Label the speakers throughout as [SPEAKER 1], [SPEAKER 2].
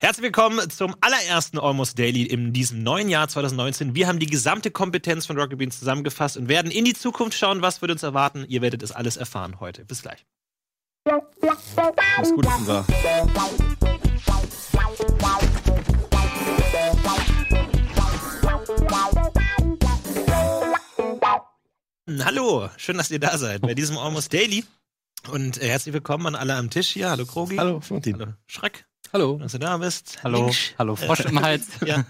[SPEAKER 1] Herzlich willkommen zum allerersten Almost Daily in diesem neuen Jahr 2019. Wir haben die gesamte Kompetenz von Rocket Beans zusammengefasst und werden in die Zukunft schauen, was wird uns erwarten. Ihr werdet es alles erfahren heute. Bis gleich.
[SPEAKER 2] Was gut ist war.
[SPEAKER 1] Hallo, schön, dass ihr da seid bei diesem Almost Daily. Und äh, herzlich willkommen an alle am Tisch hier. Hallo Krogi.
[SPEAKER 2] Hallo, Florentin.
[SPEAKER 1] Hallo Schreck.
[SPEAKER 3] Hallo.
[SPEAKER 1] Schön, dass du da bist.
[SPEAKER 3] Hallo.
[SPEAKER 1] Lynch.
[SPEAKER 3] Hallo. Frosch im Hals.
[SPEAKER 1] Ja.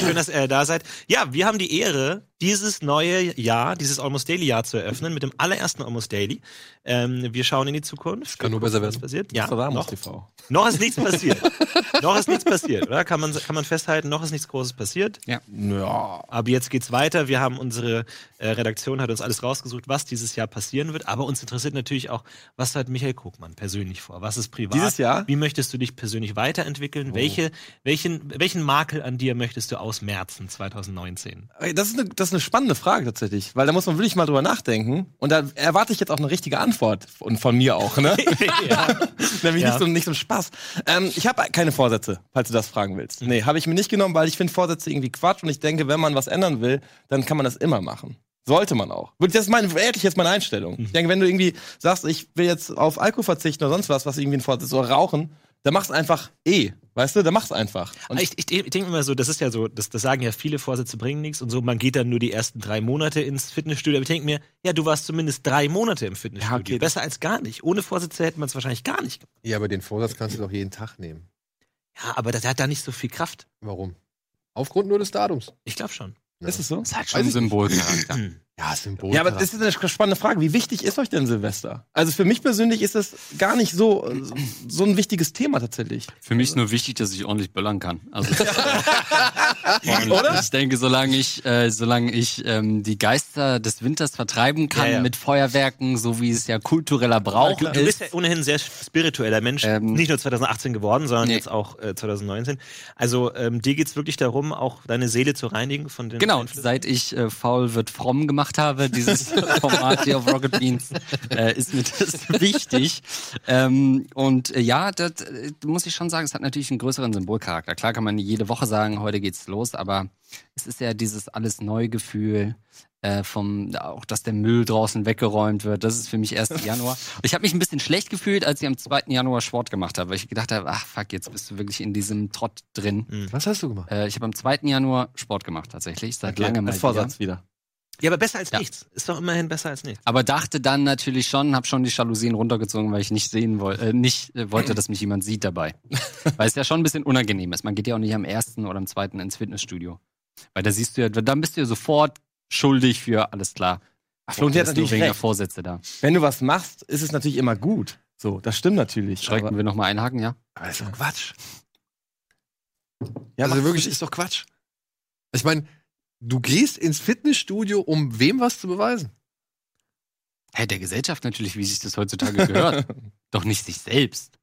[SPEAKER 1] Schön, dass ihr da seid. Ja, wir haben die Ehre, dieses neue Jahr, dieses Almost Daily Jahr zu eröffnen mit dem allerersten Almost Daily. Ähm, wir schauen in die Zukunft.
[SPEAKER 3] kann nur besser
[SPEAKER 1] Was
[SPEAKER 3] werden.
[SPEAKER 1] passiert? Ja, noch,
[SPEAKER 2] TV.
[SPEAKER 1] noch ist nichts passiert. noch ist nichts passiert, oder? Kann man, kann man festhalten, noch ist nichts Großes passiert.
[SPEAKER 2] Ja.
[SPEAKER 1] Aber jetzt geht's weiter. Wir haben unsere äh, Redaktion hat uns alles rausgesucht, was dieses Jahr passieren wird. Aber uns interessiert natürlich auch, was hat Michael Krugmann persönlich vor? Was ist privat?
[SPEAKER 2] Dieses Jahr? Oh.
[SPEAKER 1] Wie möchtest du dich persönlich weiterentwickeln? Welche, welchen, welchen Makel an dir möchtest du ausmerzen 2019?
[SPEAKER 2] Das ist, eine, das ist eine spannende Frage tatsächlich, weil da muss man wirklich mal drüber nachdenken. Und da erwarte ich jetzt auch eine richtige Antwort. Und von mir auch, ne? Nämlich
[SPEAKER 1] Ja.
[SPEAKER 2] nicht, so, nicht so ein Spaß. Ähm, ich habe keine Vorsätze, falls du das fragen willst. Nee, habe ich mir nicht genommen, weil ich finde Vorsätze irgendwie Quatsch und ich denke, wenn man was ändern will, dann kann man das immer machen. Sollte man auch. Würde- Das ist mein, ehrlich jetzt meine Einstellung. Ich denke, wenn du irgendwie sagst, ich will jetzt auf Alkohol verzichten oder sonst was, was irgendwie ein Vorsatz ist, oder rauchen, dann mach's einfach eh. Weißt du, dann mach's einfach. Und
[SPEAKER 1] ich ich, ich denke immer so, das ist ja so, das, das sagen ja viele Vorsätze bringen nichts und so, man geht dann nur die ersten drei Monate ins Fitnessstudio. Aber ich denke mir, ja, du warst zumindest drei Monate im Fitnessstudio.
[SPEAKER 2] Ja, okay, das-
[SPEAKER 1] Besser als gar nicht. Ohne Vorsätze hätte man es wahrscheinlich gar nicht gemacht.
[SPEAKER 4] Ja, aber den Vorsatz kannst du doch jeden Tag nehmen.
[SPEAKER 1] Ja, aber das hat da nicht so viel Kraft.
[SPEAKER 4] Warum? Aufgrund nur des Datums.
[SPEAKER 1] Ich glaube schon.
[SPEAKER 4] Ja.
[SPEAKER 2] ist es so?
[SPEAKER 3] Das hat schon Symbolcharakter.
[SPEAKER 4] Ja, Symbol.
[SPEAKER 2] Ja, aber das ist eine spannende Frage. Wie wichtig ist euch denn Silvester? Also für mich persönlich ist das gar nicht so, so ein wichtiges Thema tatsächlich.
[SPEAKER 5] Für mich ist nur wichtig, dass ich ordentlich böllern kann. Also, Und Ich denke, solange ich, äh, solange ich ähm, die Geister des Winters vertreiben kann
[SPEAKER 1] Ja, ja.
[SPEAKER 5] mit Feuerwerken, so wie es ja kultureller Brauch
[SPEAKER 1] Du
[SPEAKER 5] ist.
[SPEAKER 1] bist ja ohnehin ein sehr spiritueller Mensch,
[SPEAKER 5] Ähm,
[SPEAKER 1] nicht nur 2018 geworden, sondern
[SPEAKER 5] nee.
[SPEAKER 1] jetzt auch äh, 2019. Also ähm, dir geht's wirklich darum, auch deine Seele zu reinigen von den
[SPEAKER 5] Genau,
[SPEAKER 1] Einflüssen?
[SPEAKER 5] seit ich äh, Faul wird fromm gemacht habe, dieses Format hier auf Rocket Beans, äh, ist mir das wichtig. Ähm, und äh, ja, das äh, muss ich schon sagen, es hat natürlich einen größeren Symbolcharakter. Klar kann man jede Woche sagen, heute geht's los, aber es ist ja dieses alles Neugefühl. äh, Vom, auch dass der Müll draußen weggeräumt wird. Das ist für mich 1. Januar. Ich habe mich ein bisschen schlecht gefühlt, als ich am 2. Januar Sport gemacht habe, weil ich gedacht habe, ach fuck, jetzt bist du wirklich in diesem Trott drin.
[SPEAKER 4] Was hast du gemacht?
[SPEAKER 5] Äh, ich habe am 2. Januar Sport gemacht, tatsächlich, seit langem mal
[SPEAKER 2] als
[SPEAKER 5] wieder.
[SPEAKER 2] Vorsatz wieder.
[SPEAKER 1] Ja, aber besser als
[SPEAKER 5] Ja.
[SPEAKER 1] nichts. Ist doch immerhin besser als nichts.
[SPEAKER 5] Aber dachte dann natürlich schon, habe schon die Jalousien runtergezogen, weil ich nicht sehen wollte, äh, nicht äh, wollte, dass mich jemand sieht dabei. weil es ja schon ein bisschen unangenehm ist. Man geht ja auch nicht am ersten oder am zweiten ins Fitnessstudio. Weil da siehst du ja, dann bist du ja sofort schuldig für alles klar.
[SPEAKER 2] Ach, Flo, und die hat
[SPEAKER 5] Ist nur
[SPEAKER 2] natürlich
[SPEAKER 5] wegen der
[SPEAKER 2] recht.
[SPEAKER 5] Vorsätze da.
[SPEAKER 2] Wenn du was machst, ist es natürlich immer gut. So, das stimmt natürlich.
[SPEAKER 5] Schrecken
[SPEAKER 2] Aber- Also
[SPEAKER 5] wir nochmal einhaken, ja?
[SPEAKER 4] Aber das ist doch Quatsch.
[SPEAKER 2] ja,
[SPEAKER 4] also
[SPEAKER 2] mach's-
[SPEAKER 4] wirklich, ist doch Quatsch. Ich meine, du gehst ins Fitnessstudio, um wem was zu beweisen.
[SPEAKER 5] Hey, der Gesellschaft natürlich, wie sich das heutzutage gehört. Doch nicht sich selbst.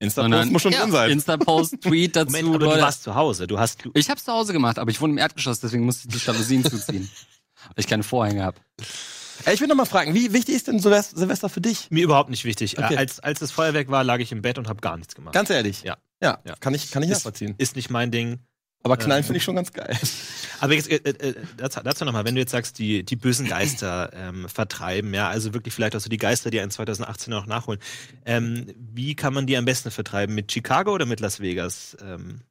[SPEAKER 2] Insta-Post muss schon drin sein.
[SPEAKER 5] Insta-Post, Tweet dazu.
[SPEAKER 1] Moment, aber du
[SPEAKER 5] Leute.
[SPEAKER 1] warst zu Hause. Du hast. Du,
[SPEAKER 5] Ich hab's zu Hause gemacht, aber ich wohne im Erdgeschoss, deswegen musste ich die Jalousien zuziehen. Weil ich keine Vorhänge habe.
[SPEAKER 2] Ey, ich will noch mal fragen, wie wichtig ist denn Silvester, Silvester für dich?
[SPEAKER 1] mir überhaupt nicht wichtig.
[SPEAKER 2] Okay.
[SPEAKER 1] Äh, als, als das Feuerwerk war, lag ich im Bett und habe gar nichts gemacht.
[SPEAKER 2] Ganz ehrlich.
[SPEAKER 1] Ja.
[SPEAKER 2] Ja,
[SPEAKER 1] Ja.
[SPEAKER 2] kann ich, kann ich
[SPEAKER 1] Ist-
[SPEAKER 2] nachvollziehen.
[SPEAKER 1] ist nicht mein Ding.
[SPEAKER 2] Aber knallen
[SPEAKER 1] äh,
[SPEAKER 2] finde ich schon ganz geil.
[SPEAKER 1] Aber jetzt, äh, äh, dazu, dazu nochmal, wenn du jetzt sagst, die, die bösen Geister ähm, vertreiben, ja, also wirklich vielleicht auch so die Geister, die einen 2018 auch nachholen, ähm, wie kann man die am besten vertreiben? Mit Chicago oder mit Las Vegas ähm,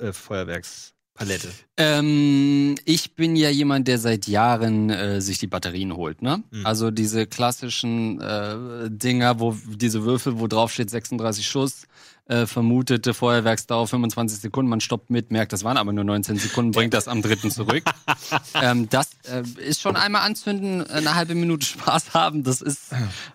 [SPEAKER 1] äh, Feuerwerkspalette?
[SPEAKER 5] Ähm, ich bin ja jemand, der seit Jahren äh, sich die Batterien holt, ne?
[SPEAKER 1] Mhm.
[SPEAKER 5] Also diese klassischen äh, Dinger, wo diese Würfel, wo drauf steht 36 Schuss, äh, vermutete Feuerwerksdauer 25 Sekunden, man stoppt mit, merkt, das waren aber nur 19 Sekunden, bringt das am dritten zurück. ähm, das äh, ist schon einmal anzünden, eine halbe Minute Spaß haben, das ist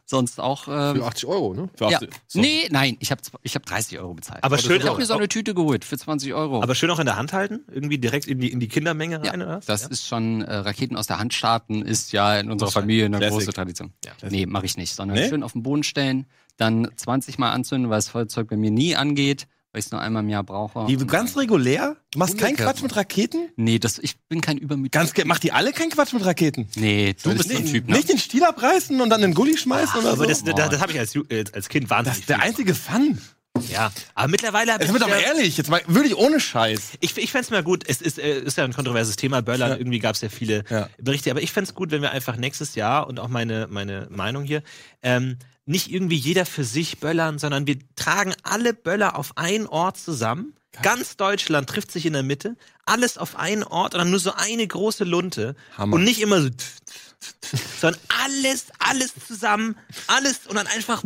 [SPEAKER 5] sonst auch ähm,
[SPEAKER 4] Für 80 Euro, ne?
[SPEAKER 2] Für
[SPEAKER 5] Ja.
[SPEAKER 2] acht- so.
[SPEAKER 5] Nee, nein, ich habe ich hab 30 Euro bezahlt. Also
[SPEAKER 1] Aber schön
[SPEAKER 5] ich habe
[SPEAKER 1] auch-
[SPEAKER 5] mir so eine Tüte geholt für 20 Euro.
[SPEAKER 1] Aber schön auch in der Hand halten, irgendwie direkt in die, in die Kindermenge
[SPEAKER 5] Oh. Ja,
[SPEAKER 1] rein, oder? was?
[SPEAKER 5] das
[SPEAKER 1] ja.
[SPEAKER 5] ist schon, äh, Raketen aus der Hand starten ist ja in unserer Familie eine
[SPEAKER 2] Classic.
[SPEAKER 5] große Tradition.
[SPEAKER 1] Ja.
[SPEAKER 5] Nee, mache ich nicht, sondern
[SPEAKER 2] Nee?
[SPEAKER 5] schön auf den Boden stellen, dann 20 Mal anzünden, weil das Feuerzeug bei mir nie angeht, weil ich es nur einmal im Jahr brauche.
[SPEAKER 2] Die ganz regulär? Du machst keinen
[SPEAKER 4] Wunderkerzen.
[SPEAKER 2] Quatsch mit Raketen?
[SPEAKER 5] nee, das, ich bin kein Übermütiger.
[SPEAKER 2] Ganz ge- macht die alle keinen Quatsch mit Raketen?
[SPEAKER 5] Nee, du bist so ein
[SPEAKER 2] nicht,
[SPEAKER 5] Typ, ne?
[SPEAKER 2] nicht den Stiel abreißen und dann in den Gully schmeißen oder so? Oh,
[SPEAKER 1] Aber das, das, das habe ich als, Ju- äh, als Kind wahnsinnig
[SPEAKER 2] Das ist der
[SPEAKER 1] viel
[SPEAKER 2] einzige Fun.
[SPEAKER 1] Ja, aber mittlerweile habe
[SPEAKER 2] Jetzt
[SPEAKER 1] ich
[SPEAKER 2] wird aber
[SPEAKER 1] wieder-
[SPEAKER 2] ehrlich, jetzt mal wirklich ohne Scheiß.
[SPEAKER 1] Ich, ich fände es mal gut, es ist, äh, ist ja ein kontroverses Thema, Böllern,
[SPEAKER 2] Ja.
[SPEAKER 1] irgendwie gab es ja viele
[SPEAKER 2] Ja.
[SPEAKER 1] Berichte, aber ich fände es gut, wenn wir einfach nächstes Jahr und auch meine, meine Meinung hier, ähm, nicht irgendwie jeder für sich böllern, sondern wir tragen alle Böller auf einen Ort zusammen. Ganz Deutschland trifft sich in der Mitte, alles auf einen Ort und dann nur so eine große Lunte.
[SPEAKER 2] Hammer.
[SPEAKER 1] Und nicht immer so, tf, tf, tf, sondern alles, alles zusammen, alles und dann einfach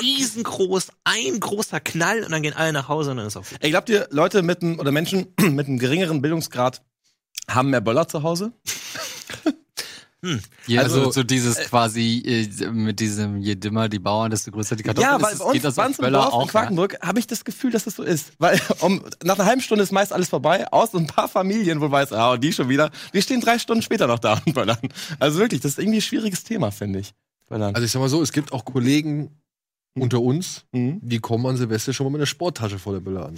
[SPEAKER 1] riesengroß, ein großer Knall und dann gehen alle nach Hause und dann ist auch gut.
[SPEAKER 2] Ey, glaubt ihr, Leute mit einem, oder Menschen mit einem geringeren Bildungsgrad haben mehr Böller zu Hause?
[SPEAKER 5] Ja,
[SPEAKER 2] Also,
[SPEAKER 5] also so, so dieses quasi äh, mit diesem je dümmer die Bauern, desto größer die Kartoffeln.
[SPEAKER 2] Ja, weil
[SPEAKER 5] das
[SPEAKER 2] bei
[SPEAKER 5] ist-
[SPEAKER 2] uns,
[SPEAKER 5] das
[SPEAKER 2] bei uns im Dorf in Quakenbrück habe ich das Gefühl, dass das so ist. Weil um, nach einer halben Stunde ist meist alles vorbei, außer ein paar Familien, wo weiß, ah, und die schon wieder. Wir stehen drei Stunden später noch da und böllern. Also wirklich, das ist irgendwie ein schwieriges Thema, finde ich. Böllern.
[SPEAKER 4] Also ich sag mal so, es gibt auch Kollegen unter uns,
[SPEAKER 2] mhm.
[SPEAKER 4] die kommen an Silvester schon mal mit einer Sporttasche voller Böller an.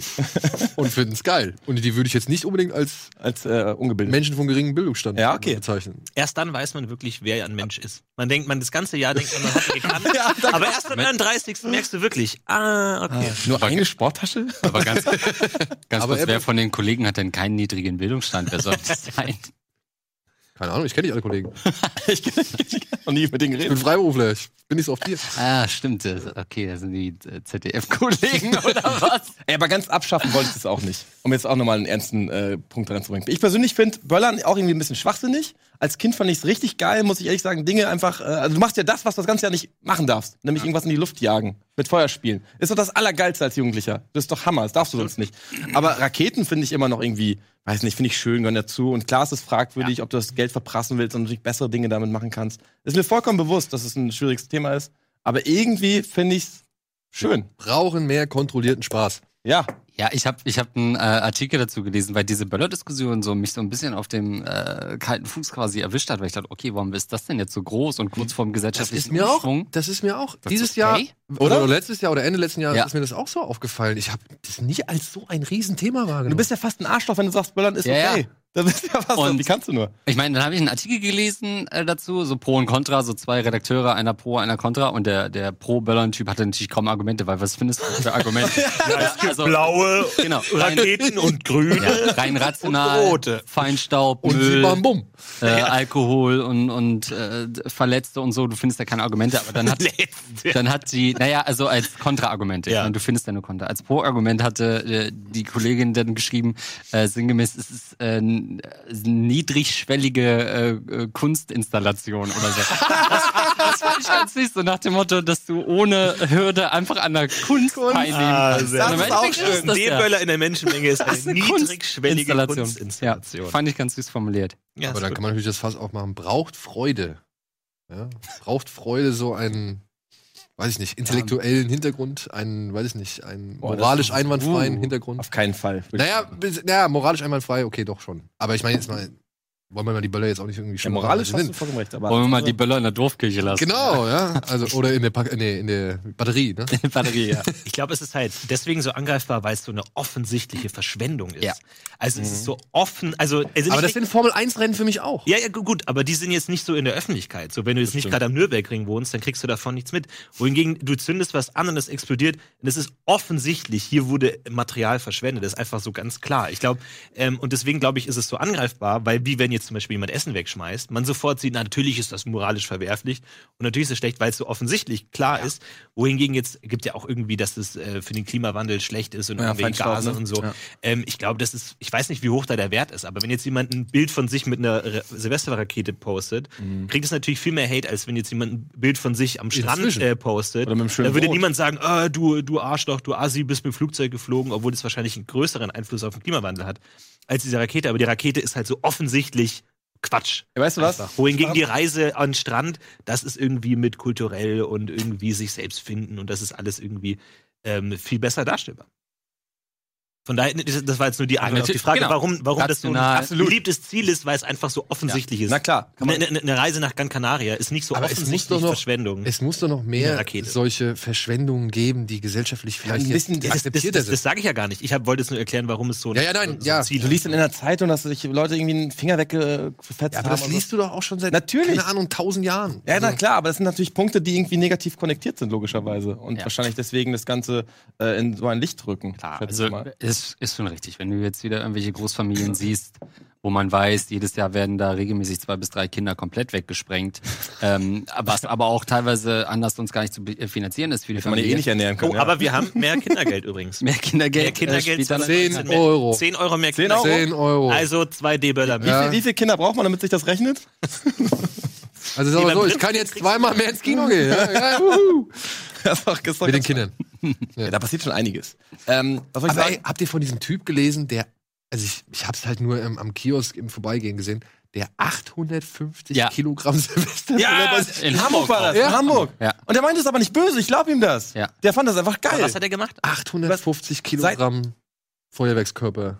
[SPEAKER 4] und finden es geil. Und die würde ich jetzt nicht unbedingt als
[SPEAKER 2] Als äh, ungebildet.
[SPEAKER 4] Menschen von geringem Bildungsstand
[SPEAKER 2] Ja, okay.
[SPEAKER 4] bezeichnen.
[SPEAKER 1] Erst dann weiß man wirklich, wer ein Mensch ist. Man denkt, man das ganze Jahr denkt man, man hat gekannt.
[SPEAKER 2] Ja, da-
[SPEAKER 1] aber erst am 31. merkst du wirklich, ah, okay.
[SPEAKER 2] nur eine Sporttasche?
[SPEAKER 5] Aber ganz, ganz
[SPEAKER 4] Aber
[SPEAKER 5] kurz, wer von den Kollegen hat denn keinen niedrigen Bildungsstand? Wer soll das sein?
[SPEAKER 4] Keine Ahnung, ich kenne nicht alle Kollegen.
[SPEAKER 2] ich ich- ich- ich hab noch nie mit denen
[SPEAKER 4] Ich bin
[SPEAKER 2] geredet.
[SPEAKER 4] Freiberufler, ich bin nicht so oft hier.
[SPEAKER 5] Ah, stimmt. das- Okay, das sind die äh, ZDF-Kollegen oder was?
[SPEAKER 2] Ey, aber ganz abschaffen wollte ich das auch nicht. Um jetzt auch nochmal einen ernsten äh, Punkt reinzubringen. Ich persönlich finde Böllern auch irgendwie ein bisschen schwachsinnig. Als Kind fand ich es richtig geil, muss ich ehrlich sagen. Dinge einfach, äh, also du machst ja das, was du das ganze Jahr nicht machen darfst. Nämlich irgendwas in die Luft jagen. Mit Feuer spielen. Ist doch das Allergeilste als Jugendlicher. Das ist doch Hammer, das darfst du sonst nicht. Aber Raketen finde ich immer noch irgendwie, weiß nicht, finde ich schön, gehören dazu. Und klar ist es fragwürdig, ob du das Geld verprassen willst und natürlich bessere Dinge damit machen kannst. Ist mir vollkommen bewusst, dass es ein schwieriges Thema ist. Aber irgendwie finde ich es schön.
[SPEAKER 4] Brauchen mehr kontrollierten Spaß.
[SPEAKER 2] Ja.
[SPEAKER 5] Ja, ich habe ich hab einen äh, Artikel dazu gelesen, weil diese Böller-Diskussion so mich so ein bisschen auf dem äh, kalten Fuß quasi erwischt hat, weil ich dachte, okay, warum ist das denn jetzt so groß und kurz vorm
[SPEAKER 4] Das
[SPEAKER 5] gesellschaftlichen
[SPEAKER 4] ist mir auch.
[SPEAKER 5] Umschwung?
[SPEAKER 4] Das ist mir auch.
[SPEAKER 5] Das
[SPEAKER 4] Dieses
[SPEAKER 5] ist
[SPEAKER 4] Jahr
[SPEAKER 5] okay.
[SPEAKER 4] oder?
[SPEAKER 2] Oder?
[SPEAKER 4] letztes Jahr oder Ende letzten Jahres
[SPEAKER 5] Ja.
[SPEAKER 4] ist mir das auch so aufgefallen. Ich habe das nie als so ein Riesenthema wahrgenommen.
[SPEAKER 2] Du bist ja fast ein Arschloch, wenn du sagst, Böllern ist
[SPEAKER 5] Ja,
[SPEAKER 2] okay.
[SPEAKER 5] ja.
[SPEAKER 2] Das ist ja was.
[SPEAKER 5] Und-
[SPEAKER 2] wie kannst du nur?
[SPEAKER 5] Ich meine, dann habe ich einen Artikel gelesen äh, dazu, so Pro und Contra, so zwei Redakteure, einer Pro, einer Contra und der, der Pro-Böllern-Typ hatte natürlich kaum Argumente, weil was findest du für Argumente? ja, also,
[SPEAKER 1] Blaue
[SPEAKER 5] genau, rein,
[SPEAKER 1] Raketen und Grüne.
[SPEAKER 5] ja, rein rational,
[SPEAKER 1] Und rote.
[SPEAKER 5] Feinstaub,
[SPEAKER 4] und sie
[SPEAKER 5] Müll,
[SPEAKER 4] bam bum.
[SPEAKER 5] äh, Alkohol und, und äh, Verletzte und so, du findest da keine Argumente, aber dann hat, dann hat die, naja, also als Kontraargumente,
[SPEAKER 1] Ja.
[SPEAKER 5] ich meine, du findest da nur Kontra. Als Pro-Argument hatte äh, die Kollegin dann geschrieben, äh, sinngemäß, es ist äh, n- niedrigschwellige äh, äh, Kunstinstallation oder so. das, das fand ich ganz süß, so nach dem Motto, dass du ohne Hürde einfach an der Kunst, teilnehmen kannst.
[SPEAKER 1] Ah, sehr
[SPEAKER 5] Und im
[SPEAKER 2] gut. Das ist auch
[SPEAKER 5] Endeffekt
[SPEAKER 2] schön.
[SPEAKER 5] das ja.
[SPEAKER 1] Seeböller in der Menschenmenge ist eine
[SPEAKER 5] Das ist eine
[SPEAKER 1] niedrigschwellige
[SPEAKER 5] Kunstinstallation.
[SPEAKER 1] Kunstinstallation.
[SPEAKER 5] Ja, fand ich ganz süß formuliert.
[SPEAKER 1] Ja,
[SPEAKER 4] Aber
[SPEAKER 1] ist
[SPEAKER 4] dann
[SPEAKER 1] gut.
[SPEAKER 4] kann man natürlich das Fass aufmachen. Braucht Freude. Ja? Braucht Freude so einen, weiß ich nicht, intellektuellen Hintergrund, einen, weiß ich nicht, einen
[SPEAKER 2] Boah, das
[SPEAKER 4] moralisch
[SPEAKER 2] ist-
[SPEAKER 4] einwandfreien
[SPEAKER 2] Uh.
[SPEAKER 4] Hintergrund.
[SPEAKER 2] keinen Fall.
[SPEAKER 4] Naja, bis- naja, moralisch einwandfrei, okay, doch schon. Aber ich meine jetzt mal, wollen wir mal die Böller jetzt auch nicht irgendwie
[SPEAKER 2] ja,
[SPEAKER 4] schlimmer
[SPEAKER 2] moralisch
[SPEAKER 4] machen, als
[SPEAKER 2] hast
[SPEAKER 4] sie
[SPEAKER 2] du vollkommen recht. Aber also
[SPEAKER 5] Wollen wir mal die Böller in der Dorfkirche lassen?
[SPEAKER 4] sind. Genau, ja. Also, oder in der, Pack nee, in der Batterie, ne?
[SPEAKER 5] Die Batterie, ja.
[SPEAKER 1] Ich glaube, es ist halt deswegen so angreifbar, weil es so eine offensichtliche Verschwendung ist.
[SPEAKER 5] Ja. Mhm.
[SPEAKER 1] Also es ist so offen, also, also
[SPEAKER 4] Aber
[SPEAKER 1] nicht-
[SPEAKER 4] das sind Formel-1-Rennen für mich auch.
[SPEAKER 1] Ja, ja, gu- gut, aber die sind jetzt nicht so in der Öffentlichkeit. So, wenn du jetzt nicht gerade am Nürburgring wohnst, dann kriegst du davon nichts mit. Wohingegen du zündest was an und es explodiert. Und es ist offensichtlich, hier wurde Material verschwendet. Das ist einfach so ganz klar. Ich glaube, ähm, und deswegen glaube ich, ist es so angreifbar, weil wie wenn jetzt zum Beispiel jemand Essen wegschmeißt, man sofort sieht, na, natürlich ist das moralisch verwerflich und natürlich ist es schlecht, weil es so offensichtlich klar ist. Wohingegen jetzt gibt ja auch irgendwie, dass es äh, für den Klimawandel schlecht ist und
[SPEAKER 2] Ja,
[SPEAKER 1] irgendwelche
[SPEAKER 2] Feinstaub,
[SPEAKER 1] Gase
[SPEAKER 2] ne?
[SPEAKER 1] und so.
[SPEAKER 2] Ja.
[SPEAKER 1] Ähm, ich glaube, das ist, ich weiß nicht, wie hoch da der Wert ist, aber wenn jetzt jemand ein Bild von sich mit einer Re- Silvesterrakete postet,
[SPEAKER 2] Mhm.
[SPEAKER 1] kriegt es natürlich viel mehr Hate, als wenn jetzt jemand ein Bild von sich am Strand
[SPEAKER 4] Inzwischen.
[SPEAKER 1] äh, postet.
[SPEAKER 2] Oder mit einem schönen
[SPEAKER 1] da würde
[SPEAKER 2] Boot.
[SPEAKER 1] niemand sagen, äh, du, du Arschloch, du Asi, bist mit dem Flugzeug geflogen, obwohl das wahrscheinlich einen größeren Einfluss auf den Klimawandel hat als diese Rakete. Aber die Rakete ist halt so offensichtlich Quatsch.
[SPEAKER 2] Ja, weißt du was?
[SPEAKER 1] Einfach. Wohingegen die Reise an den Strand, das ist irgendwie mit kulturell und irgendwie sich selbst finden und das ist alles irgendwie ähm, viel besser darstellbar. Von daher, das das war jetzt nur die Antwort auf die
[SPEAKER 3] natürlich-
[SPEAKER 1] Frage,
[SPEAKER 3] genau.
[SPEAKER 1] warum, warum das so ein
[SPEAKER 5] Rational.
[SPEAKER 1] absolut beliebtes Ziel ist, weil es einfach so offensichtlich
[SPEAKER 2] Na
[SPEAKER 1] ist.
[SPEAKER 2] klar.
[SPEAKER 1] Eine, eine, eine Reise nach Gran Canaria ist nicht so
[SPEAKER 4] Aber es muss
[SPEAKER 1] offensichtlich
[SPEAKER 4] doch noch-
[SPEAKER 1] Verschwendung.
[SPEAKER 4] Es muss doch noch
[SPEAKER 1] Eine
[SPEAKER 4] mehr
[SPEAKER 1] Rakete.
[SPEAKER 4] solche Verschwendungen geben, die gesellschaftlich vielleicht
[SPEAKER 2] ein bisschen-
[SPEAKER 4] jetzt
[SPEAKER 2] das-
[SPEAKER 1] das das,
[SPEAKER 4] akzeptierter
[SPEAKER 1] das,
[SPEAKER 4] sind.
[SPEAKER 1] das sage ich ja gar nicht. Ich hab, wollte es nur erklären, warum es so
[SPEAKER 4] Ja, ja, nein,
[SPEAKER 1] so
[SPEAKER 4] ja.
[SPEAKER 1] ein Ziel
[SPEAKER 2] Du
[SPEAKER 1] ist.
[SPEAKER 2] liest dann in der Zeitung, dass sich Leute irgendwie einen Finger weggefetzt
[SPEAKER 4] Ja,
[SPEAKER 2] haben.
[SPEAKER 4] aber das
[SPEAKER 2] und
[SPEAKER 4] liest du doch auch schon seit,
[SPEAKER 2] Natürlich.
[SPEAKER 4] keine Ahnung, tausend Jahren.
[SPEAKER 2] Ja, na
[SPEAKER 4] Also,
[SPEAKER 2] klar, aber das sind natürlich Punkte, die irgendwie negativ konnektiert sind, logischerweise. Und
[SPEAKER 5] Ja.
[SPEAKER 2] wahrscheinlich deswegen das Ganze äh, in so ein Licht rücken.
[SPEAKER 5] Klar,
[SPEAKER 2] schätze ich
[SPEAKER 5] also
[SPEAKER 2] mal.
[SPEAKER 5] ist, ist schon richtig. Wenn du jetzt wieder irgendwelche Großfamilien siehst, wo man weiß, jedes Jahr werden da regelmäßig zwei bis drei Kinder komplett weggesprengt, ähm, was aber auch teilweise anders uns gar nicht zu be- äh, finanzieren ist für die
[SPEAKER 2] Wenn man die eh
[SPEAKER 5] Familie.
[SPEAKER 2] nicht ernähren kann.
[SPEAKER 1] Oh, aber wir haben mehr Kindergeld übrigens.
[SPEAKER 5] Mehr Kindergeld,
[SPEAKER 1] Mehr Kindergeld
[SPEAKER 5] äh, spielt dann-
[SPEAKER 4] 10
[SPEAKER 1] Mehr-
[SPEAKER 4] Euro.
[SPEAKER 1] 10 Euro mehr
[SPEAKER 2] 10 Euro?
[SPEAKER 4] 10 Euro. Also,
[SPEAKER 1] Also zwei D-Böller mehr.
[SPEAKER 2] ja. wie,
[SPEAKER 4] Ja.
[SPEAKER 2] viel, wie viele Kinder braucht man, damit sich das rechnet?
[SPEAKER 4] also sag mal
[SPEAKER 1] Nee,
[SPEAKER 4] so,
[SPEAKER 1] beim
[SPEAKER 4] ich kann jetzt zweimal mehr ins Kino gehen. Ja, ja, wuhu.
[SPEAKER 2] Das ist doch- das ist doch
[SPEAKER 4] Mit den
[SPEAKER 2] ganz-
[SPEAKER 4] Kindern.
[SPEAKER 2] Ja, da passiert schon einiges. Ähm, was soll ich
[SPEAKER 4] Aber
[SPEAKER 2] sagen?
[SPEAKER 4] ey, habt ihr von diesem Typ gelesen, der, also ich, ich hab's halt nur ähm, am Kiosk im Vorbeigehen gesehen, der 850
[SPEAKER 5] Ja.
[SPEAKER 4] Kilogramm Silvester
[SPEAKER 5] in Hamburg.
[SPEAKER 2] war das,
[SPEAKER 4] Ja.
[SPEAKER 2] in Hamburg.
[SPEAKER 5] Ja.
[SPEAKER 2] Und der meinte es aber nicht böse, ich glaub ihm das.
[SPEAKER 5] Ja.
[SPEAKER 2] Der fand das einfach geil.
[SPEAKER 1] Was hat er gemacht?
[SPEAKER 4] 850 Kilogramm Feuerwerkskörper,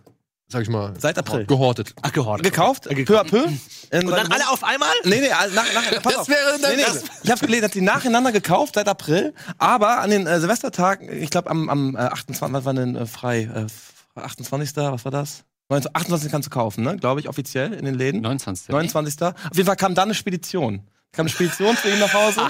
[SPEAKER 4] sag ich mal,
[SPEAKER 2] Seit April.
[SPEAKER 4] gehortet.
[SPEAKER 1] Ach, gehortet.
[SPEAKER 2] Gekauft, peu à peu. In
[SPEAKER 1] Und dann alle auf einmal?
[SPEAKER 2] Nee, nee, also nach, nach, pass
[SPEAKER 4] Das
[SPEAKER 2] auf.
[SPEAKER 4] wäre dann-
[SPEAKER 2] nee, nee,
[SPEAKER 4] das-
[SPEAKER 2] Ich habe gelesen, hat die nacheinander gekauft seit April, aber an den äh, Silvestertag, ich glaube am, am äh, 28. was war denn äh, frei? Äh, 28. Was war das? 19, 28. kannst du kaufen, ne? Glaube ich, offiziell in den Läden.
[SPEAKER 5] 29.
[SPEAKER 2] 29. Auf jeden Fall kam dann eine Spedition. Kam eine Spedition zu ihm nach Hause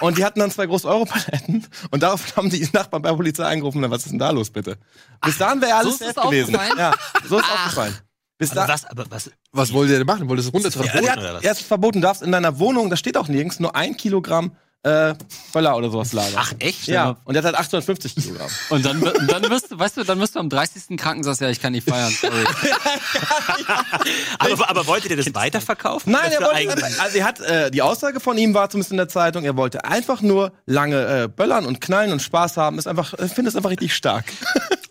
[SPEAKER 2] und die hatten dann zwei große Europaletten und darauf haben die Nachbarn bei der Polizei angerufen. Na, Was ist denn da los, bitte? Bis dahin wäre alles
[SPEAKER 5] so ist
[SPEAKER 2] safe
[SPEAKER 5] es
[SPEAKER 2] gewesen.
[SPEAKER 5] aufgefallen?
[SPEAKER 2] Ja, so ist aufgefallen. Bis
[SPEAKER 1] Aber Also was, aber was?
[SPEAKER 4] Was wollte der denn machen? Wollte es runtertragen?
[SPEAKER 1] Ja,
[SPEAKER 2] ja,
[SPEAKER 1] oder was?
[SPEAKER 2] erst verboten darfst in deiner Wohnung, da steht auch nirgends, nur ein Kilogramm äh, Böller oder sowas lagern.
[SPEAKER 1] Ach, echt?
[SPEAKER 2] ja. Und der hat halt 850 Kilogramm.
[SPEAKER 5] Und dann, und dann wirst du, weißt du, dann wirst du am 30. kranken sagst, ja, ich kann nicht feiern, sorry.
[SPEAKER 1] Aber, aber wolltet ihr das weiterverkaufen?
[SPEAKER 2] Nein, er
[SPEAKER 1] Dafür
[SPEAKER 2] wollte,
[SPEAKER 1] eigentlich-
[SPEAKER 2] also er hat, äh, die Aussage von ihm war zumindest in der Zeitung, er wollte einfach nur lange äh, böllern und knallen und Spaß haben, ist einfach, äh, finde es einfach richtig stark.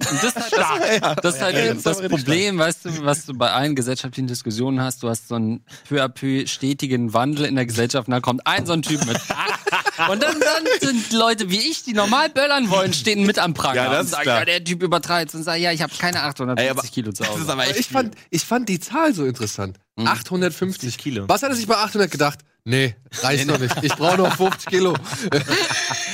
[SPEAKER 5] Und das ist halt das, das, ist halt
[SPEAKER 2] Ja, ja,
[SPEAKER 5] das,
[SPEAKER 2] das ist aber richtig
[SPEAKER 5] Problem, weißt du, was du bei allen gesellschaftlichen Diskussionen hast. Du hast so einen peu à peu stetigen Wandel in der Gesellschaft und dann kommt ein so ein Typ mit. Und dann, dann sind Leute wie ich, die normal böllern wollen, stehen mit am Pranger
[SPEAKER 2] Ja, das
[SPEAKER 5] und
[SPEAKER 2] ist
[SPEAKER 5] sagen,
[SPEAKER 2] klar.
[SPEAKER 5] ja, der Typ übertreibt und sagen, ja, ich habe keine 850
[SPEAKER 2] Ey, aber-
[SPEAKER 5] Kilo zu
[SPEAKER 2] Das ist
[SPEAKER 5] Hause.
[SPEAKER 2] aber echt
[SPEAKER 4] Ich fand, ich fand die Zahl so interessant. 850
[SPEAKER 1] Kilo.
[SPEAKER 4] Was hat er sich bei 800 gedacht? Nee, reicht noch nicht. Ich brauche noch 50 Kilo.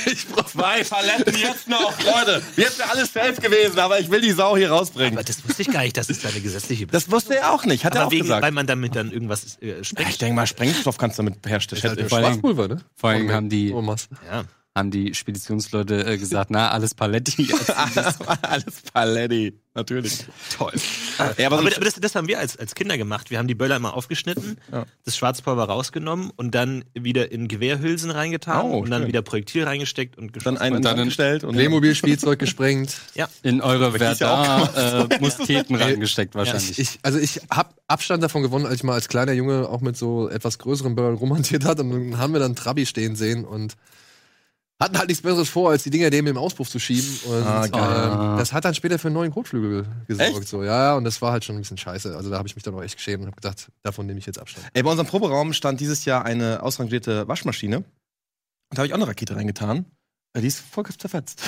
[SPEAKER 4] ich brauche
[SPEAKER 2] zwei Paletten jetzt noch, Leute. Jetzt wäre alles safe gewesen, aber ich will die Sau hier rausbringen.
[SPEAKER 1] Aber das wusste ich gar nicht, dass es da eine gesetzliche
[SPEAKER 2] Das wusste er auch nicht, hat er
[SPEAKER 1] aber
[SPEAKER 2] auch
[SPEAKER 1] wegen, weil
[SPEAKER 2] gesagt.
[SPEAKER 1] man damit dann irgendwas äh, sprengt.
[SPEAKER 2] Ich denke mal, Sprengstoff kannst du damit herstellen.
[SPEAKER 4] halt
[SPEAKER 5] vor allem-
[SPEAKER 4] Schwarzpulver, ne?
[SPEAKER 5] vor allem
[SPEAKER 4] Oh, man.
[SPEAKER 5] haben die-
[SPEAKER 4] Oh, Mann.
[SPEAKER 1] Ja.
[SPEAKER 5] Haben die Speditionsleute äh, gesagt, na, alles Paletti.
[SPEAKER 2] Alles Paletti, natürlich.
[SPEAKER 1] Toll.
[SPEAKER 2] Ja, aber,
[SPEAKER 1] Aber,
[SPEAKER 2] so,
[SPEAKER 1] aber das, das haben wir als, als Kinder gemacht. Wir haben die Böller immer aufgeschnitten, das Schwarzpulver rausgenommen und dann wieder in Gewehrhülsen reingetan
[SPEAKER 2] Oh,
[SPEAKER 1] und dann
[SPEAKER 2] schön.
[SPEAKER 1] wieder Projektil reingesteckt und geschossen.
[SPEAKER 2] dann einen
[SPEAKER 5] Und dann
[SPEAKER 2] gestellt und
[SPEAKER 4] Playmobil-Spielzeug gesprengt.
[SPEAKER 5] In eure
[SPEAKER 2] ist ja auch
[SPEAKER 5] Werder-Musketen reingesteckt wahrscheinlich.
[SPEAKER 4] Ich, ich, also ich habe Abstand davon gewonnen, als ich mal als kleiner Junge auch mit so etwas größeren Böllern rumhantiert hat. Und dann haben wir dann Trabi stehen sehen und hatten halt nichts Besseres vor, als die Dinger dem im Auspuff zu schieben. Und
[SPEAKER 2] Ah,
[SPEAKER 5] geil.
[SPEAKER 4] ähm, das hat dann später für einen neuen Kotflügel gesorgt.
[SPEAKER 2] Echt?
[SPEAKER 4] So. Ja, ja, und das war halt schon ein bisschen scheiße. Also da habe ich mich dann auch echt geschämt und habe gedacht, davon nehme ich jetzt Abstand.
[SPEAKER 2] Ey, bei unserem Proberaum stand dieses Jahr eine ausrangierte Waschmaschine. Und da habe ich auch eine Rakete reingetan. Äh, Die ist voll zerfetzt.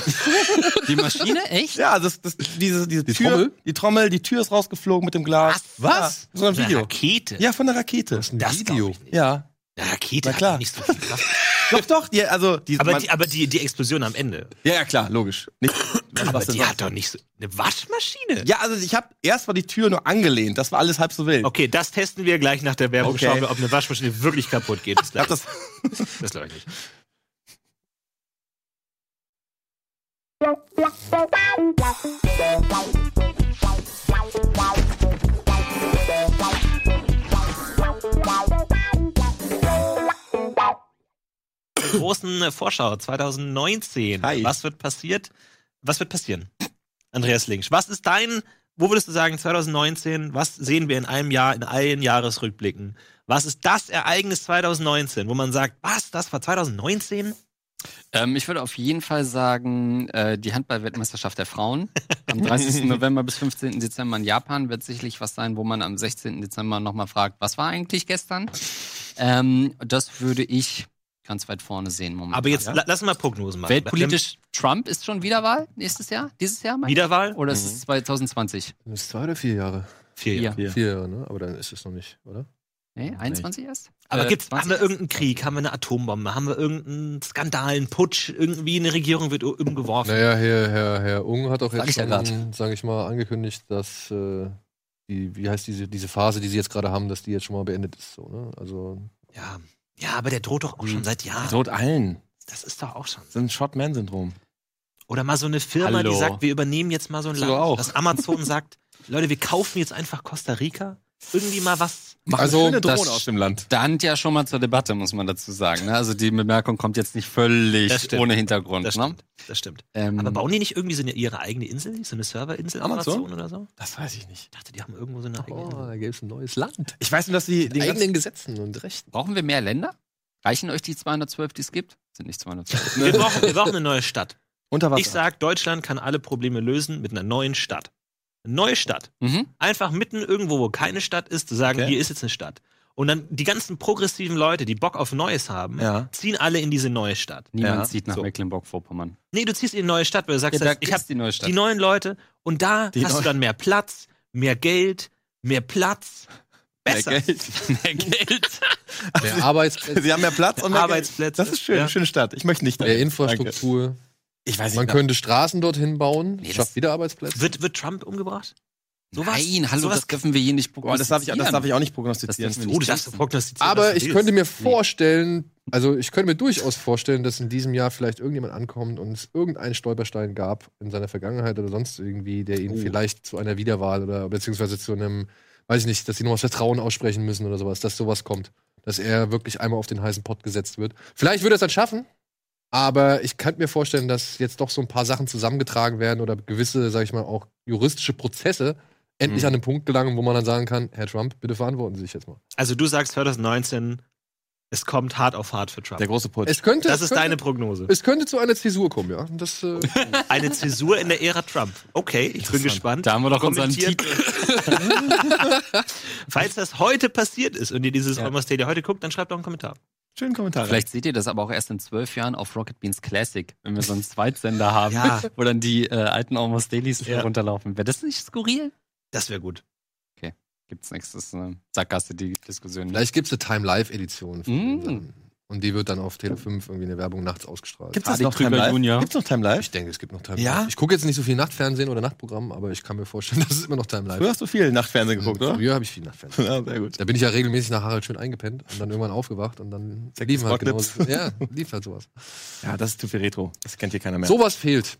[SPEAKER 5] Die Maschine, echt?
[SPEAKER 2] ja, also das, das, diese, diese
[SPEAKER 4] Die
[SPEAKER 2] Tür,
[SPEAKER 4] Trommel?
[SPEAKER 2] die Trommel, die Tür ist rausgeflogen mit dem Glas.
[SPEAKER 1] Was?
[SPEAKER 2] Ja, so ein
[SPEAKER 1] Eine
[SPEAKER 2] Video.
[SPEAKER 1] Rakete.
[SPEAKER 2] Ja, von der Rakete.
[SPEAKER 4] Das ist ein
[SPEAKER 1] Das
[SPEAKER 4] Video.
[SPEAKER 1] glaub ich nicht.
[SPEAKER 2] Ja.
[SPEAKER 1] Eine Rakete
[SPEAKER 2] Na klar.
[SPEAKER 1] hat nicht so viel Kraft.
[SPEAKER 2] Doch, doch, die, also die,
[SPEAKER 1] Aber,
[SPEAKER 2] man-
[SPEAKER 1] die, aber die, die Explosion am Ende.
[SPEAKER 2] Ja, ja, klar, logisch. Nicht, was,
[SPEAKER 1] Aber
[SPEAKER 2] was denn
[SPEAKER 1] die
[SPEAKER 2] sonst?
[SPEAKER 1] hat doch nicht so. Eine Waschmaschine?
[SPEAKER 2] ja, also ich habe erst war die Tür nur angelehnt, das war alles halb so wild.
[SPEAKER 1] Okay, das testen wir gleich nach der Werbung.
[SPEAKER 2] Okay.
[SPEAKER 1] Schauen wir, ob eine Waschmaschine wirklich kaputt geht. Das,
[SPEAKER 2] Ich hab
[SPEAKER 1] glaub-
[SPEAKER 2] das
[SPEAKER 1] das glaube ich nicht. Zur Großen äh, Vorschau 2019.
[SPEAKER 2] Hi.
[SPEAKER 1] Was wird passiert? Was wird passieren? Andreas Links, was ist dein, wo würdest du sagen, 2019, was sehen wir in einem Jahr, in allen Jahresrückblicken? Was ist das Ereignis 2019, wo man sagt, was, das war 2019?
[SPEAKER 5] Ähm, ich würde auf jeden Fall sagen, äh, die Handball-Weltmeisterschaft der Frauen am 30. November bis 15. Dezember in Japan wird sicherlich was sein, wo man am 16. Dezember nochmal fragt, was war eigentlich gestern? Ähm, das würde ich ganz weit vorne sehen momentan.
[SPEAKER 1] Aber jetzt
[SPEAKER 5] ja?
[SPEAKER 1] la lass mal Prognosen machen.
[SPEAKER 5] weltpolitisch Trump ist schon Wiederwahl nächstes Jahr, dieses Jahr
[SPEAKER 1] Ähm,
[SPEAKER 5] meinst
[SPEAKER 1] Wiederwahl?
[SPEAKER 5] du? Oder ist es 2020?
[SPEAKER 4] Das ist zwei oder vier Jahre?
[SPEAKER 1] Vier
[SPEAKER 5] Ja.
[SPEAKER 1] Jahre.
[SPEAKER 2] Ja.
[SPEAKER 4] Vier Jahre, ne? Aber dann ist es noch nicht, oder?
[SPEAKER 5] Nee, 21 erst?
[SPEAKER 1] Aber
[SPEAKER 5] Äh,
[SPEAKER 1] gibt's, haben
[SPEAKER 5] 20
[SPEAKER 1] wir irgendeinen Krieg? Haben wir eine Atombombe? Haben wir irgendeinen Skandal, einen Putsch? Irgendwie eine Regierung wird u- umgeworfen?
[SPEAKER 4] Naja, Herr, Herr, Herr Ung hat auch
[SPEAKER 5] Sag
[SPEAKER 4] jetzt,
[SPEAKER 5] ich ja
[SPEAKER 4] schon, sag ich mal, angekündigt, dass äh, die, wie heißt diese, diese Phase, die sie jetzt gerade haben, dass die jetzt schon mal beendet ist. So, ne? Also
[SPEAKER 1] Ja. ja, aber der droht doch auch schon seit Jahren.
[SPEAKER 2] Droht allen.
[SPEAKER 1] Das ist doch auch schon.
[SPEAKER 2] Das ist ein Shotman-Syndrom.
[SPEAKER 1] Oder mal so eine Firma,
[SPEAKER 3] Hallo.
[SPEAKER 1] die sagt, wir übernehmen jetzt mal so ein
[SPEAKER 2] So
[SPEAKER 1] Land.
[SPEAKER 2] auch.
[SPEAKER 1] Dass Amazon sagt, Leute, wir kaufen jetzt einfach Costa Rica. Irgendwie mal was.
[SPEAKER 2] Mach
[SPEAKER 5] Also,
[SPEAKER 2] also, eine schöne
[SPEAKER 5] das-
[SPEAKER 2] Drohne aus dem Land.
[SPEAKER 5] stand ja schon mal zur Debatte, muss man dazu sagen. Ne? Also die Bemerkung kommt jetzt nicht
[SPEAKER 1] Das
[SPEAKER 5] völlig
[SPEAKER 1] stimmt.
[SPEAKER 5] ohne Hintergrund.
[SPEAKER 1] Das
[SPEAKER 5] Ne?
[SPEAKER 1] stimmt. Das stimmt.
[SPEAKER 5] Ähm,
[SPEAKER 1] Aber bauen die nicht irgendwie so eine, ihre eigene Insel? So eine Serverinsel?
[SPEAKER 2] Amazon?
[SPEAKER 1] oder so?
[SPEAKER 2] Das weiß ich nicht.
[SPEAKER 1] Ich dachte, die haben irgendwo so eine eigene
[SPEAKER 4] Oh,
[SPEAKER 1] Insel.
[SPEAKER 4] da gäbe es ein neues Land.
[SPEAKER 2] Ich weiß nur, dass die den
[SPEAKER 4] Mit
[SPEAKER 2] ganzen,
[SPEAKER 4] eigenen Gesetzen und Rechten.
[SPEAKER 5] brauchen wir mehr Länder? Reichen euch die 212, die es gibt? Sind nicht 212.
[SPEAKER 1] Wir brauchen, wir brauchen eine neue Stadt.
[SPEAKER 2] unter Wasser.
[SPEAKER 1] Ich sag, Deutschland kann alle Probleme lösen mit einer neuen Stadt. Eine neue Stadt.
[SPEAKER 5] mhm.
[SPEAKER 1] Einfach mitten irgendwo, wo keine Stadt ist, zu sagen,
[SPEAKER 2] Okay.
[SPEAKER 1] hier ist jetzt eine Stadt. Und dann die ganzen progressiven Leute, die Bock auf Neues haben,
[SPEAKER 2] ja.
[SPEAKER 1] ziehen alle in diese neue Stadt.
[SPEAKER 5] Niemand
[SPEAKER 2] Ja,
[SPEAKER 5] zieht nach
[SPEAKER 1] so.
[SPEAKER 5] Mecklenburg-Vorpommern.
[SPEAKER 1] Nee, du ziehst in eine neue Stadt, weil du sagst, ich habe
[SPEAKER 5] die neue Stadt.
[SPEAKER 1] die neuen Leute und da
[SPEAKER 2] Die
[SPEAKER 1] hast
[SPEAKER 2] neu-
[SPEAKER 1] du dann mehr Platz, mehr Geld, mehr Platz, besser.
[SPEAKER 2] Mehr Geld.
[SPEAKER 5] mehr Geld.
[SPEAKER 4] Mehr Arbeitsplätze,
[SPEAKER 2] Sie haben mehr Platz und mehr
[SPEAKER 1] Arbeitsplätze,
[SPEAKER 2] Geld. Das ist schön,
[SPEAKER 1] ja.
[SPEAKER 2] schöne Stadt. Ich möchte nicht.
[SPEAKER 4] mehr
[SPEAKER 2] dahin.
[SPEAKER 4] Infrastruktur.
[SPEAKER 2] Danke. Ich weiß
[SPEAKER 4] Man
[SPEAKER 2] nicht.
[SPEAKER 4] könnte Straßen dorthin bauen,
[SPEAKER 5] Nee, das-
[SPEAKER 4] schafft wieder Arbeitsplätze.
[SPEAKER 1] Wird, wird Trump umgebracht? Sowas-
[SPEAKER 5] Nein, hallo,
[SPEAKER 1] sowas-
[SPEAKER 5] das dürfen wir hier nicht
[SPEAKER 2] Boah, das darf, ich, das darf ich auch nicht prognostizieren.
[SPEAKER 5] Das dürfen wir
[SPEAKER 1] Oh, du darfst doch prognostizieren. was
[SPEAKER 4] Aber
[SPEAKER 1] du
[SPEAKER 4] ich
[SPEAKER 1] willst.
[SPEAKER 4] könnte mir vorstellen, also ich könnte mir durchaus vorstellen, dass in diesem Jahr vielleicht irgendjemand ankommt und es irgendeinen Stolperstein gab in seiner Vergangenheit oder sonst irgendwie, der ihn
[SPEAKER 2] Oh.
[SPEAKER 4] vielleicht zu einer Wiederwahl oder beziehungsweise zu einem, weiß ich nicht, dass sie nochmal Vertrauen aussprechen müssen oder sowas, dass sowas kommt. Dass er wirklich einmal auf den heißen Pott gesetzt wird. Vielleicht würde er es dann schaffen, aber ich kann mir vorstellen, dass jetzt doch so ein paar Sachen zusammengetragen werden oder gewisse, sag ich mal, auch juristische Prozesse
[SPEAKER 1] Hm.
[SPEAKER 4] endlich
[SPEAKER 2] Mhm.
[SPEAKER 4] an den Punkt gelangen, wo man dann sagen kann, Herr Trump, bitte verantworten Sie sich jetzt mal.
[SPEAKER 1] Also du sagst 2019, es kommt hart auf hart für Trump.
[SPEAKER 2] Der große Putsch.
[SPEAKER 4] Es könnte,
[SPEAKER 1] Das
[SPEAKER 4] es
[SPEAKER 1] ist
[SPEAKER 4] könnte,
[SPEAKER 1] deine Prognose.
[SPEAKER 4] Es könnte zu einer Zäsur kommen, ja. Das, äh,
[SPEAKER 1] Eine Zäsur in der Ära Trump. Okay, ich bin gespannt.
[SPEAKER 5] Da haben wir doch unseren
[SPEAKER 1] Kommentiert.
[SPEAKER 5] Titel.
[SPEAKER 1] Falls das heute passiert ist und ihr dieses
[SPEAKER 2] Ja.
[SPEAKER 1] Almost Daily heute guckt, dann schreibt doch einen Kommentar.
[SPEAKER 2] Schönen Kommentar.
[SPEAKER 5] Vielleicht seht ihr das aber auch erst in zwölf Jahren auf Rocket Beans Classic, wenn wir so einen Zweitsender haben,
[SPEAKER 1] Ja.
[SPEAKER 5] wo dann die äh, alten Almost Dailies
[SPEAKER 1] Ja.
[SPEAKER 5] runterlaufen. Wäre das nicht skurril?
[SPEAKER 1] Das wäre gut.
[SPEAKER 5] Gibt's nichts. Das ist eine Sackgasse, die Diskussion.
[SPEAKER 4] vielleicht gibt es eine Time-Live-Edition. von
[SPEAKER 5] Mm.
[SPEAKER 4] den Sachen. Und die wird dann auf Tele 5 irgendwie eine Werbung nachts ausgestrahlt.
[SPEAKER 2] Gibt's das
[SPEAKER 5] Adi
[SPEAKER 2] noch Time
[SPEAKER 5] Krüger
[SPEAKER 2] Live?
[SPEAKER 5] Junior.
[SPEAKER 2] Gibt's noch Time Live?
[SPEAKER 4] ich denke, es gibt noch Time
[SPEAKER 2] Ja?
[SPEAKER 4] Live. Ich gucke jetzt nicht so viel Nachtfernsehen oder Nachtprogramm, aber ich kann mir vorstellen, dass es immer noch Time Live
[SPEAKER 2] Du hast so viel Nachtfernsehen geguckt, oder?
[SPEAKER 4] Früher habe ich viel Nachtfernsehen.
[SPEAKER 2] Ja, sehr gut.
[SPEAKER 4] Da bin ich ja regelmäßig nach Harald schön eingepennt und dann irgendwann aufgewacht und dann
[SPEAKER 2] Sex
[SPEAKER 4] liefen halt genau,
[SPEAKER 2] Apocalypse.
[SPEAKER 4] Ja, lief halt sowas.
[SPEAKER 2] Ja, das ist zu viel Retro. Das kennt hier keiner mehr.
[SPEAKER 4] Sowas fehlt.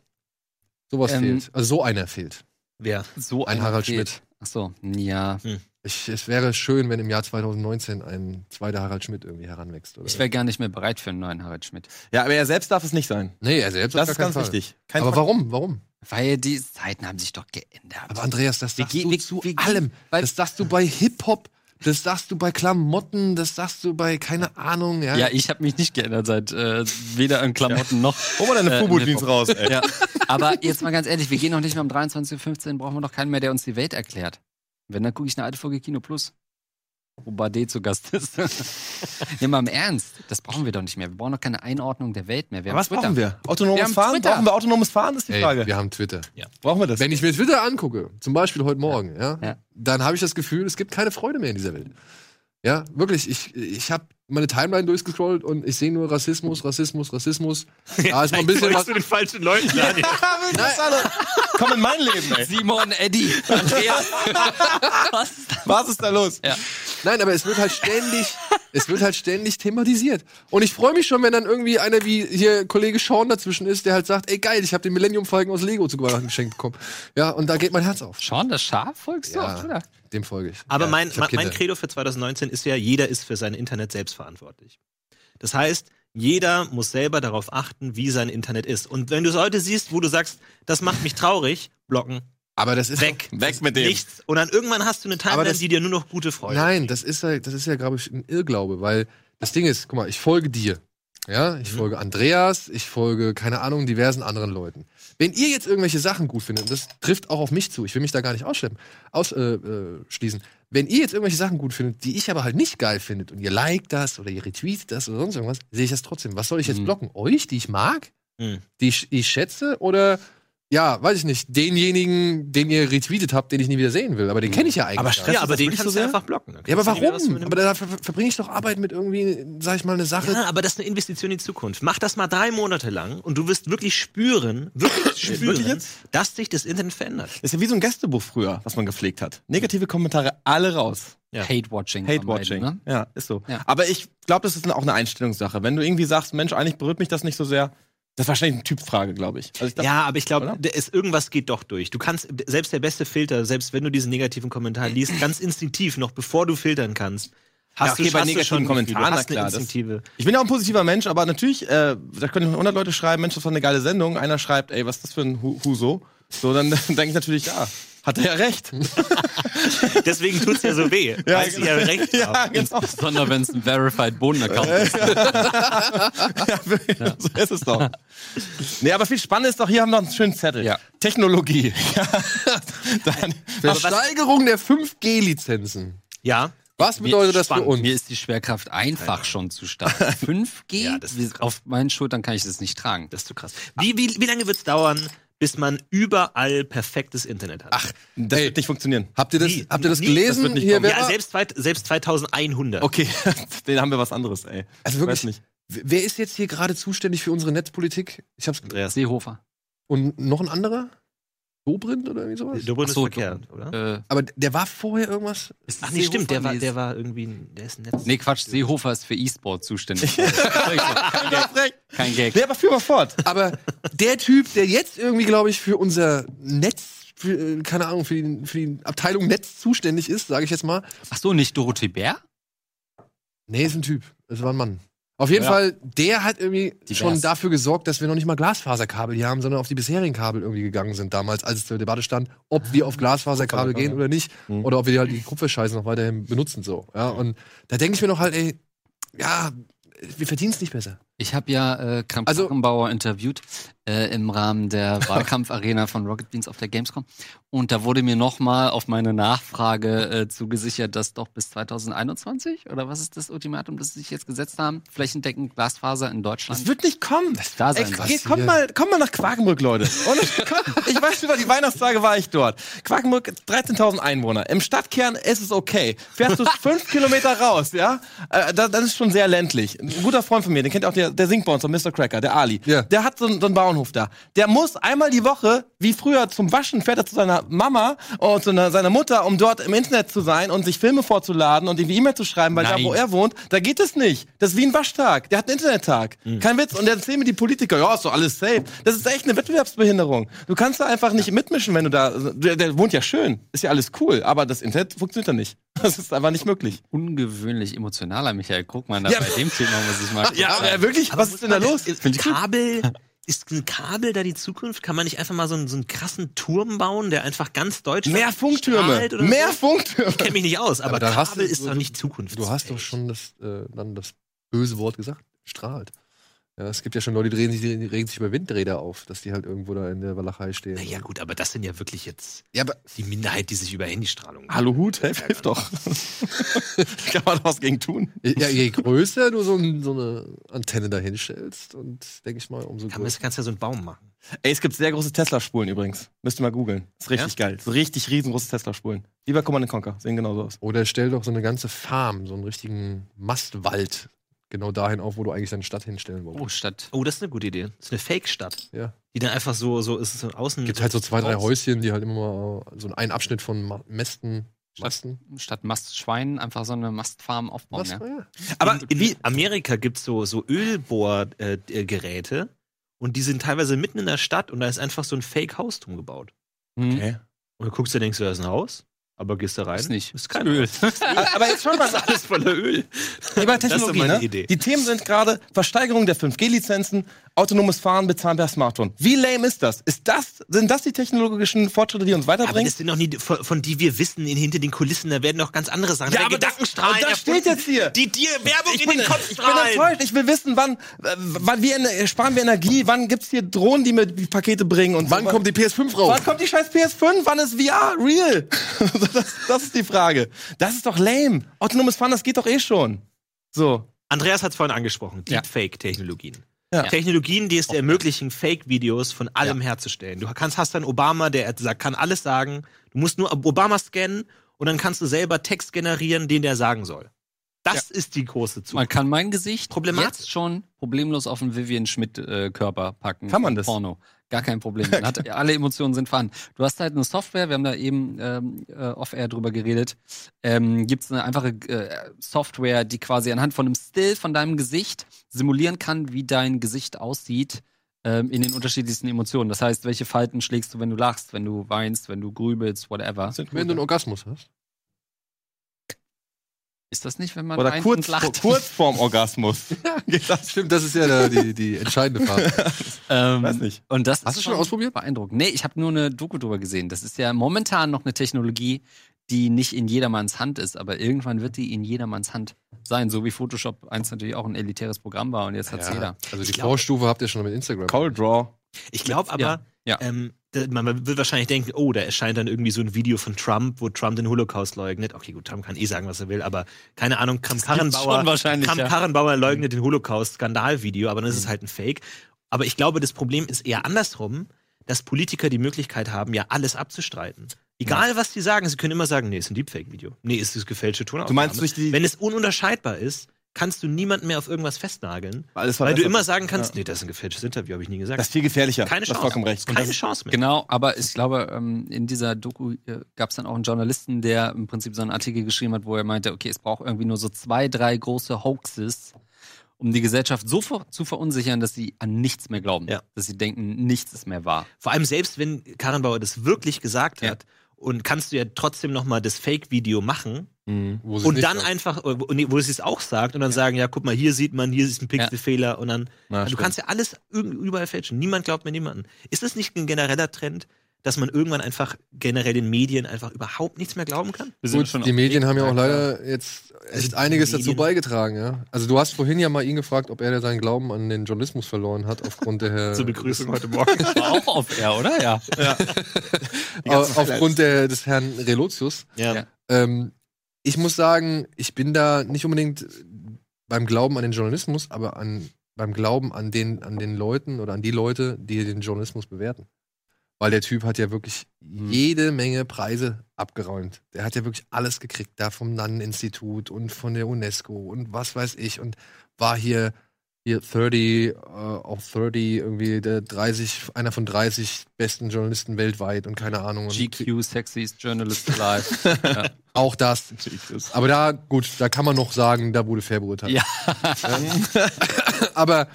[SPEAKER 4] Sowas
[SPEAKER 5] Ähm,
[SPEAKER 4] fehlt. Also so einer fehlt.
[SPEAKER 1] Wer?
[SPEAKER 5] so
[SPEAKER 4] Ein
[SPEAKER 5] einer
[SPEAKER 4] Harald
[SPEAKER 5] fehlt.
[SPEAKER 4] Schmidt.
[SPEAKER 5] Ach so, ja.
[SPEAKER 4] Ich, es wäre schön, wenn im Jahr 2019 ein zweiter Harald Schmidt irgendwie heranwächst. Oder?
[SPEAKER 5] Ich wäre gar nicht mehr bereit für einen neuen Harald Schmidt.
[SPEAKER 2] Ja, aber er selbst darf es nicht sein.
[SPEAKER 4] nee, er selbst
[SPEAKER 2] Das
[SPEAKER 4] auf
[SPEAKER 2] ist
[SPEAKER 4] gar
[SPEAKER 2] ganz
[SPEAKER 4] keinen Fall.
[SPEAKER 2] wichtig. Kein
[SPEAKER 4] aber
[SPEAKER 2] Faktor.
[SPEAKER 4] warum? Warum?
[SPEAKER 5] Weil die Zeiten haben sich doch geändert.
[SPEAKER 4] Aber Andreas, das sagst
[SPEAKER 5] gehen-
[SPEAKER 4] du
[SPEAKER 5] wir-
[SPEAKER 4] zu
[SPEAKER 5] wir gehen-
[SPEAKER 4] allem.
[SPEAKER 5] weil-
[SPEAKER 4] das sagst du bei Hip-Hop, das sagst du bei Klamotten, das sagst du bei, keine Ahnung, ja.
[SPEAKER 5] ja, ich habe mich nicht geändert seit äh, weder in Klamotten noch.
[SPEAKER 2] Hol mal deine
[SPEAKER 5] Äh,
[SPEAKER 2] Fubu-Jeans
[SPEAKER 5] Hip-Hop.
[SPEAKER 2] raus, ey.
[SPEAKER 5] Ja. Aber jetzt mal ganz ehrlich, wir gehen noch nicht mehr um 23.15 Uhr, brauchen wir doch keinen mehr, der uns die Welt erklärt. Wenn, dann gucke ich eine alte Folge Kino Plus. Wo Bardet zu Gast ist. Nimm mal im Ernst. Das brauchen wir doch nicht mehr. Wir brauchen doch keine Einordnung der Welt mehr. Wir
[SPEAKER 2] Was
[SPEAKER 5] Twitter.
[SPEAKER 2] brauchen wir? Autonomes
[SPEAKER 5] Wir haben
[SPEAKER 2] Fahren?
[SPEAKER 5] Twitter.
[SPEAKER 2] Brauchen wir autonomes Fahren, ist die
[SPEAKER 4] Ey,
[SPEAKER 2] Frage.
[SPEAKER 4] wir haben Twitter.
[SPEAKER 2] Brauchen wir das?
[SPEAKER 4] Wenn ich mir Twitter angucke, zum Beispiel heute Morgen, ja,
[SPEAKER 5] Ja.
[SPEAKER 4] dann habe ich das Gefühl, es gibt keine Freude mehr in dieser Welt. Ja, wirklich. Ich, ich habe meine Timeline durchgescrollt und ich sehe nur Rassismus, Rassismus, Rassismus. Da ist mal ein bisschen was.
[SPEAKER 1] den falschen Leuten, Daniel.
[SPEAKER 2] Komm in mein Leben, ey.
[SPEAKER 5] Simon, Eddie, Andreas. Was ist das?
[SPEAKER 2] Was ist da los?
[SPEAKER 4] Nein, aber es wird halt ständig, es wird halt ständig thematisiert. Und ich freue mich schon, wenn dann irgendwie einer wie hier Kollege Sean dazwischen ist, der halt sagt, ey geil, ich habe den Millennium Falcon aus Lego zu Weihnachten geschenkt bekommen. Ja, und da geht mein Herz auf.
[SPEAKER 5] Sean, das Schaf folgst du
[SPEAKER 4] Ja.
[SPEAKER 5] auch, oder?
[SPEAKER 4] Dem folge ich.
[SPEAKER 1] Aber
[SPEAKER 4] ja,
[SPEAKER 1] mein,
[SPEAKER 4] ich hab
[SPEAKER 1] mein, mein
[SPEAKER 4] Kinder.
[SPEAKER 1] Credo für 2019 ist ja, jeder ist für sein Internet selbst verantwortlich. Das heißt, jeder muss selber darauf achten, wie sein Internet ist. Und wenn du es heute siehst, wo du sagst, das macht mich traurig, blocken,
[SPEAKER 4] aber das ist
[SPEAKER 1] weg,
[SPEAKER 2] Weg mit dem.
[SPEAKER 1] nichts. Und dann irgendwann hast du eine
[SPEAKER 4] Aber
[SPEAKER 1] Timeline,
[SPEAKER 4] das-
[SPEAKER 1] die dir nur noch gute Freude.
[SPEAKER 4] Nein, das ist ja, das ist ja, glaube ich, ein Irrglaube, weil das Ding ist, guck mal, ich folge dir. Ja, ich folge Andreas, ich folge, keine Ahnung, diversen anderen Leuten. Wenn ihr jetzt irgendwelche Sachen gut findet, und das trifft auch auf mich zu, ich will mich da gar nicht ausschließen, aus, äh, äh, schließen. wenn ihr jetzt irgendwelche Sachen gut findet, die ich aber halt nicht geil findet und ihr liked das oder ihr retweetet das oder sonst irgendwas, sehe ich das trotzdem. Was soll ich jetzt
[SPEAKER 5] Mhm.
[SPEAKER 4] blocken? Euch, die ich mag,
[SPEAKER 1] Mhm.
[SPEAKER 4] die ich, ich schätze oder ja, weiß ich nicht, denjenigen, den ihr retweetet habt, den ich nie wieder sehen will, aber den kenne ich ja eigentlich.
[SPEAKER 2] Aber
[SPEAKER 4] gar
[SPEAKER 2] stresst
[SPEAKER 4] nicht.
[SPEAKER 1] Ja, aber
[SPEAKER 2] das
[SPEAKER 1] den
[SPEAKER 2] wirklich
[SPEAKER 1] kannst
[SPEAKER 2] so
[SPEAKER 1] du
[SPEAKER 2] sehr?
[SPEAKER 1] einfach blocken. Dann
[SPEAKER 4] ja, aber
[SPEAKER 1] kannst du wieder was
[SPEAKER 4] warum?
[SPEAKER 1] mit einem-
[SPEAKER 4] Aber da ver- verbringe ich doch Arbeit mit irgendwie, sag ich mal, eine Sache,
[SPEAKER 1] Ja, aber das ist eine Investition in die Zukunft. Mach das mal drei Monate lang und du wirst wirklich spüren,
[SPEAKER 2] Äh,
[SPEAKER 1] wirklich spüren, dass sich das Internet verändert.
[SPEAKER 2] Ist ja wie so ein Gästebuch früher, was man gepflegt hat. Negative Kommentare alle raus.
[SPEAKER 1] Ja.
[SPEAKER 5] Hate-Watching.
[SPEAKER 2] Hate-Watching.
[SPEAKER 5] vermeiden, ne?
[SPEAKER 2] Ja, ist so.
[SPEAKER 5] Ja.
[SPEAKER 2] Aber ich glaube, das ist auch eine Einstellungssache. Wenn du irgendwie sagst, Mensch, eigentlich berührt mich das nicht so sehr, das ist wahrscheinlich eine Typfrage, glaube ich. Also ich glaub,
[SPEAKER 1] Ja, aber ich glaube,
[SPEAKER 2] Oder?
[SPEAKER 1] irgendwas geht doch durch. Du kannst, selbst der beste Filter, selbst wenn du diesen negativen Kommentar liest, ganz instinktiv, noch bevor du filtern kannst,
[SPEAKER 2] Ja,
[SPEAKER 1] hast
[SPEAKER 2] okay,
[SPEAKER 1] du
[SPEAKER 2] bei
[SPEAKER 1] hast du
[SPEAKER 2] negativen
[SPEAKER 1] schon Gefühle,
[SPEAKER 2] Kommentaren,
[SPEAKER 1] hast
[SPEAKER 2] na
[SPEAKER 1] eine
[SPEAKER 2] klar, das-
[SPEAKER 1] instinktive.
[SPEAKER 2] Ich bin ja auch ein positiver Mensch, aber natürlich, äh, da können 100 Leute schreiben, Mensch, das war eine geile Sendung. Einer schreibt, ey, was ist das für ein Hu- Huso? So, dann, dann denke ich natürlich, ja, hat er ja recht.
[SPEAKER 1] Deswegen tut's ja so weh, ja, weil sie ja recht haben.
[SPEAKER 2] genau.
[SPEAKER 5] Insbesondere wenn es ein Verified Boden-Account ist.
[SPEAKER 2] genau, So ist es doch. Nee, aber viel spannender ist doch, hier haben wir noch einen schönen Zettel.
[SPEAKER 5] Ja.
[SPEAKER 2] Technologie. Ja. Dann,
[SPEAKER 4] Versteigerung der 5G-Lizenzen.
[SPEAKER 1] Ja,
[SPEAKER 4] Was bedeutet das für
[SPEAKER 1] spannend.
[SPEAKER 4] uns?
[SPEAKER 5] Mir ist die Schwerkraft einfach schon zu stark. 5G?
[SPEAKER 1] Ja, das ist krass.
[SPEAKER 5] auf meinen Schultern kann ich das nicht tragen.
[SPEAKER 1] das ist zu krass. Wie, wie, wie lange wird's dauern, bis man überall perfektes Internet hat? Ach,
[SPEAKER 2] das wird nicht funktionieren.
[SPEAKER 4] Habt ihr das,
[SPEAKER 1] Nie.
[SPEAKER 4] habt ihr das
[SPEAKER 1] Nie.
[SPEAKER 4] gelesen?
[SPEAKER 2] Das wird nicht
[SPEAKER 4] Hier,
[SPEAKER 2] kommen.
[SPEAKER 4] wer,
[SPEAKER 1] ja,
[SPEAKER 4] war-
[SPEAKER 1] selbst, zweit- selbst 2100.
[SPEAKER 2] Okay, den haben wir was anderes, ey.
[SPEAKER 4] also
[SPEAKER 2] Weiß
[SPEAKER 4] wirklich,
[SPEAKER 2] nicht.
[SPEAKER 4] wer ist jetzt hier gerade zuständig für unsere Netzpolitik? Ich hab's.
[SPEAKER 1] Andreas.
[SPEAKER 5] Seehofer.
[SPEAKER 4] Und noch ein anderer? Dobrindt oder irgendwie sowas?
[SPEAKER 1] Du bist
[SPEAKER 5] Ach so,
[SPEAKER 1] verkehrt, oder?
[SPEAKER 5] Äh,
[SPEAKER 4] Aber der war vorher irgendwas?
[SPEAKER 5] ist
[SPEAKER 1] Ach nee, stimmt, der war,
[SPEAKER 5] nee,
[SPEAKER 1] der war irgendwie, ein- der ist ein Netz.
[SPEAKER 5] Nee, Quatsch, Seehofer ist für E-Sport zuständig. kein Gag. Kein Gag.
[SPEAKER 2] Ah, Nee, aber führ mal fort.
[SPEAKER 4] Aber der Typ, der jetzt irgendwie, glaube ich, für unser Netz, für, äh, keine Ahnung, für die, für die Abteilung Netz zuständig ist, sage ich jetzt mal.
[SPEAKER 5] Ach so, nicht Dorothee Bär?
[SPEAKER 4] Nee, ist ein Typ. Es war ein Mann. Auf jeden
[SPEAKER 2] Ja.
[SPEAKER 4] Fall, der hat irgendwie
[SPEAKER 5] Divers.
[SPEAKER 4] schon dafür gesorgt, dass wir noch nicht mal Glasfaserkabel hier haben, sondern auf die bisherigen Kabel irgendwie gegangen sind damals, als es zur Debatte stand, ob wir auf Glasfaserkabel gehen oder nicht.
[SPEAKER 2] Mhm.
[SPEAKER 4] Oder ob wir die halt die Kupferscheiße noch weiterhin benutzen. so. Ja, und da denke ich mir noch halt, ey, ja, wir verdienen es nicht besser.
[SPEAKER 5] Ich habe ja äh, Kramp
[SPEAKER 4] Also-
[SPEAKER 5] Karrenbauer interviewt äh, im Rahmen der Wahlkampfarena von Rocket Beans auf der Gamescom. Und da wurde mir nochmal auf meine Nachfrage äh, zugesichert, dass doch bis 2021 oder was ist das Ultimatum, das sie sich jetzt gesetzt haben, flächendeckend Glasfaser in
[SPEAKER 2] Das
[SPEAKER 5] Deutschland
[SPEAKER 2] wird nicht kommen.
[SPEAKER 5] da
[SPEAKER 2] Ey,
[SPEAKER 5] sein soll.
[SPEAKER 2] geh, komm, mal, komm mal nach Quakenbrück, Leute. Ohne Scheiß. ich weiß, über die Weihnachtstage war ich dort. Quakenbrück, 13.000 Einwohner. Im Stadtkern ist es okay. Fährst du fünf Kilometer raus, ja? Äh, da, das ist schon sehr ländlich. Ein guter Freund von mir, den kennt auch der, der singt bei uns, der Mr. Cracker, der Ali.
[SPEAKER 4] Ja.
[SPEAKER 2] Der hat so, einen- so einen Bauernhof da. Der muss einmal die Woche, wie früher zum Waschen, fährt er zu seiner Mama und zu einer- seiner Mutter, um dort im Internet zu sein und sich Filme vorzuladen und ihm die E-Mail zu schreiben, weil da,
[SPEAKER 5] Nein.
[SPEAKER 2] wo er wohnt, da geht es nicht. Das ist wie ein Waschtag. Der hat einen Internettag. Kein Witz. Und dann erzählen mir die Politiker, ja, ist doch alles safe. Das ist echt eine Wettbewerbsbehinderung. Du kannst da einfach nicht mitmischen, wenn du da. Der, der wohnt ja schön. Ist ja alles cool. Aber das Internet funktioniert da nicht. Das ist einfach nicht möglich.
[SPEAKER 5] ungewöhnlich emotionaler, Michael. Guck mal, da
[SPEAKER 2] Ja.
[SPEAKER 5] bei dem Thema muss ich mal.
[SPEAKER 2] Ja, aber wirklich? was ist denn da los?
[SPEAKER 1] Ist Kabel, ist ein Kabel da die Zukunft? Kann man nicht einfach mal so einen, so einen krassen Turm bauen, der einfach ganz Deutschland
[SPEAKER 2] Mehr Funktürme.
[SPEAKER 1] strahlt oder
[SPEAKER 2] Mehr
[SPEAKER 1] so?
[SPEAKER 2] Funktürme.
[SPEAKER 1] Ich kenne mich nicht aus, aber,
[SPEAKER 4] Aber dann hast
[SPEAKER 1] Kabel
[SPEAKER 4] du-
[SPEAKER 1] ist doch nicht Zukunft.
[SPEAKER 4] Du hast doch schon das, äh, dann das böse Wort gesagt, strahlt. Ja, es gibt ja schon Leute, die regen sich, die regen sich über Windräder auf, dass die halt irgendwo da in der Walachei stehen.
[SPEAKER 1] Naja, gut, aber das sind ja wirklich jetzt
[SPEAKER 4] Ja, aber
[SPEAKER 1] die Minderheit, die sich über Handystrahlung.
[SPEAKER 2] Hallo Hut, hilf, hilf doch. Kann man doch was gegen tun.
[SPEAKER 4] Ja, je größer du so, ein, so eine Antenne da hinstellst, und denke ich mal, umso
[SPEAKER 1] Kann man,
[SPEAKER 4] größer.
[SPEAKER 1] das kannst du ja so einen Baum machen.
[SPEAKER 2] Ey, es gibt sehr große Tesla-Spulen übrigens. Müsst ihr mal googeln. Ist richtig geil. So richtig riesengroße Tesla-Spulen. Lieber Command Conquer. Sehen genauso aus.
[SPEAKER 4] Oder stell doch so eine ganze Farm, so einen richtigen Mastwald, genau dahin auf, wo du eigentlich deine Stadt hinstellen
[SPEAKER 5] Oh,
[SPEAKER 4] wolltest.
[SPEAKER 5] statt.
[SPEAKER 1] Oh, das ist eine gute Idee. Das ist eine Fake-Stadt.
[SPEAKER 4] Ja.
[SPEAKER 1] Die dann einfach so, so ist es so außen.
[SPEAKER 4] Gibt halt so zwei, drei
[SPEAKER 1] Raus.
[SPEAKER 4] Häuschen, die halt immer mal so einen Abschnitt von Ma Mästen. Masten?
[SPEAKER 5] Statt Mastschwein einfach so eine Mastfarm aufbauen.
[SPEAKER 4] Masten,
[SPEAKER 5] ja.
[SPEAKER 4] ja.
[SPEAKER 1] Aber in Amerika gibt es so, so Ölbohrgeräte äh, Geräte und die sind teilweise mitten in der Stadt und da ist einfach so ein Fake-Haus drum gebaut.
[SPEAKER 5] Hm.
[SPEAKER 2] Okay.
[SPEAKER 1] Und du guckst da denkst du, da ist ein Haus, aber gehst da rein.
[SPEAKER 5] Ist nicht.
[SPEAKER 1] Ist kein Öl.
[SPEAKER 2] Aber jetzt schon mal
[SPEAKER 1] Alles voller Öl.
[SPEAKER 2] Thema
[SPEAKER 1] Das ist
[SPEAKER 2] Technologie,
[SPEAKER 1] meine
[SPEAKER 2] ne?
[SPEAKER 1] Idee.
[SPEAKER 2] Die Themen sind gerade Versteigerung der 5G-Lizenzen, autonomes Fahren bezahlen per Smartphone. Wie lame ist das? Ist das sind das die technologischen Fortschritte, die uns
[SPEAKER 1] Aber
[SPEAKER 2] weiterbringen?
[SPEAKER 1] das sind noch nie, von, von die wir wissen, in, hinter den Kulissen, da werden noch ganz andere Sachen.
[SPEAKER 2] Ja,
[SPEAKER 1] da werden
[SPEAKER 2] aber das-
[SPEAKER 1] Gedankenstrahlen
[SPEAKER 2] aber das
[SPEAKER 1] erfunden,
[SPEAKER 2] steht jetzt hier.
[SPEAKER 1] Die dir Werbung
[SPEAKER 2] ich
[SPEAKER 1] in
[SPEAKER 2] bin,
[SPEAKER 1] den Kopf
[SPEAKER 2] ich bin enttäuscht. Ich will wissen, wann, äh, wann wir ener- sparen wir Energie, wann gibt's hier Drohnen, die mir die Pakete bringen und
[SPEAKER 4] Wann
[SPEAKER 2] so.
[SPEAKER 4] kommt die PS5 raus?
[SPEAKER 2] Wann kommt die scheiß PS5? Wann ist VR real? das, das ist die Frage. Das ist doch lame. Autonomes Fahren, das geht doch eh schon. So.
[SPEAKER 1] Andreas hat es vorhin angesprochen, Deepfake-Technologien.
[SPEAKER 2] Ja.
[SPEAKER 1] Technologien, die es dir ermöglichen, Fake-Videos von allem herzustellen. Du kannst, hast dann Obama, der sagt, kann alles sagen. Du musst nur Obama scannen und dann kannst du selber Text generieren, den der sagen soll. Das ist die große
[SPEAKER 5] Man
[SPEAKER 1] Zukunft.
[SPEAKER 5] kann mein Gesicht
[SPEAKER 1] Problematisch.
[SPEAKER 5] jetzt schon problemlos auf den Vivian Schmidt-Körper packen.
[SPEAKER 2] Kann man das?
[SPEAKER 5] Porno. Gar kein Problem. Man Hat, alle Emotionen sind vorhanden. Du hast halt eine Software, wir haben da eben ähm, äh, off-air drüber geredet. Ähm, Gibt es eine einfache äh, Software, die quasi anhand von einem Still von deinem Gesicht simulieren kann, wie dein Gesicht aussieht ähm, in den unterschiedlichsten Emotionen. Das heißt, welche Falten schlägst du, wenn du lachst, wenn du weinst, wenn du grübelst, whatever.
[SPEAKER 4] Wenn du einen Orgasmus hast.
[SPEAKER 5] Ist das nicht, wenn man
[SPEAKER 2] Oder
[SPEAKER 5] weint
[SPEAKER 2] kurz,
[SPEAKER 5] und lacht?
[SPEAKER 2] kurz vorm Orgasmus. Geht das?
[SPEAKER 4] Stimmt, das ist ja der- die, die entscheidende Frage.
[SPEAKER 5] Ähm,
[SPEAKER 2] Weiß nicht.
[SPEAKER 5] Und das
[SPEAKER 4] Hast du schon
[SPEAKER 5] schon-
[SPEAKER 4] ausprobiert?
[SPEAKER 5] beeindruckend. Nee, ich habe nur eine Doku drüber gesehen. Das ist ja momentan noch eine Technologie, die nicht in jedermanns Hand ist, aber irgendwann wird die in jedermanns Hand sein, so wie Photoshop eins natürlich auch ein elitäres Programm war und jetzt hat's jeder.
[SPEAKER 4] Also die
[SPEAKER 1] Ich glaub-
[SPEAKER 4] Vorstufe habt ihr schon mit Instagram.
[SPEAKER 2] Cold Draw.
[SPEAKER 1] Ich glaube aber,
[SPEAKER 5] Ja, ja.
[SPEAKER 1] Ähm, da- man wird wahrscheinlich denken, oh, da erscheint dann irgendwie so ein Video von Trump, wo Trump den Holocaust leugnet. Okay, gut, Trump kann eh sagen, was er will, aber keine Ahnung, Kram Karrenbauer,
[SPEAKER 5] schon wahrscheinlich,
[SPEAKER 1] Kram
[SPEAKER 5] ja.
[SPEAKER 1] Karrenbauer leugnet
[SPEAKER 2] Mhm.
[SPEAKER 1] den Holocaust-Skandalvideo, aber dann ist es halt ein Fake. Aber ich glaube, das Problem ist eher andersrum, dass Politiker die Möglichkeit haben, ja alles abzustreiten. Egal, was sie sagen, sie können immer sagen, nee, ist ein Deepfake-Video. Nee, ist es gefälschte Tonaufnahme.
[SPEAKER 2] meinst durch die-
[SPEAKER 1] Wenn es ununterscheidbar ist, kannst du niemanden mehr auf irgendwas festnageln,
[SPEAKER 2] Alles
[SPEAKER 1] weil du
[SPEAKER 2] verbessert
[SPEAKER 1] immer
[SPEAKER 2] ist.
[SPEAKER 1] sagen kannst,
[SPEAKER 2] Ja.
[SPEAKER 1] nee, das ist ein gefälschtes Interview, habe ich nie gesagt.
[SPEAKER 2] Das ist viel gefährlicher.
[SPEAKER 1] Keine
[SPEAKER 2] Das ist
[SPEAKER 1] Chance.
[SPEAKER 2] vollkommen recht.
[SPEAKER 1] Keine Chance mehr.
[SPEAKER 5] Genau, aber ich glaube, ähm, in dieser Doku gab es dann auch einen Journalisten, der im Prinzip so einen Artikel geschrieben hat, wo er meinte, okay, es braucht irgendwie nur so zwei, drei große Hoaxes, um die Gesellschaft so ver zu verunsichern, dass sie an nichts mehr glauben.
[SPEAKER 1] Ja.
[SPEAKER 5] Dass sie denken, nichts ist mehr wahr.
[SPEAKER 1] Vor allem selbst wenn Karin Bauer das wirklich gesagt
[SPEAKER 5] Ja.
[SPEAKER 1] hat und kannst du ja trotzdem noch mal das Fake Video machen
[SPEAKER 4] Wo sie
[SPEAKER 1] und
[SPEAKER 4] nicht
[SPEAKER 1] dann
[SPEAKER 4] sagt.
[SPEAKER 1] einfach äh, wo- nee, wo sie es auch sagt und dann sagen ja guck mal hier sieht man hier ist ein Pixelfehler und dann also
[SPEAKER 2] Na,
[SPEAKER 1] du
[SPEAKER 2] stimmt.
[SPEAKER 1] kannst ja alles irg- überall fälschen. Niemand glaubt mir niemanden. Ist es nicht ein genereller Trend, dass man irgendwann einfach generell den Medien einfach überhaupt nichts mehr glauben kann?
[SPEAKER 5] Wir
[SPEAKER 4] Gut, die Medien haben ja auch leider jetzt
[SPEAKER 1] Also
[SPEAKER 4] echt
[SPEAKER 1] die
[SPEAKER 4] einiges dazu
[SPEAKER 1] Medien-
[SPEAKER 4] beigetragen, ja. Also du hast vorhin ja mal ihn gefragt, ob er da seinen Glauben an den Journalismus verloren hat, aufgrund der
[SPEAKER 1] Zur Begrüßung heute Morgen.
[SPEAKER 5] War auch auf R, oder? Ja.
[SPEAKER 4] au- aufgrund der, des Herrn Relotius.
[SPEAKER 1] ja. ne?
[SPEAKER 5] Ja.
[SPEAKER 4] Ähm, ich muss sagen, ich bin da nicht unbedingt beim Glauben an den Journalismus, aber an, beim Glauben an den, an den Leuten oder an die Leute, die den Journalismus bewerten. Weil der Typ hat ja wirklich jede Menge Preise abgeräumt. Der hat ja wirklich alles gekriegt, da vom Nannen-Institut und von der UNESCO und was weiß ich und war hier, hier 30, äh, auch 30, irgendwie der 30, einer von 30 besten Journalisten weltweit und keine Ahnung. Und
[SPEAKER 5] GQ, Sexiest Journalist Alive. ja.
[SPEAKER 4] Auch das. Aber da, gut, da kann man noch sagen, da wurde fair beurteilt. Ähm,
[SPEAKER 5] Ja.
[SPEAKER 4] Aber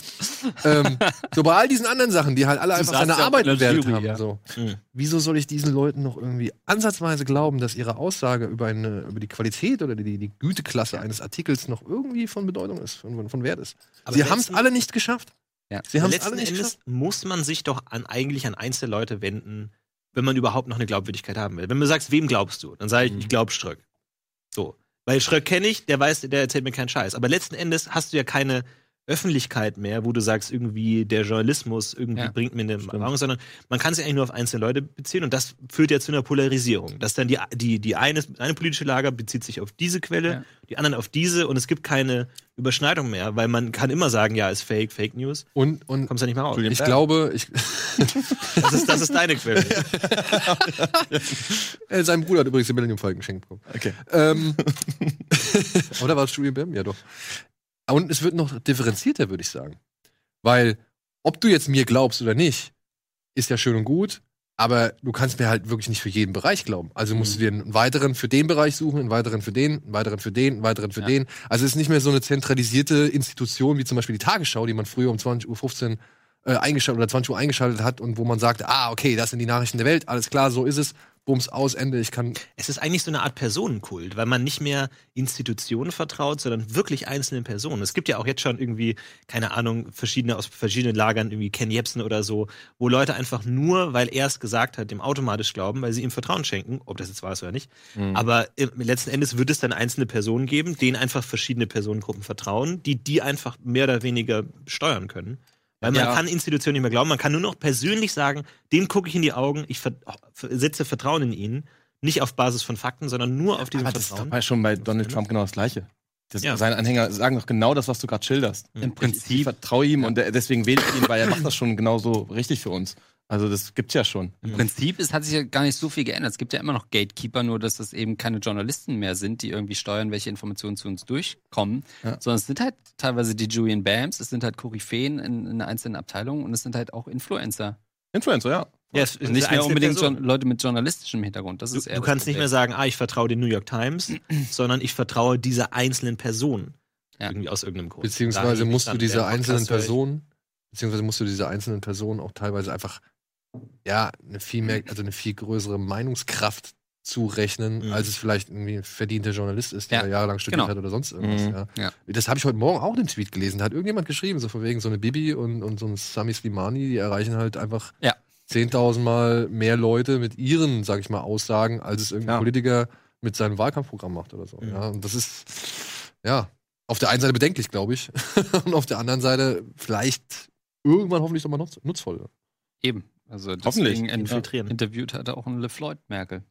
[SPEAKER 4] ähm, so bei all diesen anderen Sachen, die halt alle einfach
[SPEAKER 5] saßt
[SPEAKER 4] seine
[SPEAKER 5] ja auch
[SPEAKER 4] Arbeit
[SPEAKER 5] in der
[SPEAKER 4] bewertet
[SPEAKER 5] Jury,
[SPEAKER 4] haben.
[SPEAKER 5] ja.
[SPEAKER 4] So.
[SPEAKER 1] Mhm.
[SPEAKER 4] Wieso soll ich diesen Leuten noch irgendwie ansatzweise glauben, dass ihre Aussage über, eine, über die Qualität oder die, die Güteklasse eines Artikels noch irgendwie von Bedeutung ist, von, von Wert ist?
[SPEAKER 1] Aber
[SPEAKER 4] Sie haben es
[SPEAKER 1] letzten-
[SPEAKER 4] alle nicht geschafft.
[SPEAKER 5] Ja.
[SPEAKER 4] Sie haben es
[SPEAKER 1] Letzten
[SPEAKER 4] alle nicht
[SPEAKER 1] Endes
[SPEAKER 4] geschafft.
[SPEAKER 1] muss man sich doch an, eigentlich an einzelne Leute wenden, wenn man überhaupt noch eine Glaubwürdigkeit haben will. Wenn du sagst, wem glaubst du? Dann sage
[SPEAKER 4] Mhm.
[SPEAKER 1] ich, ich glaube Schröck. So. Weil Schröck kenne ich, der weiß, der erzählt mir keinen Scheiß. Aber letzten Endes hast du ja keine Öffentlichkeit mehr, wo du sagst, irgendwie der Journalismus irgendwie
[SPEAKER 5] Ja,
[SPEAKER 1] bringt mir eine Erfahrung, sondern man kann sich eigentlich nur auf einzelne Leute beziehen und das führt ja zu einer Polarisierung. Dass dann die, die, die eine, eine politische Lager bezieht sich auf diese Quelle,
[SPEAKER 5] Ja.
[SPEAKER 1] die anderen auf diese und es gibt keine Überschneidung mehr, weil man kann immer sagen, ja, ist Fake, Fake News
[SPEAKER 4] Und, und
[SPEAKER 1] kommst ja nicht mehr raus.
[SPEAKER 4] ich glaube, ich,
[SPEAKER 1] Das ist, das ist deine Quelle.
[SPEAKER 4] äh, sein Bruder hat übrigens den Millennium Falcon geschenkt bekommen.
[SPEAKER 2] Okay.
[SPEAKER 4] Ähm, oder war es Studio BIM? Ja, doch. Und es wird noch differenzierter, würde ich sagen. Weil, ob du jetzt mir glaubst oder nicht, ist ja schön und gut, aber du kannst mir halt wirklich nicht für jeden Bereich glauben. Also musst du dir einen weiteren für den Bereich suchen, einen weiteren für den, einen weiteren für den, einen weiteren für
[SPEAKER 5] Ja.
[SPEAKER 4] den. Also es ist nicht mehr so eine zentralisierte Institution wie zum Beispiel die Tagesschau, die man früher um 20.15 Uhr äh, eingeschaltet oder 20 Uhr eingeschaltet hat und wo man sagt, ah, okay, das sind die Nachrichten der Welt, alles klar, so ist es, Bums aus, Ende. Ich kann.
[SPEAKER 1] Es ist eigentlich so eine Art Personenkult, weil man nicht mehr Institutionen vertraut, sondern wirklich einzelnen Personen. Es gibt ja auch jetzt schon irgendwie, keine Ahnung, verschiedene aus verschiedenen Lagern, irgendwie Ken Jebsen oder so, wo Leute einfach nur, weil er es gesagt hat, dem automatisch glauben, weil sie ihm Vertrauen schenken, ob das jetzt wahr ist oder nicht.
[SPEAKER 2] Mhm.
[SPEAKER 1] Aber im- letzten Endes wird es dann einzelne Personen geben, denen einfach verschiedene Personengruppen vertrauen, die die einfach mehr oder weniger steuern können. Weil man
[SPEAKER 5] Ja.
[SPEAKER 1] kann Institutionen nicht mehr glauben, man kann nur noch persönlich sagen, dem gucke ich in die Augen, ich ver setze Vertrauen in ihn, nicht auf Basis von Fakten, sondern nur auf diesem
[SPEAKER 2] Aber das ist doch
[SPEAKER 1] Vertrauen.
[SPEAKER 2] bei- schon bei Donald Trump genau das Gleiche. Das,
[SPEAKER 1] Ja.
[SPEAKER 2] Seine Anhänger sagen doch genau das, was du gerade schilderst.
[SPEAKER 5] Im
[SPEAKER 2] Ich, ich
[SPEAKER 5] Prinzip
[SPEAKER 2] vertraue ihm und der, deswegen wähle ich ihn, weil er macht das schon genauso richtig für uns. Also das gibt's ja schon.
[SPEAKER 5] Im Prinzip ist, hat sich ja gar nicht so viel geändert. Es gibt ja immer noch Gatekeeper, nur dass das eben keine Journalisten mehr sind, die irgendwie steuern, welche Informationen zu uns durchkommen,
[SPEAKER 2] Ja.
[SPEAKER 5] sondern es sind halt teilweise die Julian Bams, es sind halt Koryphäen in, in einzelnen Abteilungen und es sind halt auch Influencer.
[SPEAKER 2] Influencer, ja.
[SPEAKER 1] Ja, es- es
[SPEAKER 5] Und
[SPEAKER 1] ist
[SPEAKER 5] nicht mehr
[SPEAKER 1] einzelne
[SPEAKER 5] unbedingt
[SPEAKER 1] Personen.
[SPEAKER 5] Jour- Leute mit journalistischem Hintergrund. Das
[SPEAKER 1] Du,
[SPEAKER 5] ist eher
[SPEAKER 1] du kannst nicht mehr sagen, ah, ich vertraue den New York Times, sondern ich vertraue dieser einzelnen Person.
[SPEAKER 5] Ja.
[SPEAKER 1] Irgendwie aus irgendeinem Grund.
[SPEAKER 4] Beziehungsweise
[SPEAKER 1] Dann-
[SPEAKER 4] musst du
[SPEAKER 1] dann
[SPEAKER 4] diese
[SPEAKER 1] der Podcast
[SPEAKER 4] einzelnen
[SPEAKER 1] höre ich.
[SPEAKER 4] Personen, beziehungsweise musst du diese einzelnen Personen auch teilweise einfach, ja, eine viel mehr, also eine viel größere Meinungskraft zurechnen,
[SPEAKER 1] Mhm.
[SPEAKER 4] als es vielleicht irgendwie ein verdienter Journalist ist, der
[SPEAKER 5] Ja,
[SPEAKER 4] da jahrelang studiert
[SPEAKER 5] genau.
[SPEAKER 4] hat oder sonst irgendwas.
[SPEAKER 2] Mhm.
[SPEAKER 4] Ja.
[SPEAKER 5] Ja.
[SPEAKER 4] Das habe ich heute Morgen auch den Tweet gelesen. Da hat irgendjemand geschrieben, so von wegen so eine Bibi und, und so ein Sami Slimani, die erreichen halt einfach
[SPEAKER 5] Ja.
[SPEAKER 4] 10.000 Mal mehr Leute mit ihren, sag ich mal, Aussagen, als es irgendein
[SPEAKER 2] Ja.
[SPEAKER 4] Politiker mit seinem Wahlkampfprogramm macht oder so.
[SPEAKER 1] Mhm.
[SPEAKER 4] Ja, und das ist, ja, auf der einen Seite bedenklich, glaube ich. und auf der anderen Seite vielleicht irgendwann hoffentlich nochmal nutz nutzvoll.
[SPEAKER 5] Eben. Also
[SPEAKER 2] Hoffentlich.
[SPEAKER 5] deswegen inf-
[SPEAKER 1] Infiltrieren.
[SPEAKER 5] interviewt hat er auch einen LeFloid Merkel.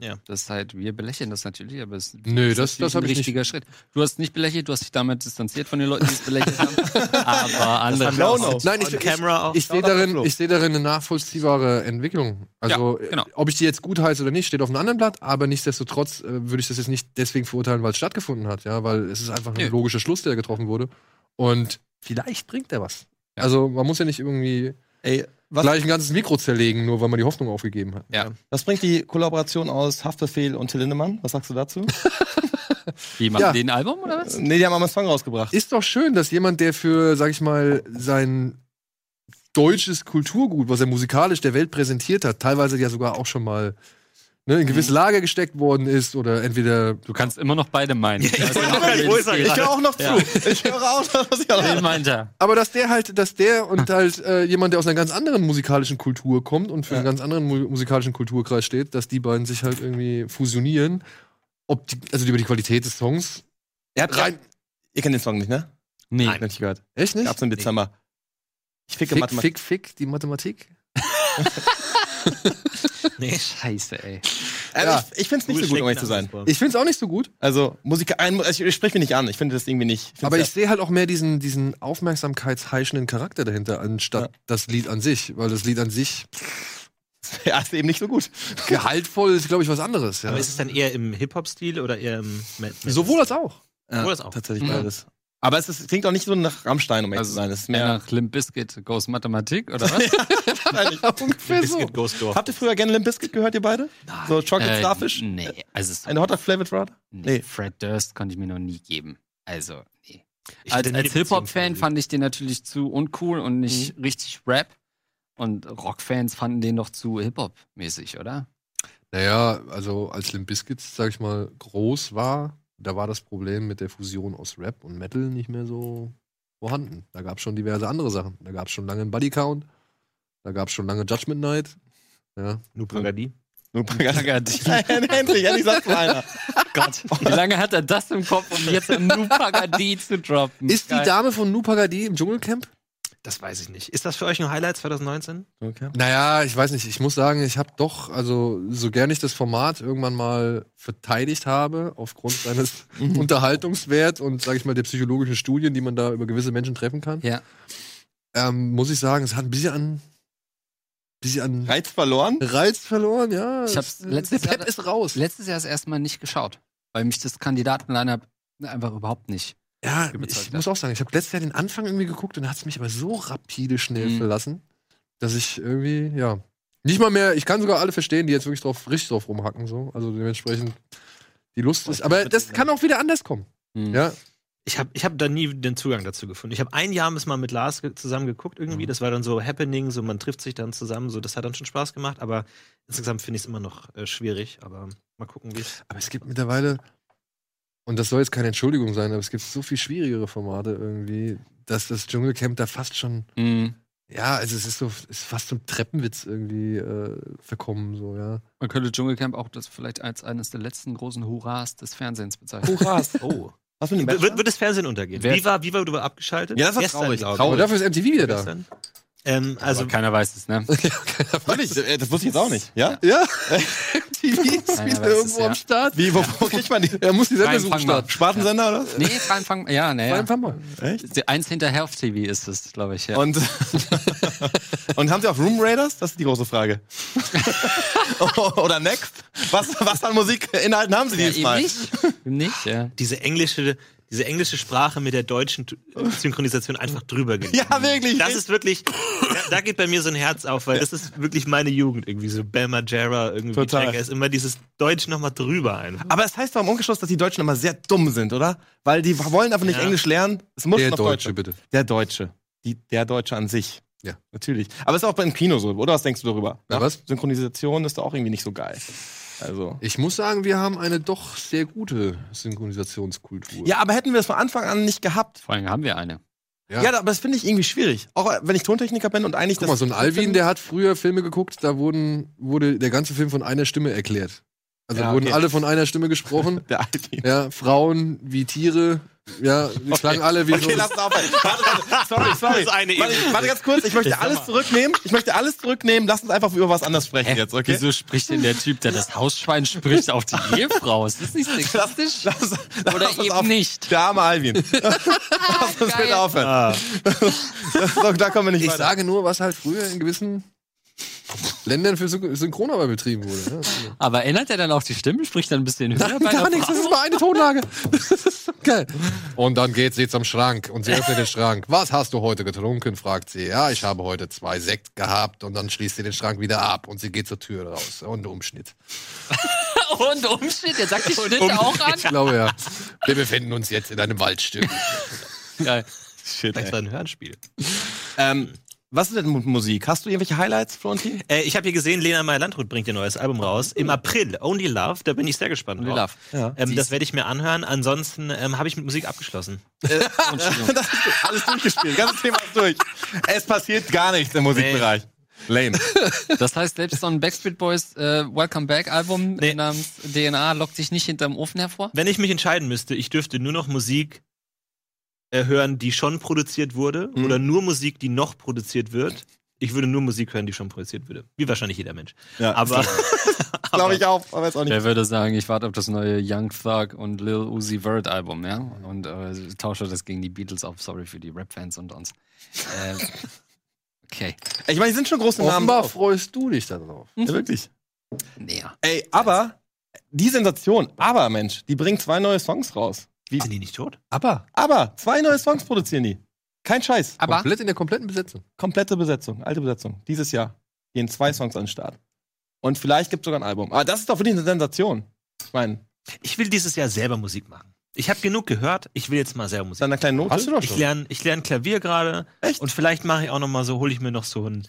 [SPEAKER 1] Ja.
[SPEAKER 5] Das ist halt, wir belächeln das natürlich, aber es
[SPEAKER 4] Nö,
[SPEAKER 5] Das, das ist ein richtiger Schritt. Du hast nicht belächelt, du hast dich damit distanziert von den Leuten, die es belächelt haben. Aber andere.
[SPEAKER 1] haben wir auch
[SPEAKER 2] No-no.
[SPEAKER 1] on-
[SPEAKER 4] Nein,
[SPEAKER 1] on
[SPEAKER 4] ich- ich-
[SPEAKER 1] camera auch.
[SPEAKER 4] Ich sehe darin, ich sehe darin eine nachvollziehbare Entwicklung. Also,
[SPEAKER 5] Ja, genau.
[SPEAKER 4] äh, ob ich die jetzt gut heiße oder nicht, steht auf einem anderen Blatt, aber nichtsdestotrotz äh, würde ich das jetzt nicht deswegen verurteilen, weil es stattgefunden hat, ja, weil es ist einfach ein
[SPEAKER 5] Nö.
[SPEAKER 4] logischer Schluss, der getroffen wurde. Und vielleicht bringt er was.
[SPEAKER 5] Ja.
[SPEAKER 4] Also, man muss ja nicht irgendwie
[SPEAKER 2] Ey, was,
[SPEAKER 4] gleich ein ganzes Mikro zerlegen, nur weil man die Hoffnung aufgegeben hat.
[SPEAKER 2] was bringt die Kollaboration aus Haftbefehl und Till Lindemann? Was sagst du dazu?
[SPEAKER 5] Die machen
[SPEAKER 4] Ja.
[SPEAKER 5] den Album oder was?
[SPEAKER 2] nee, die haben am Song rausgebracht.
[SPEAKER 4] Ist doch schön, dass jemand, der für, sag ich mal, sein deutsches Kulturgut, was er musikalisch der Welt präsentiert hat, teilweise ja sogar auch schon mal ne, in
[SPEAKER 5] Mhm.
[SPEAKER 4] gewisse Lager gesteckt worden ist oder entweder
[SPEAKER 5] Du kannst immer noch beide meinen.
[SPEAKER 1] Ich wollte gerade- wo ist er
[SPEAKER 2] ich
[SPEAKER 1] gerade?
[SPEAKER 2] höre auch noch zu.
[SPEAKER 1] Ja.
[SPEAKER 2] Ich höre auch noch, was ich auch noch.
[SPEAKER 5] Wen meint er?
[SPEAKER 4] Aber dass der halt, dass der und halt äh, jemand, der aus einer ganz anderen musikalischen Kultur kommt und für einen ganz anderen mu musikalischen Kulturkreis steht, dass die beiden sich halt irgendwie fusionieren. Ob die, also über die Qualität des Songs.
[SPEAKER 2] Ihr, habt,
[SPEAKER 4] Rein-
[SPEAKER 2] ihr kennt den Song nicht, ne?
[SPEAKER 5] Nee.
[SPEAKER 2] Hab nicht gehört.
[SPEAKER 4] Echt nicht?
[SPEAKER 2] Gab's im Dezember. Ich ficke
[SPEAKER 4] Fick,
[SPEAKER 2] Mathematik.
[SPEAKER 4] fick, fick, die Mathematik.
[SPEAKER 1] Nee.
[SPEAKER 5] Scheiße, ey.
[SPEAKER 2] Ähm,
[SPEAKER 4] Ja.
[SPEAKER 2] Ich, ich find's nicht so gut, um ehrlich zu sein.
[SPEAKER 4] Ich find's auch nicht so gut,
[SPEAKER 2] Also, Musik, ein, ich, ich sprich mich nicht an. Ich finde das irgendwie nicht. find's
[SPEAKER 4] aber
[SPEAKER 2] ja-
[SPEAKER 4] ich sehe halt auch mehr diesen, diesen aufmerksamkeitsheischenden Charakter dahinter, anstatt das Lied an sich. Weil das Lied an sich
[SPEAKER 2] ja, ist eben nicht so gut.
[SPEAKER 4] gehaltvoll ist, glaube ich, was anderes. Ja.
[SPEAKER 1] Aber ist es dann eher im Hip-Hop-Stil oder eher im Mad
[SPEAKER 4] Sowohl als auch.
[SPEAKER 2] Ja,
[SPEAKER 1] das auch.
[SPEAKER 2] Tatsächlich
[SPEAKER 5] Mhm.
[SPEAKER 2] beides. Aber es ist, klingt auch nicht so nach Rammstein, um ehrlich
[SPEAKER 5] Also,
[SPEAKER 2] zu sein. Es ist
[SPEAKER 5] Mehr
[SPEAKER 2] mehr.
[SPEAKER 5] nach Limp Bizkit, Ghost Mathematik oder was?
[SPEAKER 4] Ungefähr so.
[SPEAKER 1] Biscuit Ghost Door.
[SPEAKER 2] Habt ihr früher gerne Limp Bizkit gehört, ihr beide? So Chocolate Starfish?
[SPEAKER 5] Äh, Nee, also so,
[SPEAKER 2] Eine Hotdog Flavored Rod?
[SPEAKER 5] nee.
[SPEAKER 2] nee.
[SPEAKER 5] Fred Durst konnte ich mir noch nie geben. Also, nee.
[SPEAKER 1] Ich hatte
[SPEAKER 5] Als,
[SPEAKER 1] nie
[SPEAKER 5] als
[SPEAKER 1] die
[SPEAKER 5] Hip-Hop-Fan
[SPEAKER 1] Beziehung.
[SPEAKER 5] fand ich den natürlich zu uncool und nicht richtig Rap. Und Rock-Fans fanden den doch zu Hip-Hop-mäßig, oder?
[SPEAKER 4] Naja, also als Limp Bizkit, sag ich mal, groß war, da war das Problem mit der Fusion aus Rap und Metal nicht mehr so vorhanden. Da gab es schon diverse andere Sachen. Da gab es schon lange einen Buddy Count, da gab es schon lange Judgment Night. Ja.
[SPEAKER 1] Nu Pagadi.
[SPEAKER 2] Endlich, endlich sagt mal einer.
[SPEAKER 5] Gott, wie lange hat er das im Kopf, um jetzt einen Nupagadi zu droppen?
[SPEAKER 4] Ist die
[SPEAKER 5] Hm, Geil.
[SPEAKER 4] Dame von Nupagadi im Dschungelcamp?
[SPEAKER 1] Das weiß ich nicht. Ist das für euch ein Highlight 2019?
[SPEAKER 2] Okay.
[SPEAKER 4] Naja, ich weiß nicht. Ich muss sagen, ich habe doch, also so gern ich das Format irgendwann mal verteidigt habe, aufgrund seines Unterhaltungswerts und, sag ich mal, der psychologischen Studien, die man da über gewisse Menschen treffen kann.
[SPEAKER 5] Ja.
[SPEAKER 4] ähm, muss ich sagen, es hat ein bisschen an, bisschen an Reiz,
[SPEAKER 2] Reiz verloren?
[SPEAKER 4] verloren, ja.
[SPEAKER 5] Ich hab's
[SPEAKER 4] Es-
[SPEAKER 5] letztes
[SPEAKER 4] der Pep
[SPEAKER 5] Jahr-
[SPEAKER 4] ist raus.
[SPEAKER 5] Letztes Jahr das erste Mal nicht geschaut, weil mich das Kandidaten-Line-Up einfach überhaupt nicht.
[SPEAKER 4] Ja,
[SPEAKER 5] überzeugt,
[SPEAKER 4] ich
[SPEAKER 5] ja.
[SPEAKER 4] muss auch sagen, ich habe letztes Jahr den Anfang irgendwie geguckt und hat es mich aber so rapide schnell
[SPEAKER 5] Mhm.
[SPEAKER 4] verlassen, dass ich irgendwie, ja, nicht mal mehr, ich kann sogar alle verstehen, die jetzt wirklich drauf, richtig drauf rumhacken, so. Also dementsprechend die Lust ist. Aber das kann auch wieder anders kommen.
[SPEAKER 5] Mhm.
[SPEAKER 4] Ja,
[SPEAKER 1] ich habe ich hab da nie den Zugang dazu gefunden. Ich habe ein Jahr mal mit Lars ge- zusammen geguckt
[SPEAKER 2] Mhm.
[SPEAKER 1] irgendwie. Das war dann so Happening, so man trifft sich dann zusammen, so das hat dann schon Spaß gemacht, aber insgesamt finde ich es immer noch äh, schwierig. Aber mal gucken, wie es.
[SPEAKER 4] Aber es gibt mittlerweile, und das soll jetzt keine Entschuldigung sein, aber es gibt so viel schwierigere Formate irgendwie, dass das Dschungelcamp da fast schon,
[SPEAKER 2] Mhm.
[SPEAKER 4] ja, also es ist so, ist fast zum Treppenwitz irgendwie äh, verkommen, so, ja.
[SPEAKER 5] Man könnte Dschungelcamp auch das vielleicht als eines der letzten großen Hurras des Fernsehens bezeichnen.
[SPEAKER 2] Hurras.
[SPEAKER 1] Oh.
[SPEAKER 2] Was mit dem
[SPEAKER 1] W-
[SPEAKER 2] Bachelor?
[SPEAKER 1] Wird, wird das Fernsehen untergehen?
[SPEAKER 5] Wer-
[SPEAKER 1] Wie war, wie war du abgeschaltet?
[SPEAKER 2] Ja, das war
[SPEAKER 1] Gestern,
[SPEAKER 2] traurig,
[SPEAKER 1] glaub ich.
[SPEAKER 4] Aber
[SPEAKER 2] traurig.
[SPEAKER 4] dafür ist MTV wieder da.
[SPEAKER 1] Gestern. Ähm, also,
[SPEAKER 5] Aber keiner weiß es, ne?
[SPEAKER 2] Wirklich, äh, das wusste ich jetzt auch nicht. Ja?
[SPEAKER 4] Ja, MTV ist
[SPEAKER 5] Keiner weiß
[SPEAKER 4] wieder
[SPEAKER 5] es,
[SPEAKER 4] irgendwo
[SPEAKER 5] ja.
[SPEAKER 4] am Start.
[SPEAKER 2] um- Wie, wo, wo kriegt man die?
[SPEAKER 4] Er muss die
[SPEAKER 5] Nein,
[SPEAKER 4] Sendersuche
[SPEAKER 5] fang mal. Äh,
[SPEAKER 4] starten.
[SPEAKER 2] Spartensender oder was?
[SPEAKER 5] Nee, Prime Fang, ja, naja.
[SPEAKER 4] Einfach mal.
[SPEAKER 2] Echt?
[SPEAKER 5] Eins hinter Health TV ist es, glaube ich. Ja.
[SPEAKER 2] Und, und haben sie auch Room Raiders? Das ist die große Frage. Oder Next? Was, was an Musikinhalten haben sie
[SPEAKER 5] ja, eben
[SPEAKER 2] diesmal?
[SPEAKER 5] nicht. Eben nicht, ja.
[SPEAKER 1] diese englische, diese englische Sprache mit der deutschen T- äh, Synchronisation einfach drüber gelegt.
[SPEAKER 2] Oh. Ja, wirklich.
[SPEAKER 1] Das ist wirklich, da, da geht bei mir so ein Herz auf, weil das ist wirklich meine Jugend irgendwie, so Bama Jarrah irgendwie.
[SPEAKER 2] Total.
[SPEAKER 1] Jackass, immer dieses Deutsch nochmal drüber einfach.
[SPEAKER 2] aber es heißt doch im Umgeschluss, dass die Deutschen immer sehr dumm sind, oder? Weil die wollen einfach nicht
[SPEAKER 1] Ja.
[SPEAKER 2] Englisch lernen. Es muss
[SPEAKER 4] Der
[SPEAKER 2] noch
[SPEAKER 4] Deutsche,
[SPEAKER 2] Deutsch.
[SPEAKER 4] bitte.
[SPEAKER 2] Der Deutsche. Die, der Deutsche an sich.
[SPEAKER 4] Ja.
[SPEAKER 2] Natürlich. Aber ist auch beim Kino so, oder? Was denkst du darüber?
[SPEAKER 4] Na, was?
[SPEAKER 2] Synchronisation ist doch auch irgendwie nicht so geil. Also.
[SPEAKER 4] Ich muss sagen, wir haben eine doch sehr gute Synchronisationskultur.
[SPEAKER 2] Ja, aber hätten wir es von Anfang an nicht gehabt.
[SPEAKER 5] Vor allem haben wir eine.
[SPEAKER 4] Ja.
[SPEAKER 2] Ja, aber das finde ich irgendwie schwierig. Auch wenn ich Tontechniker bin und eigentlich
[SPEAKER 4] Guck mal, so ein Alvin, der hat früher Filme geguckt, da wurden, wurde der ganze Film von einer Stimme erklärt. Also
[SPEAKER 2] Ja,
[SPEAKER 4] wurden
[SPEAKER 2] okay.
[SPEAKER 4] alle von einer Stimme gesprochen.
[SPEAKER 2] der Alvin.
[SPEAKER 4] ja, Frauen wie Tiere. Ja, die klangen alle wie
[SPEAKER 2] Okay,
[SPEAKER 4] so.
[SPEAKER 2] lass es aufhören. Also, Warte, warte. Sorry, sorry.
[SPEAKER 1] Das ist eine
[SPEAKER 2] warte,
[SPEAKER 1] Ebene.
[SPEAKER 2] warte ganz kurz, ich möchte alles zurücknehmen. Ich möchte alles zurücknehmen. Lass uns einfach über was anderes sprechen jetzt, okay?
[SPEAKER 5] Wieso spricht denn der Typ, der das Hausschwein spricht, auf die Ehefrau? Ist das nicht sexistisch?
[SPEAKER 2] Lass, lass
[SPEAKER 5] Oder
[SPEAKER 2] uns
[SPEAKER 5] eben
[SPEAKER 2] auf-
[SPEAKER 5] nicht.
[SPEAKER 2] Der arme Alvin. lass uns bitte aufhören.
[SPEAKER 1] Ah,
[SPEAKER 2] So, da kommen wir nicht
[SPEAKER 4] Ich
[SPEAKER 2] weiter.
[SPEAKER 4] sage nur, was halt früher in gewissen Ländern für Syn- Synchronarbeit betrieben wurde. ne? Ja.
[SPEAKER 5] Aber ändert er dann auch die Stimme? Spricht dann ein bisschen höher bei
[SPEAKER 4] Gar
[SPEAKER 5] der
[SPEAKER 4] nichts,
[SPEAKER 5] Frau?
[SPEAKER 4] das ist immer eine Tonlage. Das ist so geil. Und dann geht sie zum Schrank und sie öffnet den Schrank. Was hast du heute getrunken? fragt sie. Ja, ich habe heute zwei Sekt gehabt und dann schließt sie den Schrank wieder ab und sie geht zur Tür raus. Und Umschnitt.
[SPEAKER 5] Und Umschnitt, der sagt die Schnitte auch an.
[SPEAKER 4] Ich glaube ja. Wir befinden uns jetzt in einem Waldstück.
[SPEAKER 5] Geil.
[SPEAKER 2] Shit,
[SPEAKER 1] das
[SPEAKER 2] ey.
[SPEAKER 1] war ein Hörspiel.
[SPEAKER 2] ähm, was ist denn mit Musik? Hast du irgendwelche Highlights, Florentin?
[SPEAKER 1] Äh, ich habe hier gesehen, Lena Meyer-Landrut bringt ihr neues Album raus. Im April, Only Love, da bin ich sehr gespannt
[SPEAKER 5] Only
[SPEAKER 1] drauf.
[SPEAKER 2] Love,
[SPEAKER 1] Ähm, das werde ich mir anhören. Ansonsten ähm, habe ich mit Musik abgeschlossen.
[SPEAKER 2] Das ist alles durchgespielt. Ganzes Thema ist durch. Es passiert gar nichts im Musikbereich. Lame.
[SPEAKER 5] Das heißt, selbst so ein Backstreet Boys äh, Welcome Back Album
[SPEAKER 1] Nee.
[SPEAKER 5] namens DNA lockt dich nicht hinterm Ofen hervor?
[SPEAKER 1] Wenn ich mich entscheiden müsste, ich dürfte nur noch Musik äh, hören, die schon produziert wurde, oder nur Musik, die noch produziert wird. Ich würde nur Musik hören, die schon produziert wurde. Wie wahrscheinlich jeder Mensch.
[SPEAKER 2] Ja,
[SPEAKER 1] Aber
[SPEAKER 2] glaube ich auch, aber ist auch nicht.
[SPEAKER 5] Wer würde sagen, ich warte auf das neue Young Thug und Lil Uzi Vert Album, ja? Und äh, tausche das gegen die Beatles auf. Sorry für die Rap-Fans und uns. Äh, okay.
[SPEAKER 2] Ich meine, die sind schon große Namen.
[SPEAKER 4] Offenbar freust du dich da drauf.
[SPEAKER 2] Ja, wirklich.
[SPEAKER 5] Näher.
[SPEAKER 2] Ey, aber die Sensation, aber Mensch, die bringen zwei neue Songs raus. Wie,
[SPEAKER 1] sind die nicht tot?
[SPEAKER 4] Aber.
[SPEAKER 2] aber zwei neue Songs produzieren die. Kein Scheiß.
[SPEAKER 5] Aber
[SPEAKER 4] Komplett in der kompletten Besetzung.
[SPEAKER 2] Komplette Besetzung, alte Besetzung. Dieses Jahr gehen zwei Songs an den Start. Und vielleicht gibt es sogar ein Album. Aber das ist doch wirklich eine Sensation. Ich meine,
[SPEAKER 1] Ich will dieses Jahr selber Musik machen. Ich habe genug gehört, ich will jetzt mal selber
[SPEAKER 2] mit
[SPEAKER 1] Musik
[SPEAKER 2] einer kleinen Note.
[SPEAKER 4] Hast du doch
[SPEAKER 1] Ich
[SPEAKER 4] schon.
[SPEAKER 1] lerne ich lern Klavier gerade.
[SPEAKER 2] Echt?
[SPEAKER 1] Und vielleicht mache ich auch noch mal so, hole ich mir noch so eine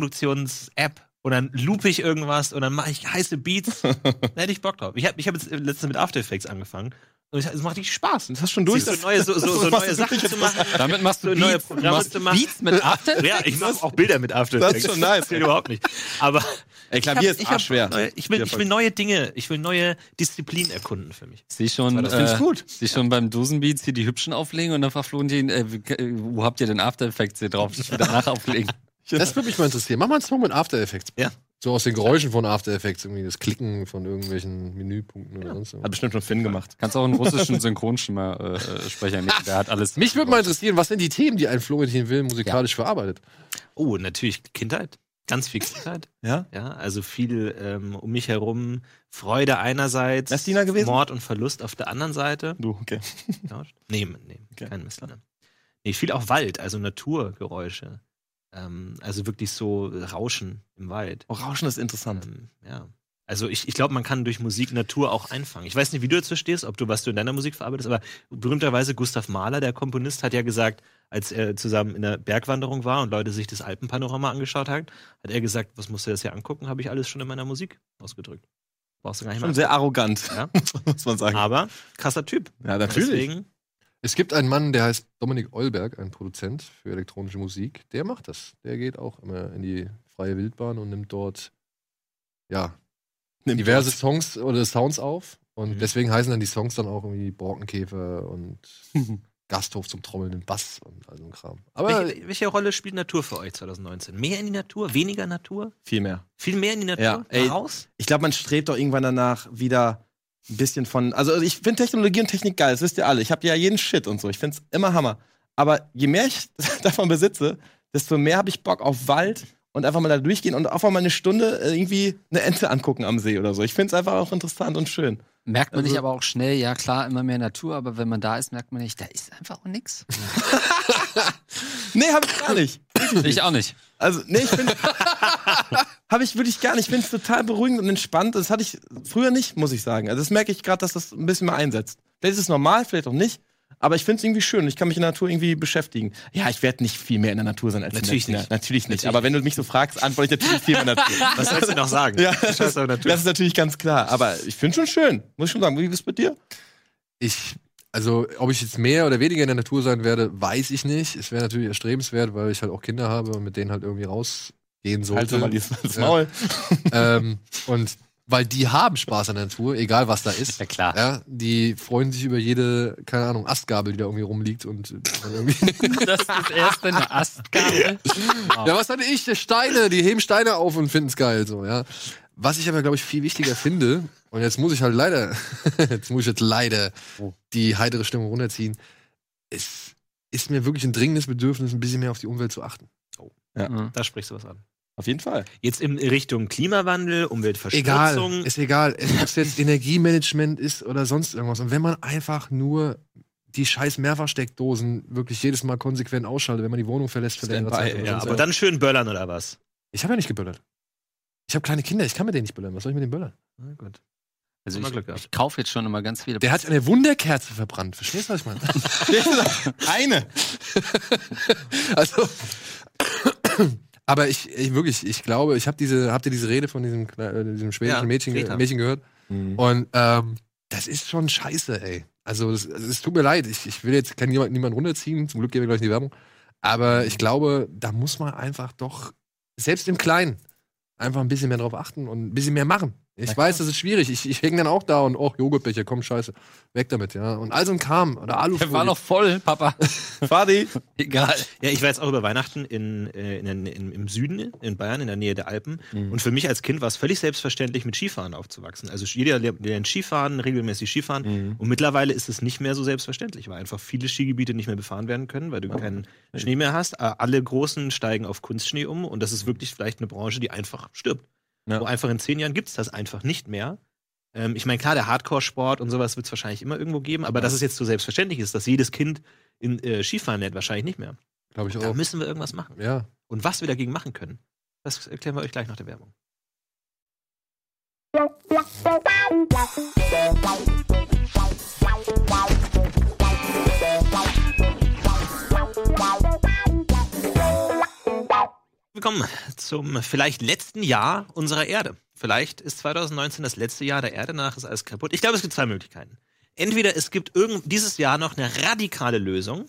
[SPEAKER 1] Musikproduktions-App und dann loop ich irgendwas und dann mache ich heiße Beats. da hätte ich Bock drauf. Ich habe ich hab jetzt letztens mit After Effects angefangen und es- es macht richtig Spaß.
[SPEAKER 2] das hast schon durch.
[SPEAKER 1] so
[SPEAKER 2] Das,
[SPEAKER 1] neue, so, so, so
[SPEAKER 2] Was
[SPEAKER 1] neue
[SPEAKER 2] ist
[SPEAKER 1] Sachen
[SPEAKER 2] wirklich
[SPEAKER 1] zu machen.
[SPEAKER 5] Damit machst
[SPEAKER 1] So
[SPEAKER 5] du
[SPEAKER 1] neue
[SPEAKER 5] Beats,
[SPEAKER 1] Programme
[SPEAKER 5] du machst
[SPEAKER 1] zu machen.
[SPEAKER 5] Beats mit After
[SPEAKER 1] Ja, ich mache auch Bilder mit After
[SPEAKER 2] das
[SPEAKER 1] Effects.
[SPEAKER 2] ist schon nice.
[SPEAKER 1] Das geht überhaupt nicht. Aber
[SPEAKER 2] ey, Klavier
[SPEAKER 1] ich
[SPEAKER 2] ist
[SPEAKER 1] hab
[SPEAKER 2] arschschwer.
[SPEAKER 1] neue- ich, will, ich will neue Dinge, ich will neue Disziplinen erkunden für mich.
[SPEAKER 5] Sie schon,
[SPEAKER 2] Das finde ich
[SPEAKER 5] äh,
[SPEAKER 2] gut.
[SPEAKER 5] sie schon beim Dosenbeats hier die hübschen auflegen und dann verflohen die, äh, wie- äh, wo habt ihr denn After Effects hier drauf? Ich will danach auflegen.
[SPEAKER 4] Das würde mich mal interessieren. Mach mal einen Song mit After Effects.
[SPEAKER 1] Ja.
[SPEAKER 4] So aus den Geräuschen von After Effects, irgendwie das Klicken von irgendwelchen Menüpunkten oder sonst
[SPEAKER 2] Hat
[SPEAKER 4] irgendwas.
[SPEAKER 2] bestimmt schon Finn gemacht.
[SPEAKER 5] Kannst auch einen russischen Synchronsprecher äh, äh, Sprecher nehmen, der hat alles.
[SPEAKER 4] Mich würde mal interessieren, was sind die Themen, die ein Florentin Will musikalisch verarbeitet?
[SPEAKER 1] Oh, natürlich Kindheit. Ganz viel Kindheit.
[SPEAKER 2] Ja?
[SPEAKER 1] Ja, also viel ähm, um mich herum. Freude einerseits,
[SPEAKER 2] Messdiener gewesen?
[SPEAKER 1] Mord und Verlust auf der anderen Seite.
[SPEAKER 2] Du, okay.
[SPEAKER 1] Couch? Nee, nee
[SPEAKER 2] Okay.
[SPEAKER 1] kein Messler. Nee, viel auch Wald, also Naturgeräusche. Ähm, also wirklich so Rauschen im Wald.
[SPEAKER 2] Oh, Rauschen ist interessant.
[SPEAKER 1] Ähm, ja. Also ich, ich glaube, man kann durch Musik Natur auch einfangen. Ich weiß nicht, wie du dazu stehst, ob du was du in deiner Musik verarbeitest, aber berühmterweise Gustav Mahler, der Komponist, hat ja gesagt, als er zusammen in der Bergwanderung war und Leute sich das Alpenpanorama angeschaut haben, hat er gesagt, was musst du das hier angucken, habe ich alles schon in meiner Musik ausgedrückt. Brauchst du gar nicht
[SPEAKER 2] Schon
[SPEAKER 1] mehr.
[SPEAKER 2] sehr arrogant,
[SPEAKER 1] Ja.
[SPEAKER 2] muss man
[SPEAKER 4] Ah,
[SPEAKER 2] sagen.
[SPEAKER 1] Aber krasser Typ.
[SPEAKER 2] Ja,
[SPEAKER 1] Deswegen,
[SPEAKER 4] Es gibt einen Mann, der heißt Dominik Eulberg, ein Produzent für elektronische Musik. Der macht das. Der geht auch immer in die freie Wildbahn und nimmt dort ja,
[SPEAKER 2] Nimmt
[SPEAKER 4] diverse Songs oder Sounds auf. Und
[SPEAKER 1] Mhm.
[SPEAKER 4] deswegen heißen dann die Songs dann auch irgendwie Borkenkäfer und
[SPEAKER 5] äh,
[SPEAKER 4] Gasthof zum Trommeln im Bass und all so ein Kram. Aber
[SPEAKER 1] welche, welche Rolle spielt Natur für euch 2019? Mehr in die Natur, weniger Natur,
[SPEAKER 2] Viel mehr.
[SPEAKER 1] viel mehr in die Natur,
[SPEAKER 2] Ja, ey.
[SPEAKER 1] raus?
[SPEAKER 2] Ich glaube, man strebt doch irgendwann danach wieder ein bisschen von. Also, ich finde Technologie und Technik geil, das wisst ihr alle. Ich habe ja jeden Shit und so. Ich finde es immer Hammer. Aber je mehr ich davon besitze, desto mehr habe ich Bock auf Wald und einfach mal da durchgehen und einfach mal eine Stunde äh, irgendwie eine Ente angucken am See oder so. Ich finde es einfach auch interessant und schön.
[SPEAKER 5] Merkt man
[SPEAKER 2] Also-
[SPEAKER 5] nicht aber auch schnell, ja klar, immer mehr Natur, aber wenn man da ist, merkt man nicht, da ist einfach auch nix.
[SPEAKER 2] Nee, habe ich gar nicht.
[SPEAKER 5] Ich auch nicht.
[SPEAKER 2] Also, nee, ich bin. habe ich wirklich gar nicht. Ich finde es total beruhigend und entspannt. Das hatte ich früher nicht, muss ich sagen. Also, das merke ich gerade, dass das ein bisschen mehr einsetzt. Vielleicht ist es normal, vielleicht auch nicht. Aber ich finde es irgendwie schön. Ich kann mich in der Natur irgendwie beschäftigen. Ja, ich werde nicht viel mehr in der Natur sein als
[SPEAKER 1] Natürlich
[SPEAKER 2] in der
[SPEAKER 1] nicht.
[SPEAKER 2] Natürlich nicht.
[SPEAKER 1] Natürlich
[SPEAKER 2] Aber wenn du mich so fragst, antworte ich natürlich viel mehr Natur.
[SPEAKER 1] Was sollst du noch sagen?
[SPEAKER 2] Ja.
[SPEAKER 1] Scheiß auf Natur.
[SPEAKER 2] Das ist natürlich ganz klar. Aber ich finde schon schön. Muss ich schon sagen. Wie ist es bei dir?
[SPEAKER 4] ich, also ob ich jetzt mehr oder weniger in der Natur sein werde, weiß ich nicht. Es wäre natürlich erstrebenswert, weil ich halt auch Kinder habe und mit denen halt irgendwie rausgehen sollte.
[SPEAKER 2] Halt doch mal dieses- das
[SPEAKER 4] Ja.
[SPEAKER 2] Maul.
[SPEAKER 4] ähm, und weil die haben Spaß an der Natur, egal was da ist.
[SPEAKER 5] Ja klar.
[SPEAKER 4] Ja, die freuen sich über jede, keine Ahnung, Astgabel, die da irgendwie rumliegt und dann irgendwie.
[SPEAKER 5] Das ist das erste eine Astgabel.
[SPEAKER 4] ja, was hatte ich? Steine, die heben Steine auf und finden's geil, so, ja. Was ich aber, glaube ich, viel wichtiger finde, und jetzt muss ich halt leider, jetzt muss ich jetzt leider
[SPEAKER 5] Oh.
[SPEAKER 4] die heitere Stimmung runterziehen, es ist mir wirklich ein dringendes Bedürfnis, ein bisschen mehr auf die Umwelt zu achten.
[SPEAKER 5] Mhm.
[SPEAKER 1] Da sprichst du was an.
[SPEAKER 2] Auf jeden Fall.
[SPEAKER 1] Jetzt in Richtung Klimawandel,
[SPEAKER 4] Egal,
[SPEAKER 1] Umweltverschmutzung.
[SPEAKER 4] ist egal, es- ob es jetzt Energiemanagement ist oder sonst irgendwas. Und wenn man einfach nur die scheiß Mehrfachsteckdosen wirklich jedes Mal konsequent ausschaltet, wenn man die Wohnung verlässt für längere
[SPEAKER 2] Standby,
[SPEAKER 4] Zeit. oder
[SPEAKER 1] ja,
[SPEAKER 4] sonst
[SPEAKER 1] aber dann schön böllern oder was?
[SPEAKER 4] Ich habe ja nicht geböllert. Ich habe kleine Kinder, ich kann mit denen nicht böllern. Was soll ich mit denen böllern?
[SPEAKER 1] Na gut.
[SPEAKER 5] Also
[SPEAKER 1] Immer
[SPEAKER 5] ich,
[SPEAKER 1] Glück gehabt.
[SPEAKER 5] ich kaufe jetzt schon immer ganz viele.
[SPEAKER 4] Der hat eine Wunderkerze verbrannt. Verstehst du, was ich meine?
[SPEAKER 2] Eine.
[SPEAKER 4] also, aber ich, ich wirklich, ich glaube, ich habe diese, habt ihr diese Rede von diesem, Kle- äh, diesem schwedischen
[SPEAKER 1] Ja,
[SPEAKER 4] Mädchen, ge-
[SPEAKER 1] Greta.
[SPEAKER 4] Mädchen gehört?
[SPEAKER 1] Mhm.
[SPEAKER 4] Und ähm, das ist schon scheiße, ey. Also, das- also es tut mir leid, ich, ich will jetzt kann niemand, niemand runterziehen, zum Glück gehen wir gleich in die Werbung. Aber ich glaube, da muss man einfach doch, selbst im Kleinen, einfach ein bisschen mehr drauf achten und ein bisschen mehr machen. Ich weiß, das ist schwierig. Ich, ich hänge dann auch da und, oh, Joghurtbecher, komm, scheiße. Weg damit, ja. Und all so ein Kram oder
[SPEAKER 5] Der
[SPEAKER 4] Alufolie.
[SPEAKER 5] war noch voll, Papa.
[SPEAKER 2] Fadi.
[SPEAKER 5] Egal.
[SPEAKER 1] Ja, ich war jetzt auch über Weihnachten in, äh, in, der Nä- in, im Süden, in Bayern, in der Nähe der Alpen. Und für mich als Kind war es völlig selbstverständlich, mit Skifahren aufzuwachsen. Also jeder le- lernt Skifahren, regelmäßig Skifahren. Und mittlerweile ist es nicht mehr so selbstverständlich, weil einfach viele Skigebiete nicht mehr befahren werden können, weil du keinen Schnee mehr hast. Äh, Alle Großen steigen auf Kunstschnee um und das ist wirklich vielleicht eine Branche, die einfach stirbt.
[SPEAKER 2] Ja.
[SPEAKER 1] Wo einfach in zehn Jahren gibt es das einfach nicht mehr. Ähm, ich meine, klar, der Hardcore-Sport und sowas wird es wahrscheinlich immer irgendwo geben, aber dass es jetzt so selbstverständlich ist, dass jedes Kind in äh, Skifahren lernt, wahrscheinlich nicht mehr.
[SPEAKER 4] Glaube ich
[SPEAKER 1] Da
[SPEAKER 4] auch.
[SPEAKER 1] müssen wir irgendwas machen.
[SPEAKER 4] Ja.
[SPEAKER 1] Und was wir dagegen machen können, das erklären wir euch gleich nach der Werbung. Willkommen zum vielleicht letzten Jahr unserer Erde. Vielleicht ist 2019 das letzte Jahr der Erde, danach ist alles kaputt. Ich glaube, es gibt zwei Möglichkeiten. Entweder es gibt irgend dieses Jahr noch eine radikale Lösung,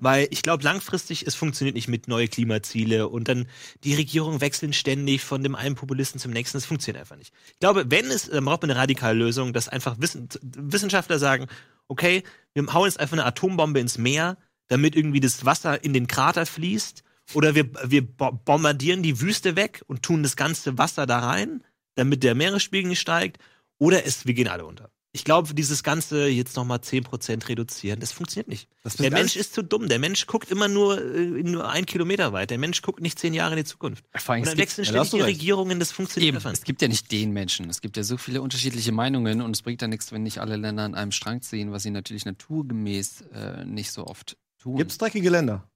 [SPEAKER 1] weil ich glaube, langfristig, es funktioniert nicht mit neue Klimaziele und dann die Regierungen wechseln ständig von dem einen Populisten zum nächsten. Das funktioniert einfach nicht. Ich glaube, wenn es, dann braucht man eine radikale Lösung, dass einfach Wissen, Wissenschaftler sagen, okay, wir hauen jetzt einfach eine Atombombe ins Meer, damit irgendwie das Wasser in den Krater fließt. Oder wir, wir bo- bombardieren die Wüste weg und tun das ganze Wasser da rein, damit der Meeresspiegel nicht steigt. Oder es, wir gehen alle unter. Ich glaube, dieses Ganze jetzt nochmal 10% reduzieren, das funktioniert nicht.
[SPEAKER 2] Das
[SPEAKER 1] Der Mensch ist zu dumm. Der Mensch guckt immer nur, äh, nur einen Kilometer weit. Der Mensch guckt nicht zehn Jahre in die Zukunft.
[SPEAKER 5] Vor allem,
[SPEAKER 1] Und
[SPEAKER 5] es
[SPEAKER 1] dann
[SPEAKER 5] gibt,
[SPEAKER 1] wechseln
[SPEAKER 2] ja, da
[SPEAKER 1] ständig
[SPEAKER 2] hast du
[SPEAKER 1] die
[SPEAKER 2] recht.
[SPEAKER 1] Regierungen, das funktioniert
[SPEAKER 5] eben,
[SPEAKER 1] einfach nicht.
[SPEAKER 5] es gibt ja nicht den Menschen. Es gibt ja so viele unterschiedliche Meinungen und es bringt ja nichts, wenn nicht alle Länder an einem Strang ziehen, was sie natürlich naturgemäß äh, nicht so oft tun.
[SPEAKER 2] Gibt's dreckige Länder?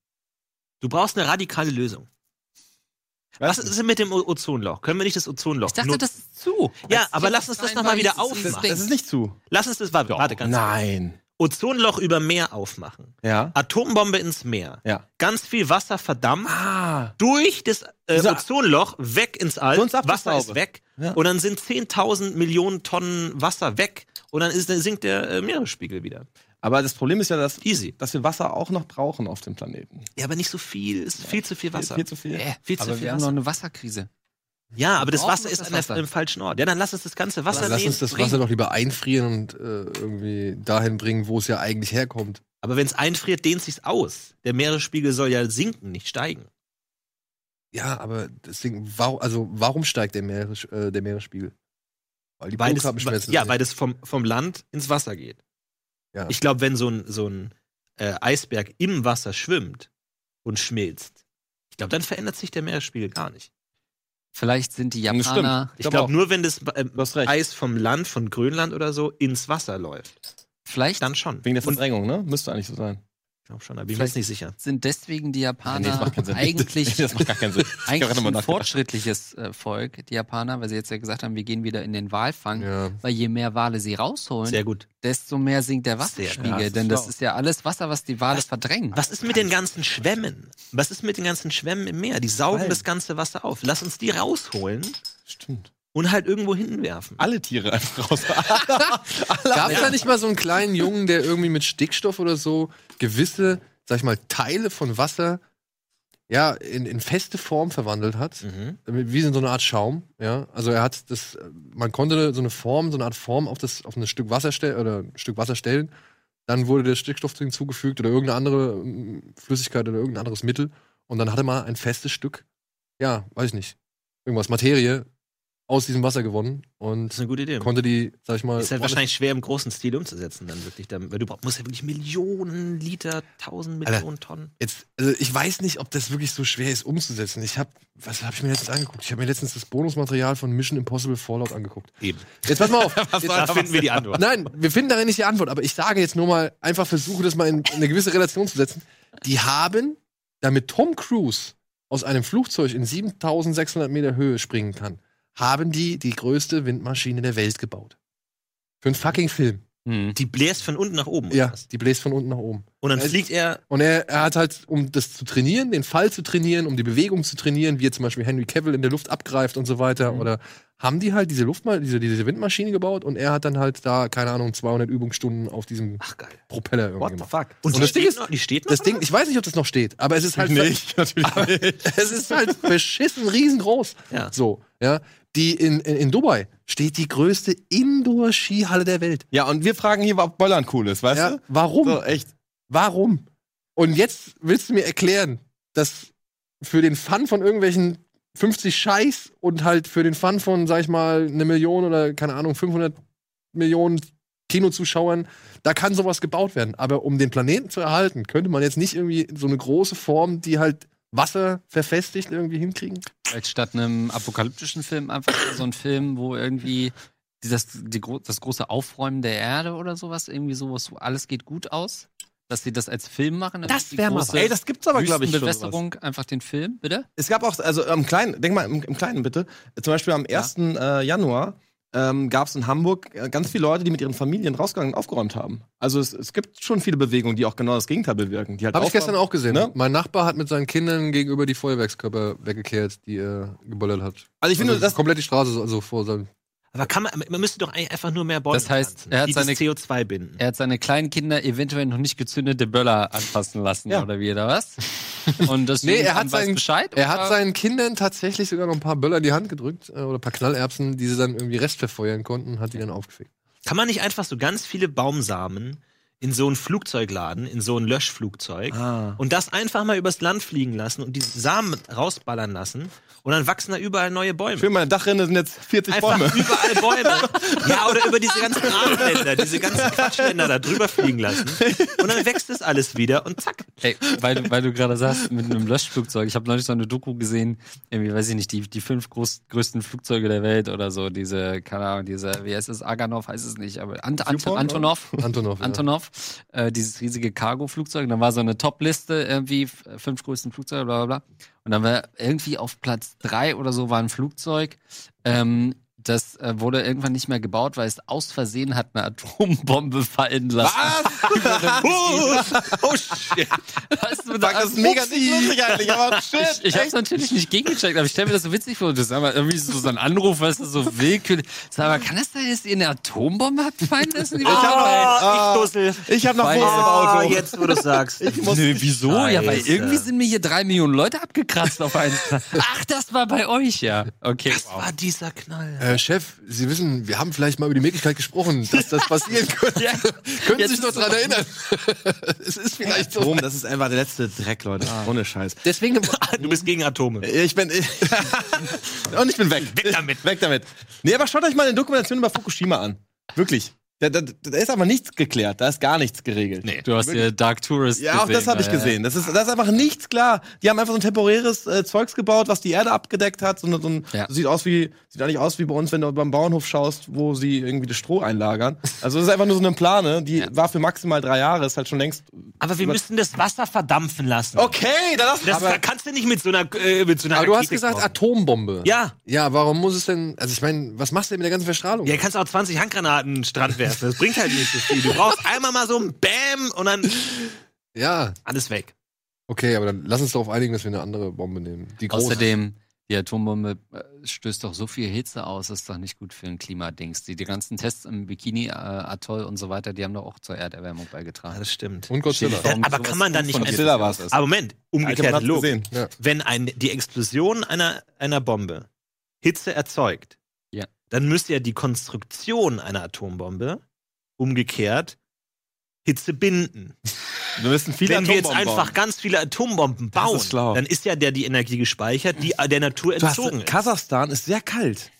[SPEAKER 1] Du brauchst eine radikale Lösung. Was ist denn mit dem O- Ozonloch? Können wir nicht das Ozonloch?
[SPEAKER 5] ich dachte,
[SPEAKER 1] nur-
[SPEAKER 5] das ist
[SPEAKER 2] zu.
[SPEAKER 1] Ja, aber lass uns das nochmal wieder
[SPEAKER 2] Das,
[SPEAKER 1] aufmachen.
[SPEAKER 2] das ist nicht zu.
[SPEAKER 1] Lass uns das, warte, warte ganz kurz.
[SPEAKER 2] Nein.
[SPEAKER 1] Ozonloch über Meer aufmachen.
[SPEAKER 2] Ja.
[SPEAKER 1] Atombombe ins Meer.
[SPEAKER 2] Ja.
[SPEAKER 1] Ganz viel Wasser verdampft
[SPEAKER 2] Ah.
[SPEAKER 1] durch das äh,
[SPEAKER 2] So-
[SPEAKER 1] Ozonloch weg ins All.
[SPEAKER 2] So ins Abflusshaube.
[SPEAKER 1] Wasser ist weg.
[SPEAKER 2] Ja.
[SPEAKER 1] Und dann sind 10.000 Millionen Tonnen Wasser weg. Und dann, ist, dann sinkt der äh, Meeresspiegel wieder.
[SPEAKER 2] Aber das Problem ist ja, dass,
[SPEAKER 1] Easy.
[SPEAKER 2] dass wir Wasser auch noch brauchen auf dem Planeten.
[SPEAKER 1] Ja, aber nicht so viel. Ist viel zu viel Wasser.
[SPEAKER 2] Viel zu viel.
[SPEAKER 5] Äh,
[SPEAKER 1] Viel zu
[SPEAKER 5] aber
[SPEAKER 1] viel
[SPEAKER 5] wir haben
[SPEAKER 1] Wasser.
[SPEAKER 5] noch eine Wasserkrise.
[SPEAKER 1] ja, aber das
[SPEAKER 5] brauchen
[SPEAKER 1] Wasser
[SPEAKER 5] wir
[SPEAKER 1] ist
[SPEAKER 5] das
[SPEAKER 1] an der,
[SPEAKER 5] Wasser?
[SPEAKER 1] im falschen Ort. Ja, dann lass uns das ganze Wasser
[SPEAKER 4] Lass uns das
[SPEAKER 1] nehmen,
[SPEAKER 4] Wasser doch lieber einfrieren und äh, irgendwie dahin bringen, wo es ja eigentlich herkommt.
[SPEAKER 1] Aber wenn es einfriert, dehnt sich's aus. Der Meeresspiegel soll ja sinken, nicht steigen.
[SPEAKER 4] Ja, aber deswegen, warum, also warum steigt der, Meeres, äh, der Meeresspiegel? Weil die
[SPEAKER 1] Weil das,
[SPEAKER 4] Bogenkrabben schmelzen.
[SPEAKER 1] ja, weil das vom, vom Land ins Wasser geht.
[SPEAKER 4] Ja.
[SPEAKER 1] Ich glaube, wenn so ein, so ein äh, Eisberg im Wasser schwimmt und schmilzt, ich glaube, dann verändert sich der Meeresspiegel gar nicht.
[SPEAKER 5] Vielleicht sind die
[SPEAKER 2] Das stimmt.
[SPEAKER 5] Japaner,
[SPEAKER 1] Ich
[SPEAKER 2] glaub
[SPEAKER 1] glaube,
[SPEAKER 2] auch.
[SPEAKER 1] nur wenn das ähm,
[SPEAKER 2] Du hast recht.
[SPEAKER 1] Eis vom Land, von Grönland oder so, ins Wasser läuft,
[SPEAKER 5] vielleicht
[SPEAKER 1] dann schon.
[SPEAKER 2] Wegen der
[SPEAKER 1] Und-
[SPEAKER 2] Verdrängung, ne? Müsste eigentlich so sein.
[SPEAKER 1] ich glaube schon, da bin ich mir jetzt nicht sicher.
[SPEAKER 5] sind deswegen die
[SPEAKER 2] Nee, das
[SPEAKER 5] Japaner
[SPEAKER 2] macht keinen Sinn.
[SPEAKER 5] Ah, eigentlich
[SPEAKER 2] das macht gar keinen Sinn. Ich hab
[SPEAKER 5] eigentlich
[SPEAKER 2] gerade mal
[SPEAKER 5] ein
[SPEAKER 2] nachgedacht.
[SPEAKER 5] fortschrittliches äh, Volk, die Japaner, weil sie jetzt ja gesagt haben, wir gehen wieder in den Walfang.
[SPEAKER 4] Ja.
[SPEAKER 5] Weil je mehr Wale sie rausholen,
[SPEAKER 1] Sehr gut.
[SPEAKER 5] desto mehr sinkt der
[SPEAKER 1] Sehr
[SPEAKER 5] Wasserspiegel.
[SPEAKER 1] krass, das
[SPEAKER 5] denn
[SPEAKER 2] ist
[SPEAKER 5] das
[SPEAKER 2] schlau.
[SPEAKER 5] ist ja alles Wasser, was die Wale
[SPEAKER 1] Was-
[SPEAKER 5] verdrängen.
[SPEAKER 1] Was ist mit den ganzen Schwämmen? Was ist mit den ganzen Schwämmen im Meer? Die saugen
[SPEAKER 2] Weil-
[SPEAKER 1] das ganze Wasser auf. Lass uns die rausholen
[SPEAKER 2] Stimmt.
[SPEAKER 1] und halt irgendwo hinwerfen.
[SPEAKER 2] Alle Tiere einfach raus.
[SPEAKER 4] Gab es da nicht mal so einen kleinen Jungen, der irgendwie mit Stickstoff oder so gewisse, sag ich mal, Teile von Wasser ja, in, in feste Form verwandelt hat?
[SPEAKER 1] Mhm.
[SPEAKER 4] Wie so eine Art Schaum, ja. Also er hat das, man konnte so eine Form, so eine Art Form auf das, auf ein Stück Wasser stellen oder ein Stück Wasser stellen. Dann wurde der Stickstoff hinzugefügt oder irgendeine andere mm, Flüssigkeit oder irgendein anderes Mittel. Und dann hatte man ein festes Stück, ja, weiß ich nicht, irgendwas, Materie aus diesem Wasser gewonnen
[SPEAKER 1] Das
[SPEAKER 4] und
[SPEAKER 1] ist eine gute Idee.
[SPEAKER 4] konnte die, sag ich mal,
[SPEAKER 1] Ist halt
[SPEAKER 4] ordentlich-
[SPEAKER 1] wahrscheinlich schwer im großen Stil umzusetzen, dann wirklich. Dann, weil du brauch- musst ja wirklich Millionen Liter, tausend
[SPEAKER 4] Alter.
[SPEAKER 1] Millionen Tonnen.
[SPEAKER 4] Jetzt, also ich weiß nicht, ob das wirklich so schwer ist umzusetzen. Ich habe, was habe ich mir letztens angeguckt? Ich habe mir letztens das Bonusmaterial von Mission Impossible Fallout angeguckt.
[SPEAKER 1] Eben.
[SPEAKER 4] Jetzt pass mal auf. jetzt,
[SPEAKER 1] Da finden wir die Antwort.
[SPEAKER 4] nein, wir finden darin nicht die Antwort, aber ich sage jetzt nur mal, einfach versuche das mal in, in eine gewisse Relation zu setzen. Die haben, damit Tom Cruise aus einem Flugzeug in 7600 Meter Höhe springen kann, haben die die größte Windmaschine der Welt gebaut. Für einen fucking Film.
[SPEAKER 5] Hm.
[SPEAKER 1] Die bläst von unten nach oben. oder
[SPEAKER 4] Ja,
[SPEAKER 1] was?
[SPEAKER 4] die bläst von unten nach oben.
[SPEAKER 1] Und dann
[SPEAKER 4] Also-
[SPEAKER 1] fliegt er.
[SPEAKER 4] Und er, er hat halt, um das zu trainieren, den Fall zu trainieren, um die Bewegung zu trainieren, wie jetzt zum Beispiel Henry Cavill in der Luft abgreift und so weiter. Oder haben die halt diese Luftma diese, diese Windmaschine gebaut und er hat dann halt da, keine Ahnung, 200 Übungsstunden auf diesem
[SPEAKER 1] Ach geil.
[SPEAKER 4] Propeller irgendwie
[SPEAKER 2] What the
[SPEAKER 4] gemacht.
[SPEAKER 2] fuck?
[SPEAKER 1] Und,
[SPEAKER 4] Und
[SPEAKER 1] die,
[SPEAKER 4] das Ding
[SPEAKER 1] steht
[SPEAKER 4] ist-
[SPEAKER 1] noch, die steht noch?
[SPEAKER 4] Das Ding, ich weiß nicht, ob das noch steht, aber es ist halt,
[SPEAKER 2] nicht, natürlich nicht.
[SPEAKER 4] es ist halt beschissen riesengroß.
[SPEAKER 1] Ja.
[SPEAKER 4] So, ja. Die in, in, in Dubai steht die größte Indoor-Skihalle der Welt.
[SPEAKER 2] Ja, und wir fragen hier, ob Bolland cool ist, weißt
[SPEAKER 4] Ja,
[SPEAKER 2] du?
[SPEAKER 4] warum?
[SPEAKER 2] So, echt.
[SPEAKER 4] Warum? Und jetzt willst du mir erklären, dass für den Fun von irgendwelchen 50 Scheiß und halt für den Fun von, sag ich mal, eine Million oder keine Ahnung, 500 Millionen Kinozuschauern, da kann sowas gebaut werden. Aber um den Planeten zu erhalten, könnte man jetzt nicht irgendwie so eine große Form, die halt Wasser verfestigt, irgendwie hinkriegen?
[SPEAKER 5] Als statt einem apokalyptischen Film einfach so ein Film, wo irgendwie das, die, gro- das große Aufräumen der Erde oder sowas, irgendwie sowas, wo alles geht gut aus, dass sie das als Film machen. dann ist die große
[SPEAKER 2] Ey, das gibt's aber, glaube ich, schon. sowas.
[SPEAKER 5] Wüstenbewässerung, einfach den Film, bitte?
[SPEAKER 2] Es gab auch, also am kleinen, denk mal im, im Kleinen bitte, äh, zum Beispiel am 1. Äh, Januar ähm, gab es in Hamburg äh, ganz viele Leute, die mit ihren Familien rausgegangen und aufgeräumt haben. Also es, es gibt schon viele Bewegungen, die auch genau das Gegenteil bewirken. Die halt
[SPEAKER 4] Habe ich
[SPEAKER 2] aufräumen-
[SPEAKER 4] gestern auch gesehen.
[SPEAKER 2] Ne?
[SPEAKER 4] Mein Nachbar hat mit seinen Kindern gegenüber die Feuerwerkskörper weggekehrt, die er geböllert hat.
[SPEAKER 2] Also ich finde,
[SPEAKER 4] Also
[SPEAKER 2] das,
[SPEAKER 4] komplett die Straße so- also vor seinem
[SPEAKER 1] Aber kann man, man müsste doch eigentlich einfach nur mehr Bäume
[SPEAKER 5] Das heißt,
[SPEAKER 1] pflanzen,
[SPEAKER 5] er hat
[SPEAKER 1] die
[SPEAKER 5] seine-
[SPEAKER 1] das CO2 binden.
[SPEAKER 5] Er hat seine kleinen Kinder eventuell noch nicht gezündete Böller anfassen lassen,
[SPEAKER 2] Ja.
[SPEAKER 5] oder wie, oder was? Und das
[SPEAKER 4] Nee, er
[SPEAKER 5] Jugendamt
[SPEAKER 4] hat
[SPEAKER 5] weiß
[SPEAKER 4] seinen-
[SPEAKER 5] Bescheid.
[SPEAKER 4] Er
[SPEAKER 5] oder?
[SPEAKER 4] hat seinen Kindern tatsächlich sogar noch ein paar Böller in die Hand gedrückt äh, oder ein paar Knallerbsen, die sie dann irgendwie restverfeuern konnten und hat die dann aufgefegt.
[SPEAKER 1] Kann man nicht einfach so ganz viele Baumsamen in so ein Flugzeug laden, in so ein Löschflugzeug
[SPEAKER 2] Ah.
[SPEAKER 1] und das einfach mal übers Land fliegen lassen und die Samen rausballern lassen und dann wachsen da überall neue Bäume.
[SPEAKER 2] Für meine Dachrinne sind jetzt 40
[SPEAKER 1] Einfach
[SPEAKER 2] Bäume.
[SPEAKER 1] überall Bäume. ja, oder über diese ganzen Armländer, diese ganzen Quatschländer da drüber fliegen lassen. Und dann wächst das alles wieder und zack.
[SPEAKER 5] Ey, weil, du- weil du gerade sagst, mit einem Löschflugzeug. Ich habe neulich so eine Doku gesehen, irgendwie, weiß ich nicht, die, die fünf groß, größten Flugzeuge der Welt oder so. Diese, keine Ahnung, diese, wie heißt es, Aganov heißt es nicht, aber Ant Ant
[SPEAKER 2] Yupon,
[SPEAKER 5] Antonov.
[SPEAKER 4] Antonov.
[SPEAKER 5] Antonov, äh, dieses riesige Cargo-Flugzeug. Und Dann war so eine Top-Liste, irgendwie f- fünf größten Flugzeuge, bla bla bla. Und dann war irgendwie auf Platz drei oder so war ein Flugzeug, ähm, Das äh, wurde irgendwann nicht mehr gebaut, weil es aus Versehen hat eine Atombombe fallen lassen.
[SPEAKER 1] oh shit.
[SPEAKER 5] Was? Mit
[SPEAKER 2] Fuck, das ist mega nicht lustig eigentlich, aber shit.
[SPEAKER 5] Ich, ich hab's natürlich nicht gegengecheckt, aber ich stelle mir das so witzig vor. Das ist aber irgendwie so so ein Anruf, weißt du, so willkürlich. Sag mal, kann das sein, dass ihr eine Atombombe habt fallen lassen? Ah.
[SPEAKER 1] Ich hab noch, Oh, ich dussel.
[SPEAKER 2] Ich hab noch
[SPEAKER 5] Weiß-
[SPEAKER 2] Wurst im
[SPEAKER 1] Ah,
[SPEAKER 2] Auto.
[SPEAKER 1] jetzt, wo du sagst.
[SPEAKER 5] Nö, wieso? Ja, weil
[SPEAKER 1] Scheiße.
[SPEAKER 5] irgendwie sind mir hier drei Millionen Leute abgekratzt auf einen. Ach, das war bei euch, ja. Okay. wow.
[SPEAKER 1] Ah, dieser Knall.
[SPEAKER 4] Äh, Chef, Sie wissen, wir haben vielleicht mal über die Möglichkeit gesprochen, dass das passieren könnte.
[SPEAKER 5] Ja.
[SPEAKER 4] Können
[SPEAKER 5] Jetzt
[SPEAKER 4] Sie sich noch
[SPEAKER 5] ist-
[SPEAKER 4] dran erinnern? es ist vielleicht so.
[SPEAKER 2] Strom, das ist einfach der letzte Dreck, Leute. Ohne Scheiß.
[SPEAKER 5] Deswegen,
[SPEAKER 1] Du bist gegen Atome.
[SPEAKER 2] Ich bin. und ich bin weg.
[SPEAKER 1] Weg damit.
[SPEAKER 2] Weg damit. Nee, aber schaut euch mal eine Dokumentation über Fukushima an. Wirklich. Da, da, da ist aber nichts geklärt. Da ist gar nichts geregelt.
[SPEAKER 1] Nee.
[SPEAKER 5] du hast ja Dark Tourist
[SPEAKER 2] Ja, auch das habe ich
[SPEAKER 5] gesehen.
[SPEAKER 2] gesehen.
[SPEAKER 5] äh,
[SPEAKER 2] Das ist, das ist einfach nichts klar. Die haben einfach so ein temporäres äh, Zeugs gebaut, was die Erde abgedeckt hat. So, ein- so ein,
[SPEAKER 5] Ja.
[SPEAKER 2] sieht aus wie, sieht eigentlich aus wie bei uns, wenn du beim Bauernhof schaust, wo sie irgendwie das Stroh einlagern. Also das ist einfach nur so eine Plane, die war für maximal drei Jahre, ist halt schon längst.
[SPEAKER 1] Aber wir
[SPEAKER 2] Über-
[SPEAKER 1] müssen das Wasser verdampfen lassen.
[SPEAKER 2] Okay, da lass
[SPEAKER 1] Das kannst du nicht mit so einer, äh, mit so einer
[SPEAKER 4] Aber du hast
[SPEAKER 1] Rakete
[SPEAKER 4] gesagt
[SPEAKER 1] kommen.
[SPEAKER 4] Atombombe.
[SPEAKER 1] Ja.
[SPEAKER 4] Ja, warum muss es denn? Also ich meine, was machst du denn mit der ganzen Verstrahlung?
[SPEAKER 1] Ja, du kannst auch 20 Handgranaten in den Strand werfen. Das bringt halt nicht so viel. Du brauchst einmal mal so ein Bam und dann
[SPEAKER 4] Ja.
[SPEAKER 1] alles weg.
[SPEAKER 4] Okay, aber dann lass uns darauf einigen, dass wir eine andere Bombe nehmen.
[SPEAKER 5] Oh,
[SPEAKER 4] Die große.
[SPEAKER 5] Außerdem, die Atombombe äh, stößt doch so viel Hitze aus, das ist doch nicht gut für den Klimadings. Die, die ganzen Tests im Bikini-Atoll und so weiter, die haben doch auch zur Erderwärmung
[SPEAKER 2] Ah,
[SPEAKER 5] beigetragen.
[SPEAKER 1] das stimmt.
[SPEAKER 4] Und Godzilla.
[SPEAKER 1] Ja, aber kann man dann nicht
[SPEAKER 2] mit-
[SPEAKER 5] Godzilla war
[SPEAKER 1] Aber Moment, umgekehrt
[SPEAKER 2] hat's
[SPEAKER 1] Log.
[SPEAKER 2] gesehen.
[SPEAKER 1] Wenn ein, die Explosion einer, einer Bombe Hitze erzeugt,
[SPEAKER 5] Ja.
[SPEAKER 1] dann müsste ja die Konstruktion einer Atombombe umgekehrt Hitze binden.
[SPEAKER 2] Wir müssen viele
[SPEAKER 1] Wenn wir jetzt
[SPEAKER 2] Atombomben
[SPEAKER 1] einfach
[SPEAKER 2] bauen.
[SPEAKER 1] ganz viele Atombomben bauen,
[SPEAKER 2] ist schlau.
[SPEAKER 1] dann ist ja der die Energie gespeichert, die der Natur
[SPEAKER 2] Du hast,
[SPEAKER 1] entzogen ist.
[SPEAKER 2] Kasachstan ist sehr kalt.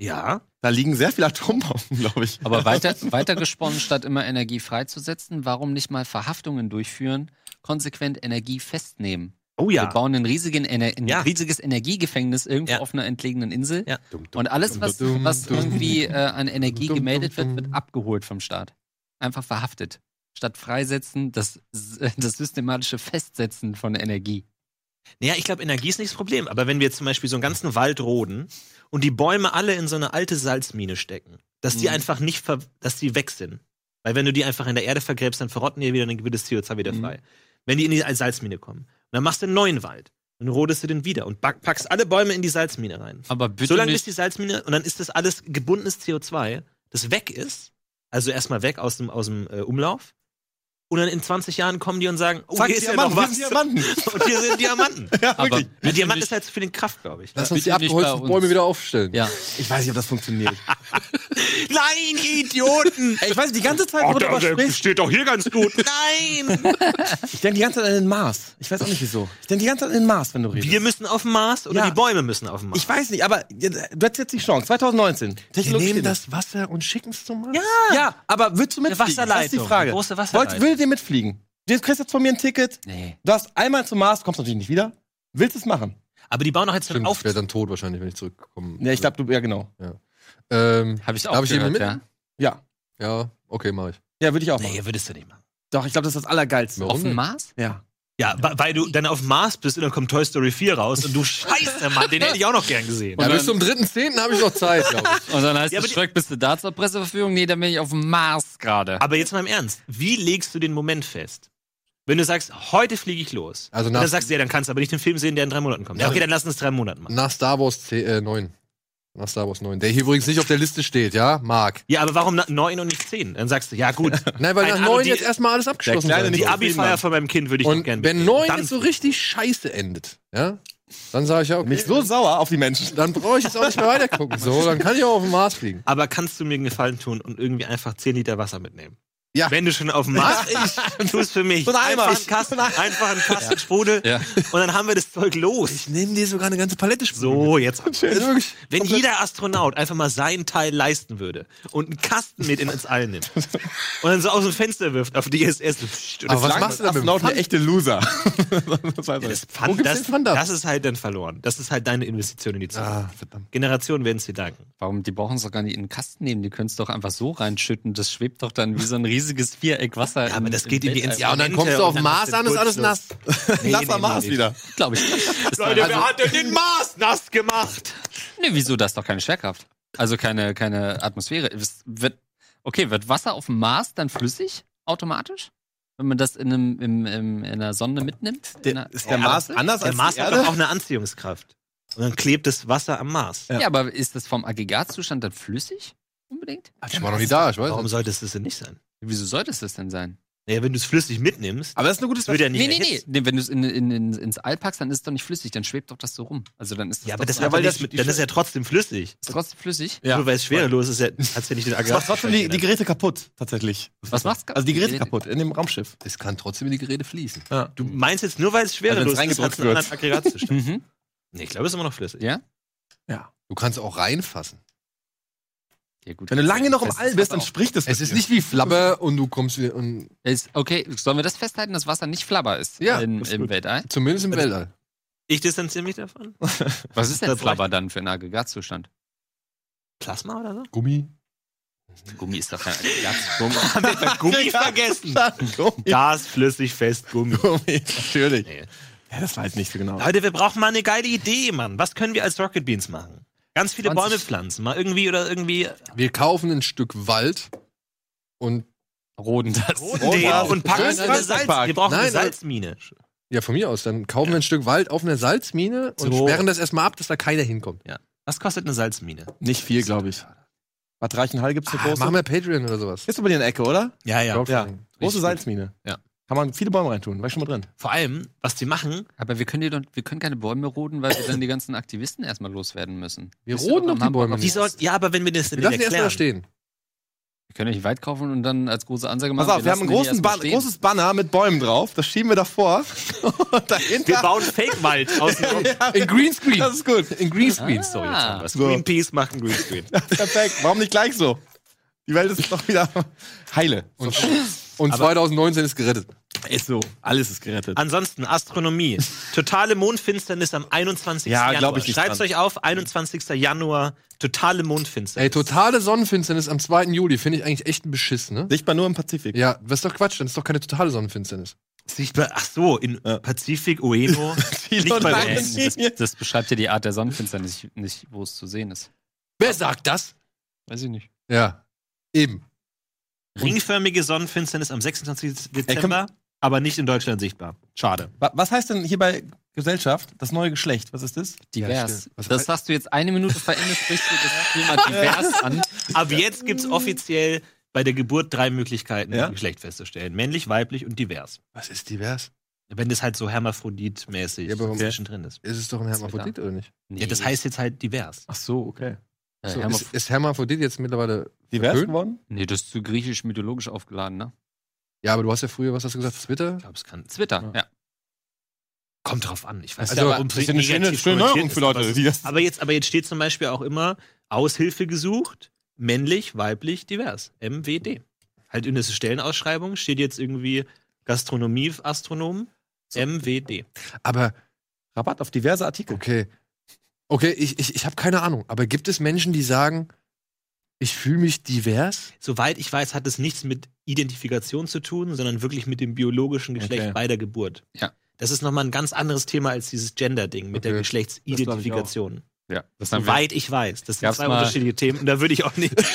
[SPEAKER 1] Ja.
[SPEAKER 2] Da liegen sehr viele Atombomben, glaube ich.
[SPEAKER 5] Aber weiter, weitergesponnen, statt immer Energie freizusetzen, warum nicht mal Verhaftungen durchführen, konsequent Energie festnehmen?
[SPEAKER 1] Oh ja.
[SPEAKER 5] Wir bauen einen riesigen Ener ein
[SPEAKER 1] Ja.
[SPEAKER 5] riesiges Energiegefängnis irgendwo
[SPEAKER 1] Ja.
[SPEAKER 5] auf einer entlegenen Insel.
[SPEAKER 1] Ja.
[SPEAKER 5] Und alles, was,
[SPEAKER 4] dum,
[SPEAKER 5] was
[SPEAKER 4] dum,
[SPEAKER 5] irgendwie äh, an Energie
[SPEAKER 4] dum,
[SPEAKER 5] gemeldet
[SPEAKER 4] dum,
[SPEAKER 5] wird, wird
[SPEAKER 4] dum.
[SPEAKER 5] abgeholt vom Staat. Einfach verhaftet. Statt freisetzen, das, das systematische Festsetzen von Energie.
[SPEAKER 1] Naja, ich glaube, Energie ist nicht das Problem. Aber wenn wir jetzt zum Beispiel so einen ganzen Wald roden und die Bäume alle in so eine alte Salzmine stecken, dass die
[SPEAKER 5] Mhm.
[SPEAKER 1] einfach nicht, ver dass die weg sind. Weil wenn du die einfach in der Erde vergräbst, dann verrotten die wieder, dann wird das CO2 wieder frei. Wenn die in die Salzmine kommen. Und dann machst du einen neuen Wald. Dann rodest du den wieder und pack- packst alle Bäume in die Salzmine rein.
[SPEAKER 5] Aber bitte
[SPEAKER 1] So lange
[SPEAKER 5] nicht.
[SPEAKER 1] ist die Salzmine und dann ist das alles gebundenes CO2, das weg ist. Also erstmal weg aus dem, aus dem äh, Umlauf. Und dann in 20 Jahren kommen die und sagen, oh,
[SPEAKER 2] Zack,
[SPEAKER 1] hier ist ja noch
[SPEAKER 2] Diamanten,
[SPEAKER 1] was.
[SPEAKER 2] hier sind Diamanten.
[SPEAKER 1] Und hier sind Diamanten.
[SPEAKER 2] Ja,
[SPEAKER 5] aber
[SPEAKER 2] wirklich.
[SPEAKER 1] Der
[SPEAKER 5] bitte
[SPEAKER 1] Diamant
[SPEAKER 5] nicht-
[SPEAKER 1] ist halt für den Kraft, glaube ich.
[SPEAKER 4] Lass uns die
[SPEAKER 5] Bitte nicht bei
[SPEAKER 4] abgeholzten
[SPEAKER 5] uns.
[SPEAKER 4] Bäume wieder aufstellen.
[SPEAKER 5] Ja,
[SPEAKER 2] Ich weiß nicht, ob das funktioniert.
[SPEAKER 1] Nein, Idioten!
[SPEAKER 2] Ey, ich weiß nicht, die ganze
[SPEAKER 1] Oh,
[SPEAKER 2] Zeit, wo du darüber sprichst,
[SPEAKER 1] steht doch hier ganz gut. Nein!
[SPEAKER 2] ich denke die ganze Zeit an den Mars. Ich weiß auch nicht wieso. Ich denke die ganze Zeit an den Mars, wenn du redest.
[SPEAKER 1] Wir müssen auf den Mars oder
[SPEAKER 2] Ja.
[SPEAKER 1] die Bäume müssen auf den Mars.
[SPEAKER 2] ich weiß nicht, aber jetzt- du hättest jetzt die Chance. 2019.
[SPEAKER 4] Wir
[SPEAKER 2] Technologie.
[SPEAKER 4] nehmen das Wasser und schicken es zum Mars.
[SPEAKER 2] Ja, aber würdest du mitfliegen?
[SPEAKER 1] Wasserleitung,
[SPEAKER 2] Das ist die Frage.
[SPEAKER 1] eine große
[SPEAKER 2] Wollt,
[SPEAKER 1] Wasserleitung.
[SPEAKER 2] würdet ihr mitfliegen? Du kriegst jetzt von mir ein Ticket.
[SPEAKER 5] nee.
[SPEAKER 2] Du darfst einmal zum Mars, kommst natürlich nicht wieder. Willst du es machen?
[SPEAKER 1] Aber die bauen doch jetzt schon
[SPEAKER 4] Stimmt,
[SPEAKER 1] auf.
[SPEAKER 4] ich wäre dann tot wahrscheinlich, wenn ich zurückkomme.
[SPEAKER 2] Ja, ich glaube, du, ja, genau.
[SPEAKER 4] Ähm,
[SPEAKER 5] Habe ich auch
[SPEAKER 4] Darf ich
[SPEAKER 5] gehört,
[SPEAKER 4] jemanden
[SPEAKER 5] ja.
[SPEAKER 2] Ja.
[SPEAKER 4] ja, okay, mach ich.
[SPEAKER 2] Ja, würde ich auch machen.
[SPEAKER 1] Nee, würdest du nicht machen.
[SPEAKER 2] Doch, ich glaube, das ist das Allergeilste.
[SPEAKER 4] Warum?
[SPEAKER 5] Auf dem Mars?
[SPEAKER 2] Ja.
[SPEAKER 1] Ja, wa- weil du dann auf dem Mars bist und dann kommt Toy Story 4 raus und du Scheiße, Mann, den hätte ich auch noch gern gesehen.
[SPEAKER 4] Ja,
[SPEAKER 5] Und
[SPEAKER 4] bis zum 3.10. habe ich noch Zeit, glaube ich.
[SPEAKER 5] Und dann heißt
[SPEAKER 1] Ja,
[SPEAKER 5] es,
[SPEAKER 1] aber die-
[SPEAKER 5] Schröck, bist du da zur Presseverfügung? Nee, dann bin ich auf dem Mars gerade.
[SPEAKER 1] Aber jetzt mal im Ernst, wie legst du den Moment fest? Wenn du sagst, heute fliege ich los,
[SPEAKER 4] Also
[SPEAKER 1] und
[SPEAKER 4] nach-
[SPEAKER 1] dann sagst du, ja, dann kannst du aber nicht den Film sehen, der in drei Monaten kommt. Ja, okay, dann lass uns drei Monate machen.
[SPEAKER 4] Nach Star Wars 10, äh, 9. Nach Star Wars 9. Der hier übrigens nicht auf der Liste steht, ja? Marc.
[SPEAKER 1] Ja, aber warum na- neun und nicht zehn? Dann sagst du, ja gut,
[SPEAKER 4] Nein, also weil
[SPEAKER 1] Keine
[SPEAKER 4] nach
[SPEAKER 1] Ahnung,
[SPEAKER 4] 9
[SPEAKER 1] die-
[SPEAKER 4] jetzt erstmal alles abgeschlossen
[SPEAKER 2] Kleine
[SPEAKER 4] sein
[SPEAKER 2] nicht
[SPEAKER 1] die
[SPEAKER 4] soll.
[SPEAKER 2] auf jeden
[SPEAKER 1] Abi-Feier
[SPEAKER 2] Fall.
[SPEAKER 1] von meinem Kind würde ich noch
[SPEAKER 4] Und
[SPEAKER 1] gern
[SPEAKER 4] wenn
[SPEAKER 1] mitnehmen.
[SPEAKER 4] 9
[SPEAKER 1] Dann
[SPEAKER 4] jetzt so richtig scheiße endet, ja? Dann sage ich ja,
[SPEAKER 2] Bin ich
[SPEAKER 4] okay,
[SPEAKER 2] so sauer auf die Menschen.
[SPEAKER 4] dann brauche ich jetzt auch nicht mehr weitergucken. So, dann kann ich auch auf den Mars fliegen.
[SPEAKER 1] Aber kannst du mir einen Gefallen tun und irgendwie einfach 10 Liter Wasser mitnehmen?
[SPEAKER 4] Ja.
[SPEAKER 1] Wenn du schon auf dem Mars bist, tu es für mich.
[SPEAKER 2] So ein Eimer.
[SPEAKER 1] einfach einen Kasten, einfach einen Kasten Sprudel
[SPEAKER 5] Ja.
[SPEAKER 1] und dann haben wir das Zeug los.
[SPEAKER 4] nehme dir sogar eine ganze Palette
[SPEAKER 1] So, jetzt.
[SPEAKER 4] Also wirklich,
[SPEAKER 1] Wenn jeder Astronaut einfach mal seinen Teil leisten würde und einen Kasten mit ins All nimmt und dann so aus dem Fenster wirft auf die ISS. so pssst, und
[SPEAKER 4] Aber
[SPEAKER 1] das-
[SPEAKER 4] was machst du damit?
[SPEAKER 2] Astronauten ja echte Loser. das weiß ich.
[SPEAKER 1] das, Pfand-
[SPEAKER 4] wo gibt's
[SPEAKER 1] das,
[SPEAKER 4] den Pfand ab?
[SPEAKER 1] das ist halt dann verloren. Das ist halt deine Investition in die Zukunft.
[SPEAKER 4] Ah, verdammt.
[SPEAKER 1] Generationen werden es dir danken.
[SPEAKER 5] Warum? Die brauchen es doch gar nicht in den Kasten nehmen. Die können es doch einfach so reinschütten. Das schwebt doch dann wie so ein riesiges Viereck Wasser.
[SPEAKER 1] Ja, aber das geht in die
[SPEAKER 5] Weltall.
[SPEAKER 1] Ins-
[SPEAKER 4] Ja, und dann kommst du auf den
[SPEAKER 1] hast
[SPEAKER 4] Mars
[SPEAKER 1] du
[SPEAKER 4] an, ist alles nass.
[SPEAKER 2] Nee, Lass mal
[SPEAKER 1] nee,
[SPEAKER 2] Mars
[SPEAKER 1] nee.
[SPEAKER 2] wieder.
[SPEAKER 5] Glaube ich. nicht. Das war-
[SPEAKER 1] Leute, wer hat denn den Mars nass gemacht?
[SPEAKER 5] nee, wieso? Da ist doch keine Schwerkraft. Also keine, keine Atmosphäre. Es wird, okay, wird Wasser auf dem Mars dann flüssig automatisch? Wenn man das in, einem, im, im, in der Sonne mitnimmt? In
[SPEAKER 2] Der,
[SPEAKER 5] einer-
[SPEAKER 2] ist der
[SPEAKER 5] Ja,
[SPEAKER 2] Mars
[SPEAKER 5] aber-
[SPEAKER 2] anders
[SPEAKER 1] Der
[SPEAKER 2] als
[SPEAKER 1] Mars
[SPEAKER 2] die
[SPEAKER 1] hat
[SPEAKER 2] Erde?
[SPEAKER 1] doch auch eine Anziehungskraft. Und dann klebt das Wasser am Mars.
[SPEAKER 5] Ja, aber ist das vom Aggregatzustand dann flüssig? Unbedingt?
[SPEAKER 4] Ich war noch nie da, ich weiß
[SPEAKER 1] Warum
[SPEAKER 4] nicht.
[SPEAKER 1] sollte es das denn nicht sein?
[SPEAKER 5] Wieso sollte es das denn sein?
[SPEAKER 1] Naja, wenn du es flüssig mitnimmst,
[SPEAKER 2] Aber das ist eine gute
[SPEAKER 1] wird ja nicht
[SPEAKER 5] Nee, nee, nee,
[SPEAKER 1] erhitzt.
[SPEAKER 5] nee. Wenn du es in, in, in, ins All packst, dann ist es doch nicht flüssig, dann schwebt doch das so rum. Also dann ist das
[SPEAKER 1] Ja,
[SPEAKER 5] doch
[SPEAKER 1] aber das,
[SPEAKER 5] so
[SPEAKER 1] hat ja,
[SPEAKER 2] weil
[SPEAKER 1] nichts
[SPEAKER 2] das-
[SPEAKER 1] mit, dann ist ja trotzdem flüssig.
[SPEAKER 5] ist trotzdem flüssig.
[SPEAKER 2] Ja.
[SPEAKER 1] Nur weil es schwerelos ist, ja, hat's ja nicht den
[SPEAKER 2] Das macht trotzdem die, die
[SPEAKER 1] Aggregat.
[SPEAKER 2] Geräte kaputt, tatsächlich.
[SPEAKER 5] Was macht's kaputt?
[SPEAKER 2] Also die Geräte kaputt in dem Raumschiff.
[SPEAKER 4] Es kann trotzdem in die Geräte fließen.
[SPEAKER 1] Du meinst jetzt nur, weil es schwerelos
[SPEAKER 2] wenn's
[SPEAKER 1] ist, hat's einen
[SPEAKER 2] reingedrückt
[SPEAKER 1] anderen Aggregatzustand.
[SPEAKER 5] Mhm.
[SPEAKER 1] nee, ich glaube, es ist immer noch flüssig.
[SPEAKER 5] Ja.
[SPEAKER 4] Du kannst auch reinfassen.
[SPEAKER 5] Ja, gut.
[SPEAKER 2] Wenn du lange noch im
[SPEAKER 5] Das
[SPEAKER 2] All
[SPEAKER 5] ist
[SPEAKER 2] bist,
[SPEAKER 5] aber
[SPEAKER 2] dann
[SPEAKER 5] auch-
[SPEAKER 2] spricht es.
[SPEAKER 4] Es ist nicht wie Flabber und du kommst wieder und
[SPEAKER 5] Ist, okay, sollen wir das festhalten, dass Wasser nicht flabber ist
[SPEAKER 4] Ja,
[SPEAKER 5] in,
[SPEAKER 2] ist
[SPEAKER 5] im
[SPEAKER 2] gut.
[SPEAKER 5] Weltall?
[SPEAKER 4] zumindest im Weltall.
[SPEAKER 1] Ich distanziere mich davon.
[SPEAKER 5] Was ist denn
[SPEAKER 1] Das
[SPEAKER 5] flabber dann für ein Aggregatzustand?
[SPEAKER 1] Plasma oder so?
[SPEAKER 4] Gummi.
[SPEAKER 5] Gummi ist doch kein Aggregatzustand.
[SPEAKER 1] Haben wir Gummi vergessen?
[SPEAKER 2] Gummi.
[SPEAKER 1] Gas, flüssig, fest, Gummi.
[SPEAKER 2] Gummi. Natürlich.
[SPEAKER 1] Nee.
[SPEAKER 2] Ja, das war jetzt nicht so genau.
[SPEAKER 1] Leute, wir brauchen mal eine geile Idee, Mann. Was können wir als Rocket Beans machen? Ganz viele
[SPEAKER 5] 20.
[SPEAKER 1] Bäume pflanzen, mal irgendwie oder irgendwie
[SPEAKER 4] Wir kaufen ein Stück Wald und
[SPEAKER 5] Roden das.
[SPEAKER 1] Rodeo und packen es in eine Salz.
[SPEAKER 2] Freizeitpark.
[SPEAKER 1] Wir brauchen eine
[SPEAKER 4] Nein, nein.
[SPEAKER 1] Salzmine.
[SPEAKER 4] ja von mir aus, dann kaufen wir ein Stück Wald auf einer Salzmine und
[SPEAKER 1] So.
[SPEAKER 4] sperren das erstmal ab, dass da keiner hinkommt.
[SPEAKER 1] Was kostet eine Salzmine?
[SPEAKER 2] Nicht viel, glaube ich. Bad Reichenhall gibt's eine
[SPEAKER 4] Ah,
[SPEAKER 2] große.
[SPEAKER 4] machen wir Patreon oder sowas.
[SPEAKER 2] Ist aber in der Ecke, oder?
[SPEAKER 1] Ja,
[SPEAKER 4] Crowdfunding.
[SPEAKER 2] Große Salzmine.
[SPEAKER 1] Ja.
[SPEAKER 2] Kann man viele Bäume reintun. War ich schon mal drin.
[SPEAKER 1] Vor allem, was die machen,
[SPEAKER 5] Aber wir können, die doch, wir können keine Bäume roden, weil wir dann die ganzen Aktivisten erstmal loswerden müssen.
[SPEAKER 4] Wir
[SPEAKER 5] Wisst ihr
[SPEAKER 4] roden
[SPEAKER 5] noch,
[SPEAKER 4] doch die
[SPEAKER 5] am Hamburger
[SPEAKER 4] Bäume
[SPEAKER 1] die
[SPEAKER 4] nicht.
[SPEAKER 1] sollten, ja, aber wenn wir das
[SPEAKER 4] Wir
[SPEAKER 1] denen
[SPEAKER 4] lassen die erstmal
[SPEAKER 1] erklären,
[SPEAKER 4] da stehen.
[SPEAKER 5] Wir können nicht weit kaufen und dann als große Ansage machen.
[SPEAKER 2] Pass auf, wir haben
[SPEAKER 5] lassen
[SPEAKER 2] ein
[SPEAKER 5] die
[SPEAKER 2] großen
[SPEAKER 5] erstmal
[SPEAKER 2] Ban
[SPEAKER 5] stehen.
[SPEAKER 2] großes Banner mit Bäumen drauf. Das schieben wir davor. Und
[SPEAKER 1] wir
[SPEAKER 2] dahinter.
[SPEAKER 1] bauen Fake-Wald aus dem Grund.
[SPEAKER 4] In Greenscreen.
[SPEAKER 2] Das ist gut.
[SPEAKER 4] In Greenscreen.
[SPEAKER 1] So, jetzt haben wir's.
[SPEAKER 2] So.
[SPEAKER 1] Greenpeace macht einen Greenscreen.
[SPEAKER 2] Perfekt. Warum nicht gleich so? Die Welt ist doch wieder heile.
[SPEAKER 4] Und, und 2019 ist gerettet.
[SPEAKER 2] Ist so. Alles ist gerettet.
[SPEAKER 1] Ansonsten Astronomie. Totale Mondfinsternis am 21.
[SPEAKER 2] Ja,
[SPEAKER 1] Januar.
[SPEAKER 2] glaub ich nicht
[SPEAKER 1] Schreibt's
[SPEAKER 2] dran.
[SPEAKER 1] euch auf, 21. Januar, totale Mondfinsternis.
[SPEAKER 4] Ey, totale Sonnenfinsternis am 2. Juli finde ich eigentlich echt ein Beschiss, ne?
[SPEAKER 2] Sichtbar nur im Pazifik.
[SPEAKER 4] Ja, das ist doch Quatsch, dann ist doch keine totale Sonnenfinsternis.
[SPEAKER 1] Sichtbar, ach so, in
[SPEAKER 2] Ja.
[SPEAKER 1] Pazifik, Ueno.
[SPEAKER 2] Viele
[SPEAKER 1] Nicht bei
[SPEAKER 2] Leute-
[SPEAKER 1] uns.
[SPEAKER 5] Das, das beschreibt ja die Art der Sonnenfinsternis, nicht, nicht wo es zu sehen ist.
[SPEAKER 4] Wer sagt das?
[SPEAKER 5] Weiß ich nicht.
[SPEAKER 4] Ja, eben.
[SPEAKER 1] Ringförmige Sonnenfinsternis am 26.
[SPEAKER 2] komm.
[SPEAKER 1] Dezember, aber nicht in Deutschland sichtbar. Schade.
[SPEAKER 2] Wa- Was heißt denn hier bei Gesellschaft das neue Geschlecht? Was ist das?
[SPEAKER 5] Divers.
[SPEAKER 4] stimmt. Was-
[SPEAKER 5] das sagst du jetzt eine Minute vor Ende, sprichst du das Thema divers an.
[SPEAKER 1] Ab jetzt gibt's offiziell bei der Geburt drei Möglichkeiten,
[SPEAKER 2] Ja?
[SPEAKER 1] Geschlecht festzustellen. Männlich, weiblich und divers.
[SPEAKER 4] Was ist divers?
[SPEAKER 1] Wenn das halt so hermaphrodit-mäßig
[SPEAKER 4] Ja, aber warum-
[SPEAKER 1] zwischendrin ist.
[SPEAKER 4] Ist es doch ein
[SPEAKER 5] Ist
[SPEAKER 4] Hermaphrodit oder nicht?
[SPEAKER 5] Nee.
[SPEAKER 1] Ja, das heißt jetzt halt divers.
[SPEAKER 2] Ach so, okay.
[SPEAKER 5] Äh,
[SPEAKER 4] So,
[SPEAKER 5] Hermaph-
[SPEAKER 4] ist, ist Hermaphrodit jetzt mittlerweile.
[SPEAKER 2] Divers
[SPEAKER 4] Schön.
[SPEAKER 2] geworden?
[SPEAKER 5] nee, das ist zu griechisch-mythologisch aufgeladen, ne?
[SPEAKER 4] Ja, aber du hast ja früher, was hast du gesagt, Twitter?
[SPEAKER 1] Ich glaube, es kann.
[SPEAKER 5] Twitter, ja.
[SPEAKER 1] Kommt drauf an. Ich weiß
[SPEAKER 4] Also,
[SPEAKER 1] warum
[SPEAKER 2] Das
[SPEAKER 1] es
[SPEAKER 2] ist ja eine schöne,
[SPEAKER 1] negativ
[SPEAKER 2] schöne Neuerung
[SPEAKER 1] konnotiert
[SPEAKER 2] für
[SPEAKER 1] ist, aber
[SPEAKER 2] Leute,
[SPEAKER 1] es-
[SPEAKER 2] die das
[SPEAKER 1] Aber jetzt, aber jetzt steht zum Beispiel auch immer Aushilfe gesucht, männlich, weiblich, divers. MWD. Halt in der Stellenausschreibung steht jetzt irgendwie Gastronomie, Astronomen, MWD.
[SPEAKER 4] Aber,
[SPEAKER 2] Rabatt auf diverse Artikel.
[SPEAKER 4] okay. Okay, ich, ich, ich habe keine Ahnung. Aber gibt es Menschen, die sagen, ich fühle mich divers?
[SPEAKER 1] Soweit ich weiß, hat es nichts mit Identifikation zu tun, sondern wirklich mit dem biologischen Geschlecht
[SPEAKER 2] Okay.
[SPEAKER 1] bei der Geburt.
[SPEAKER 5] Ja.
[SPEAKER 1] Das ist nochmal ein ganz anderes Thema als dieses Gender-Ding mit der
[SPEAKER 4] Okay.
[SPEAKER 1] Geschlechtsidentifikation.
[SPEAKER 5] Ja, das haben wir.
[SPEAKER 1] Soweit ich weiß. Das sind
[SPEAKER 5] Gab's
[SPEAKER 1] zwei
[SPEAKER 5] mal-
[SPEAKER 1] unterschiedliche Themen und da würde ich auch nicht. Das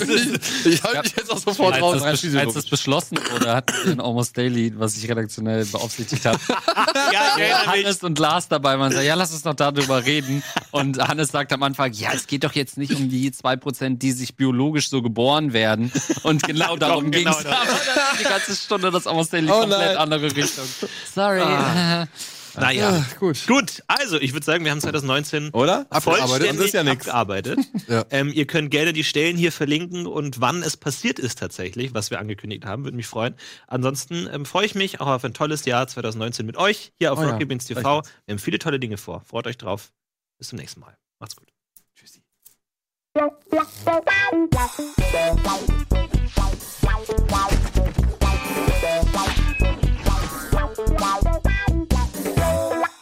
[SPEAKER 1] ist,
[SPEAKER 4] ich halte mich jetzt auch sofort
[SPEAKER 5] Als
[SPEAKER 4] raus.
[SPEAKER 5] das, bes- als das beschlossen wurde, hat in Almost Daily, was ich redaktionell beaufsichtigt habe,
[SPEAKER 1] ja, ich erinnere mich.
[SPEAKER 5] Hannes und Lars dabei waren. Sagt, ja, lass uns doch darüber reden. Und Hannes sagt am Anfang, ja, es geht doch jetzt nicht um die 2%, die sich biologisch so geboren werden. Und genau darum
[SPEAKER 1] genau
[SPEAKER 5] ging es.
[SPEAKER 1] darum.
[SPEAKER 5] Die ganze Stunde das Almost Daily
[SPEAKER 2] Oh
[SPEAKER 5] komplett
[SPEAKER 2] nein.
[SPEAKER 5] andere Richtung. Sorry.
[SPEAKER 1] Naja.
[SPEAKER 4] Ach, Ah, gut.
[SPEAKER 1] Gut, also ich würde sagen, wir haben 2019
[SPEAKER 2] Oder?
[SPEAKER 1] vollständig
[SPEAKER 2] Das ist ja nichts.
[SPEAKER 1] abgearbeitet.
[SPEAKER 4] Ja.
[SPEAKER 1] ähm, ihr könnt gerne die Stellen hier verlinken und wann es passiert ist tatsächlich, was wir angekündigt haben, würde mich freuen. Ansonsten ähm, freue ich mich auch auf ein tolles Jahr 2019 mit euch hier auf
[SPEAKER 2] Oh
[SPEAKER 1] oh,
[SPEAKER 2] ja,
[SPEAKER 1] Rocky Beans TV. Wir haben viele tolle Dinge vor. Freut euch drauf. Bis zum nächsten Mal. Macht's gut. Tschüssi.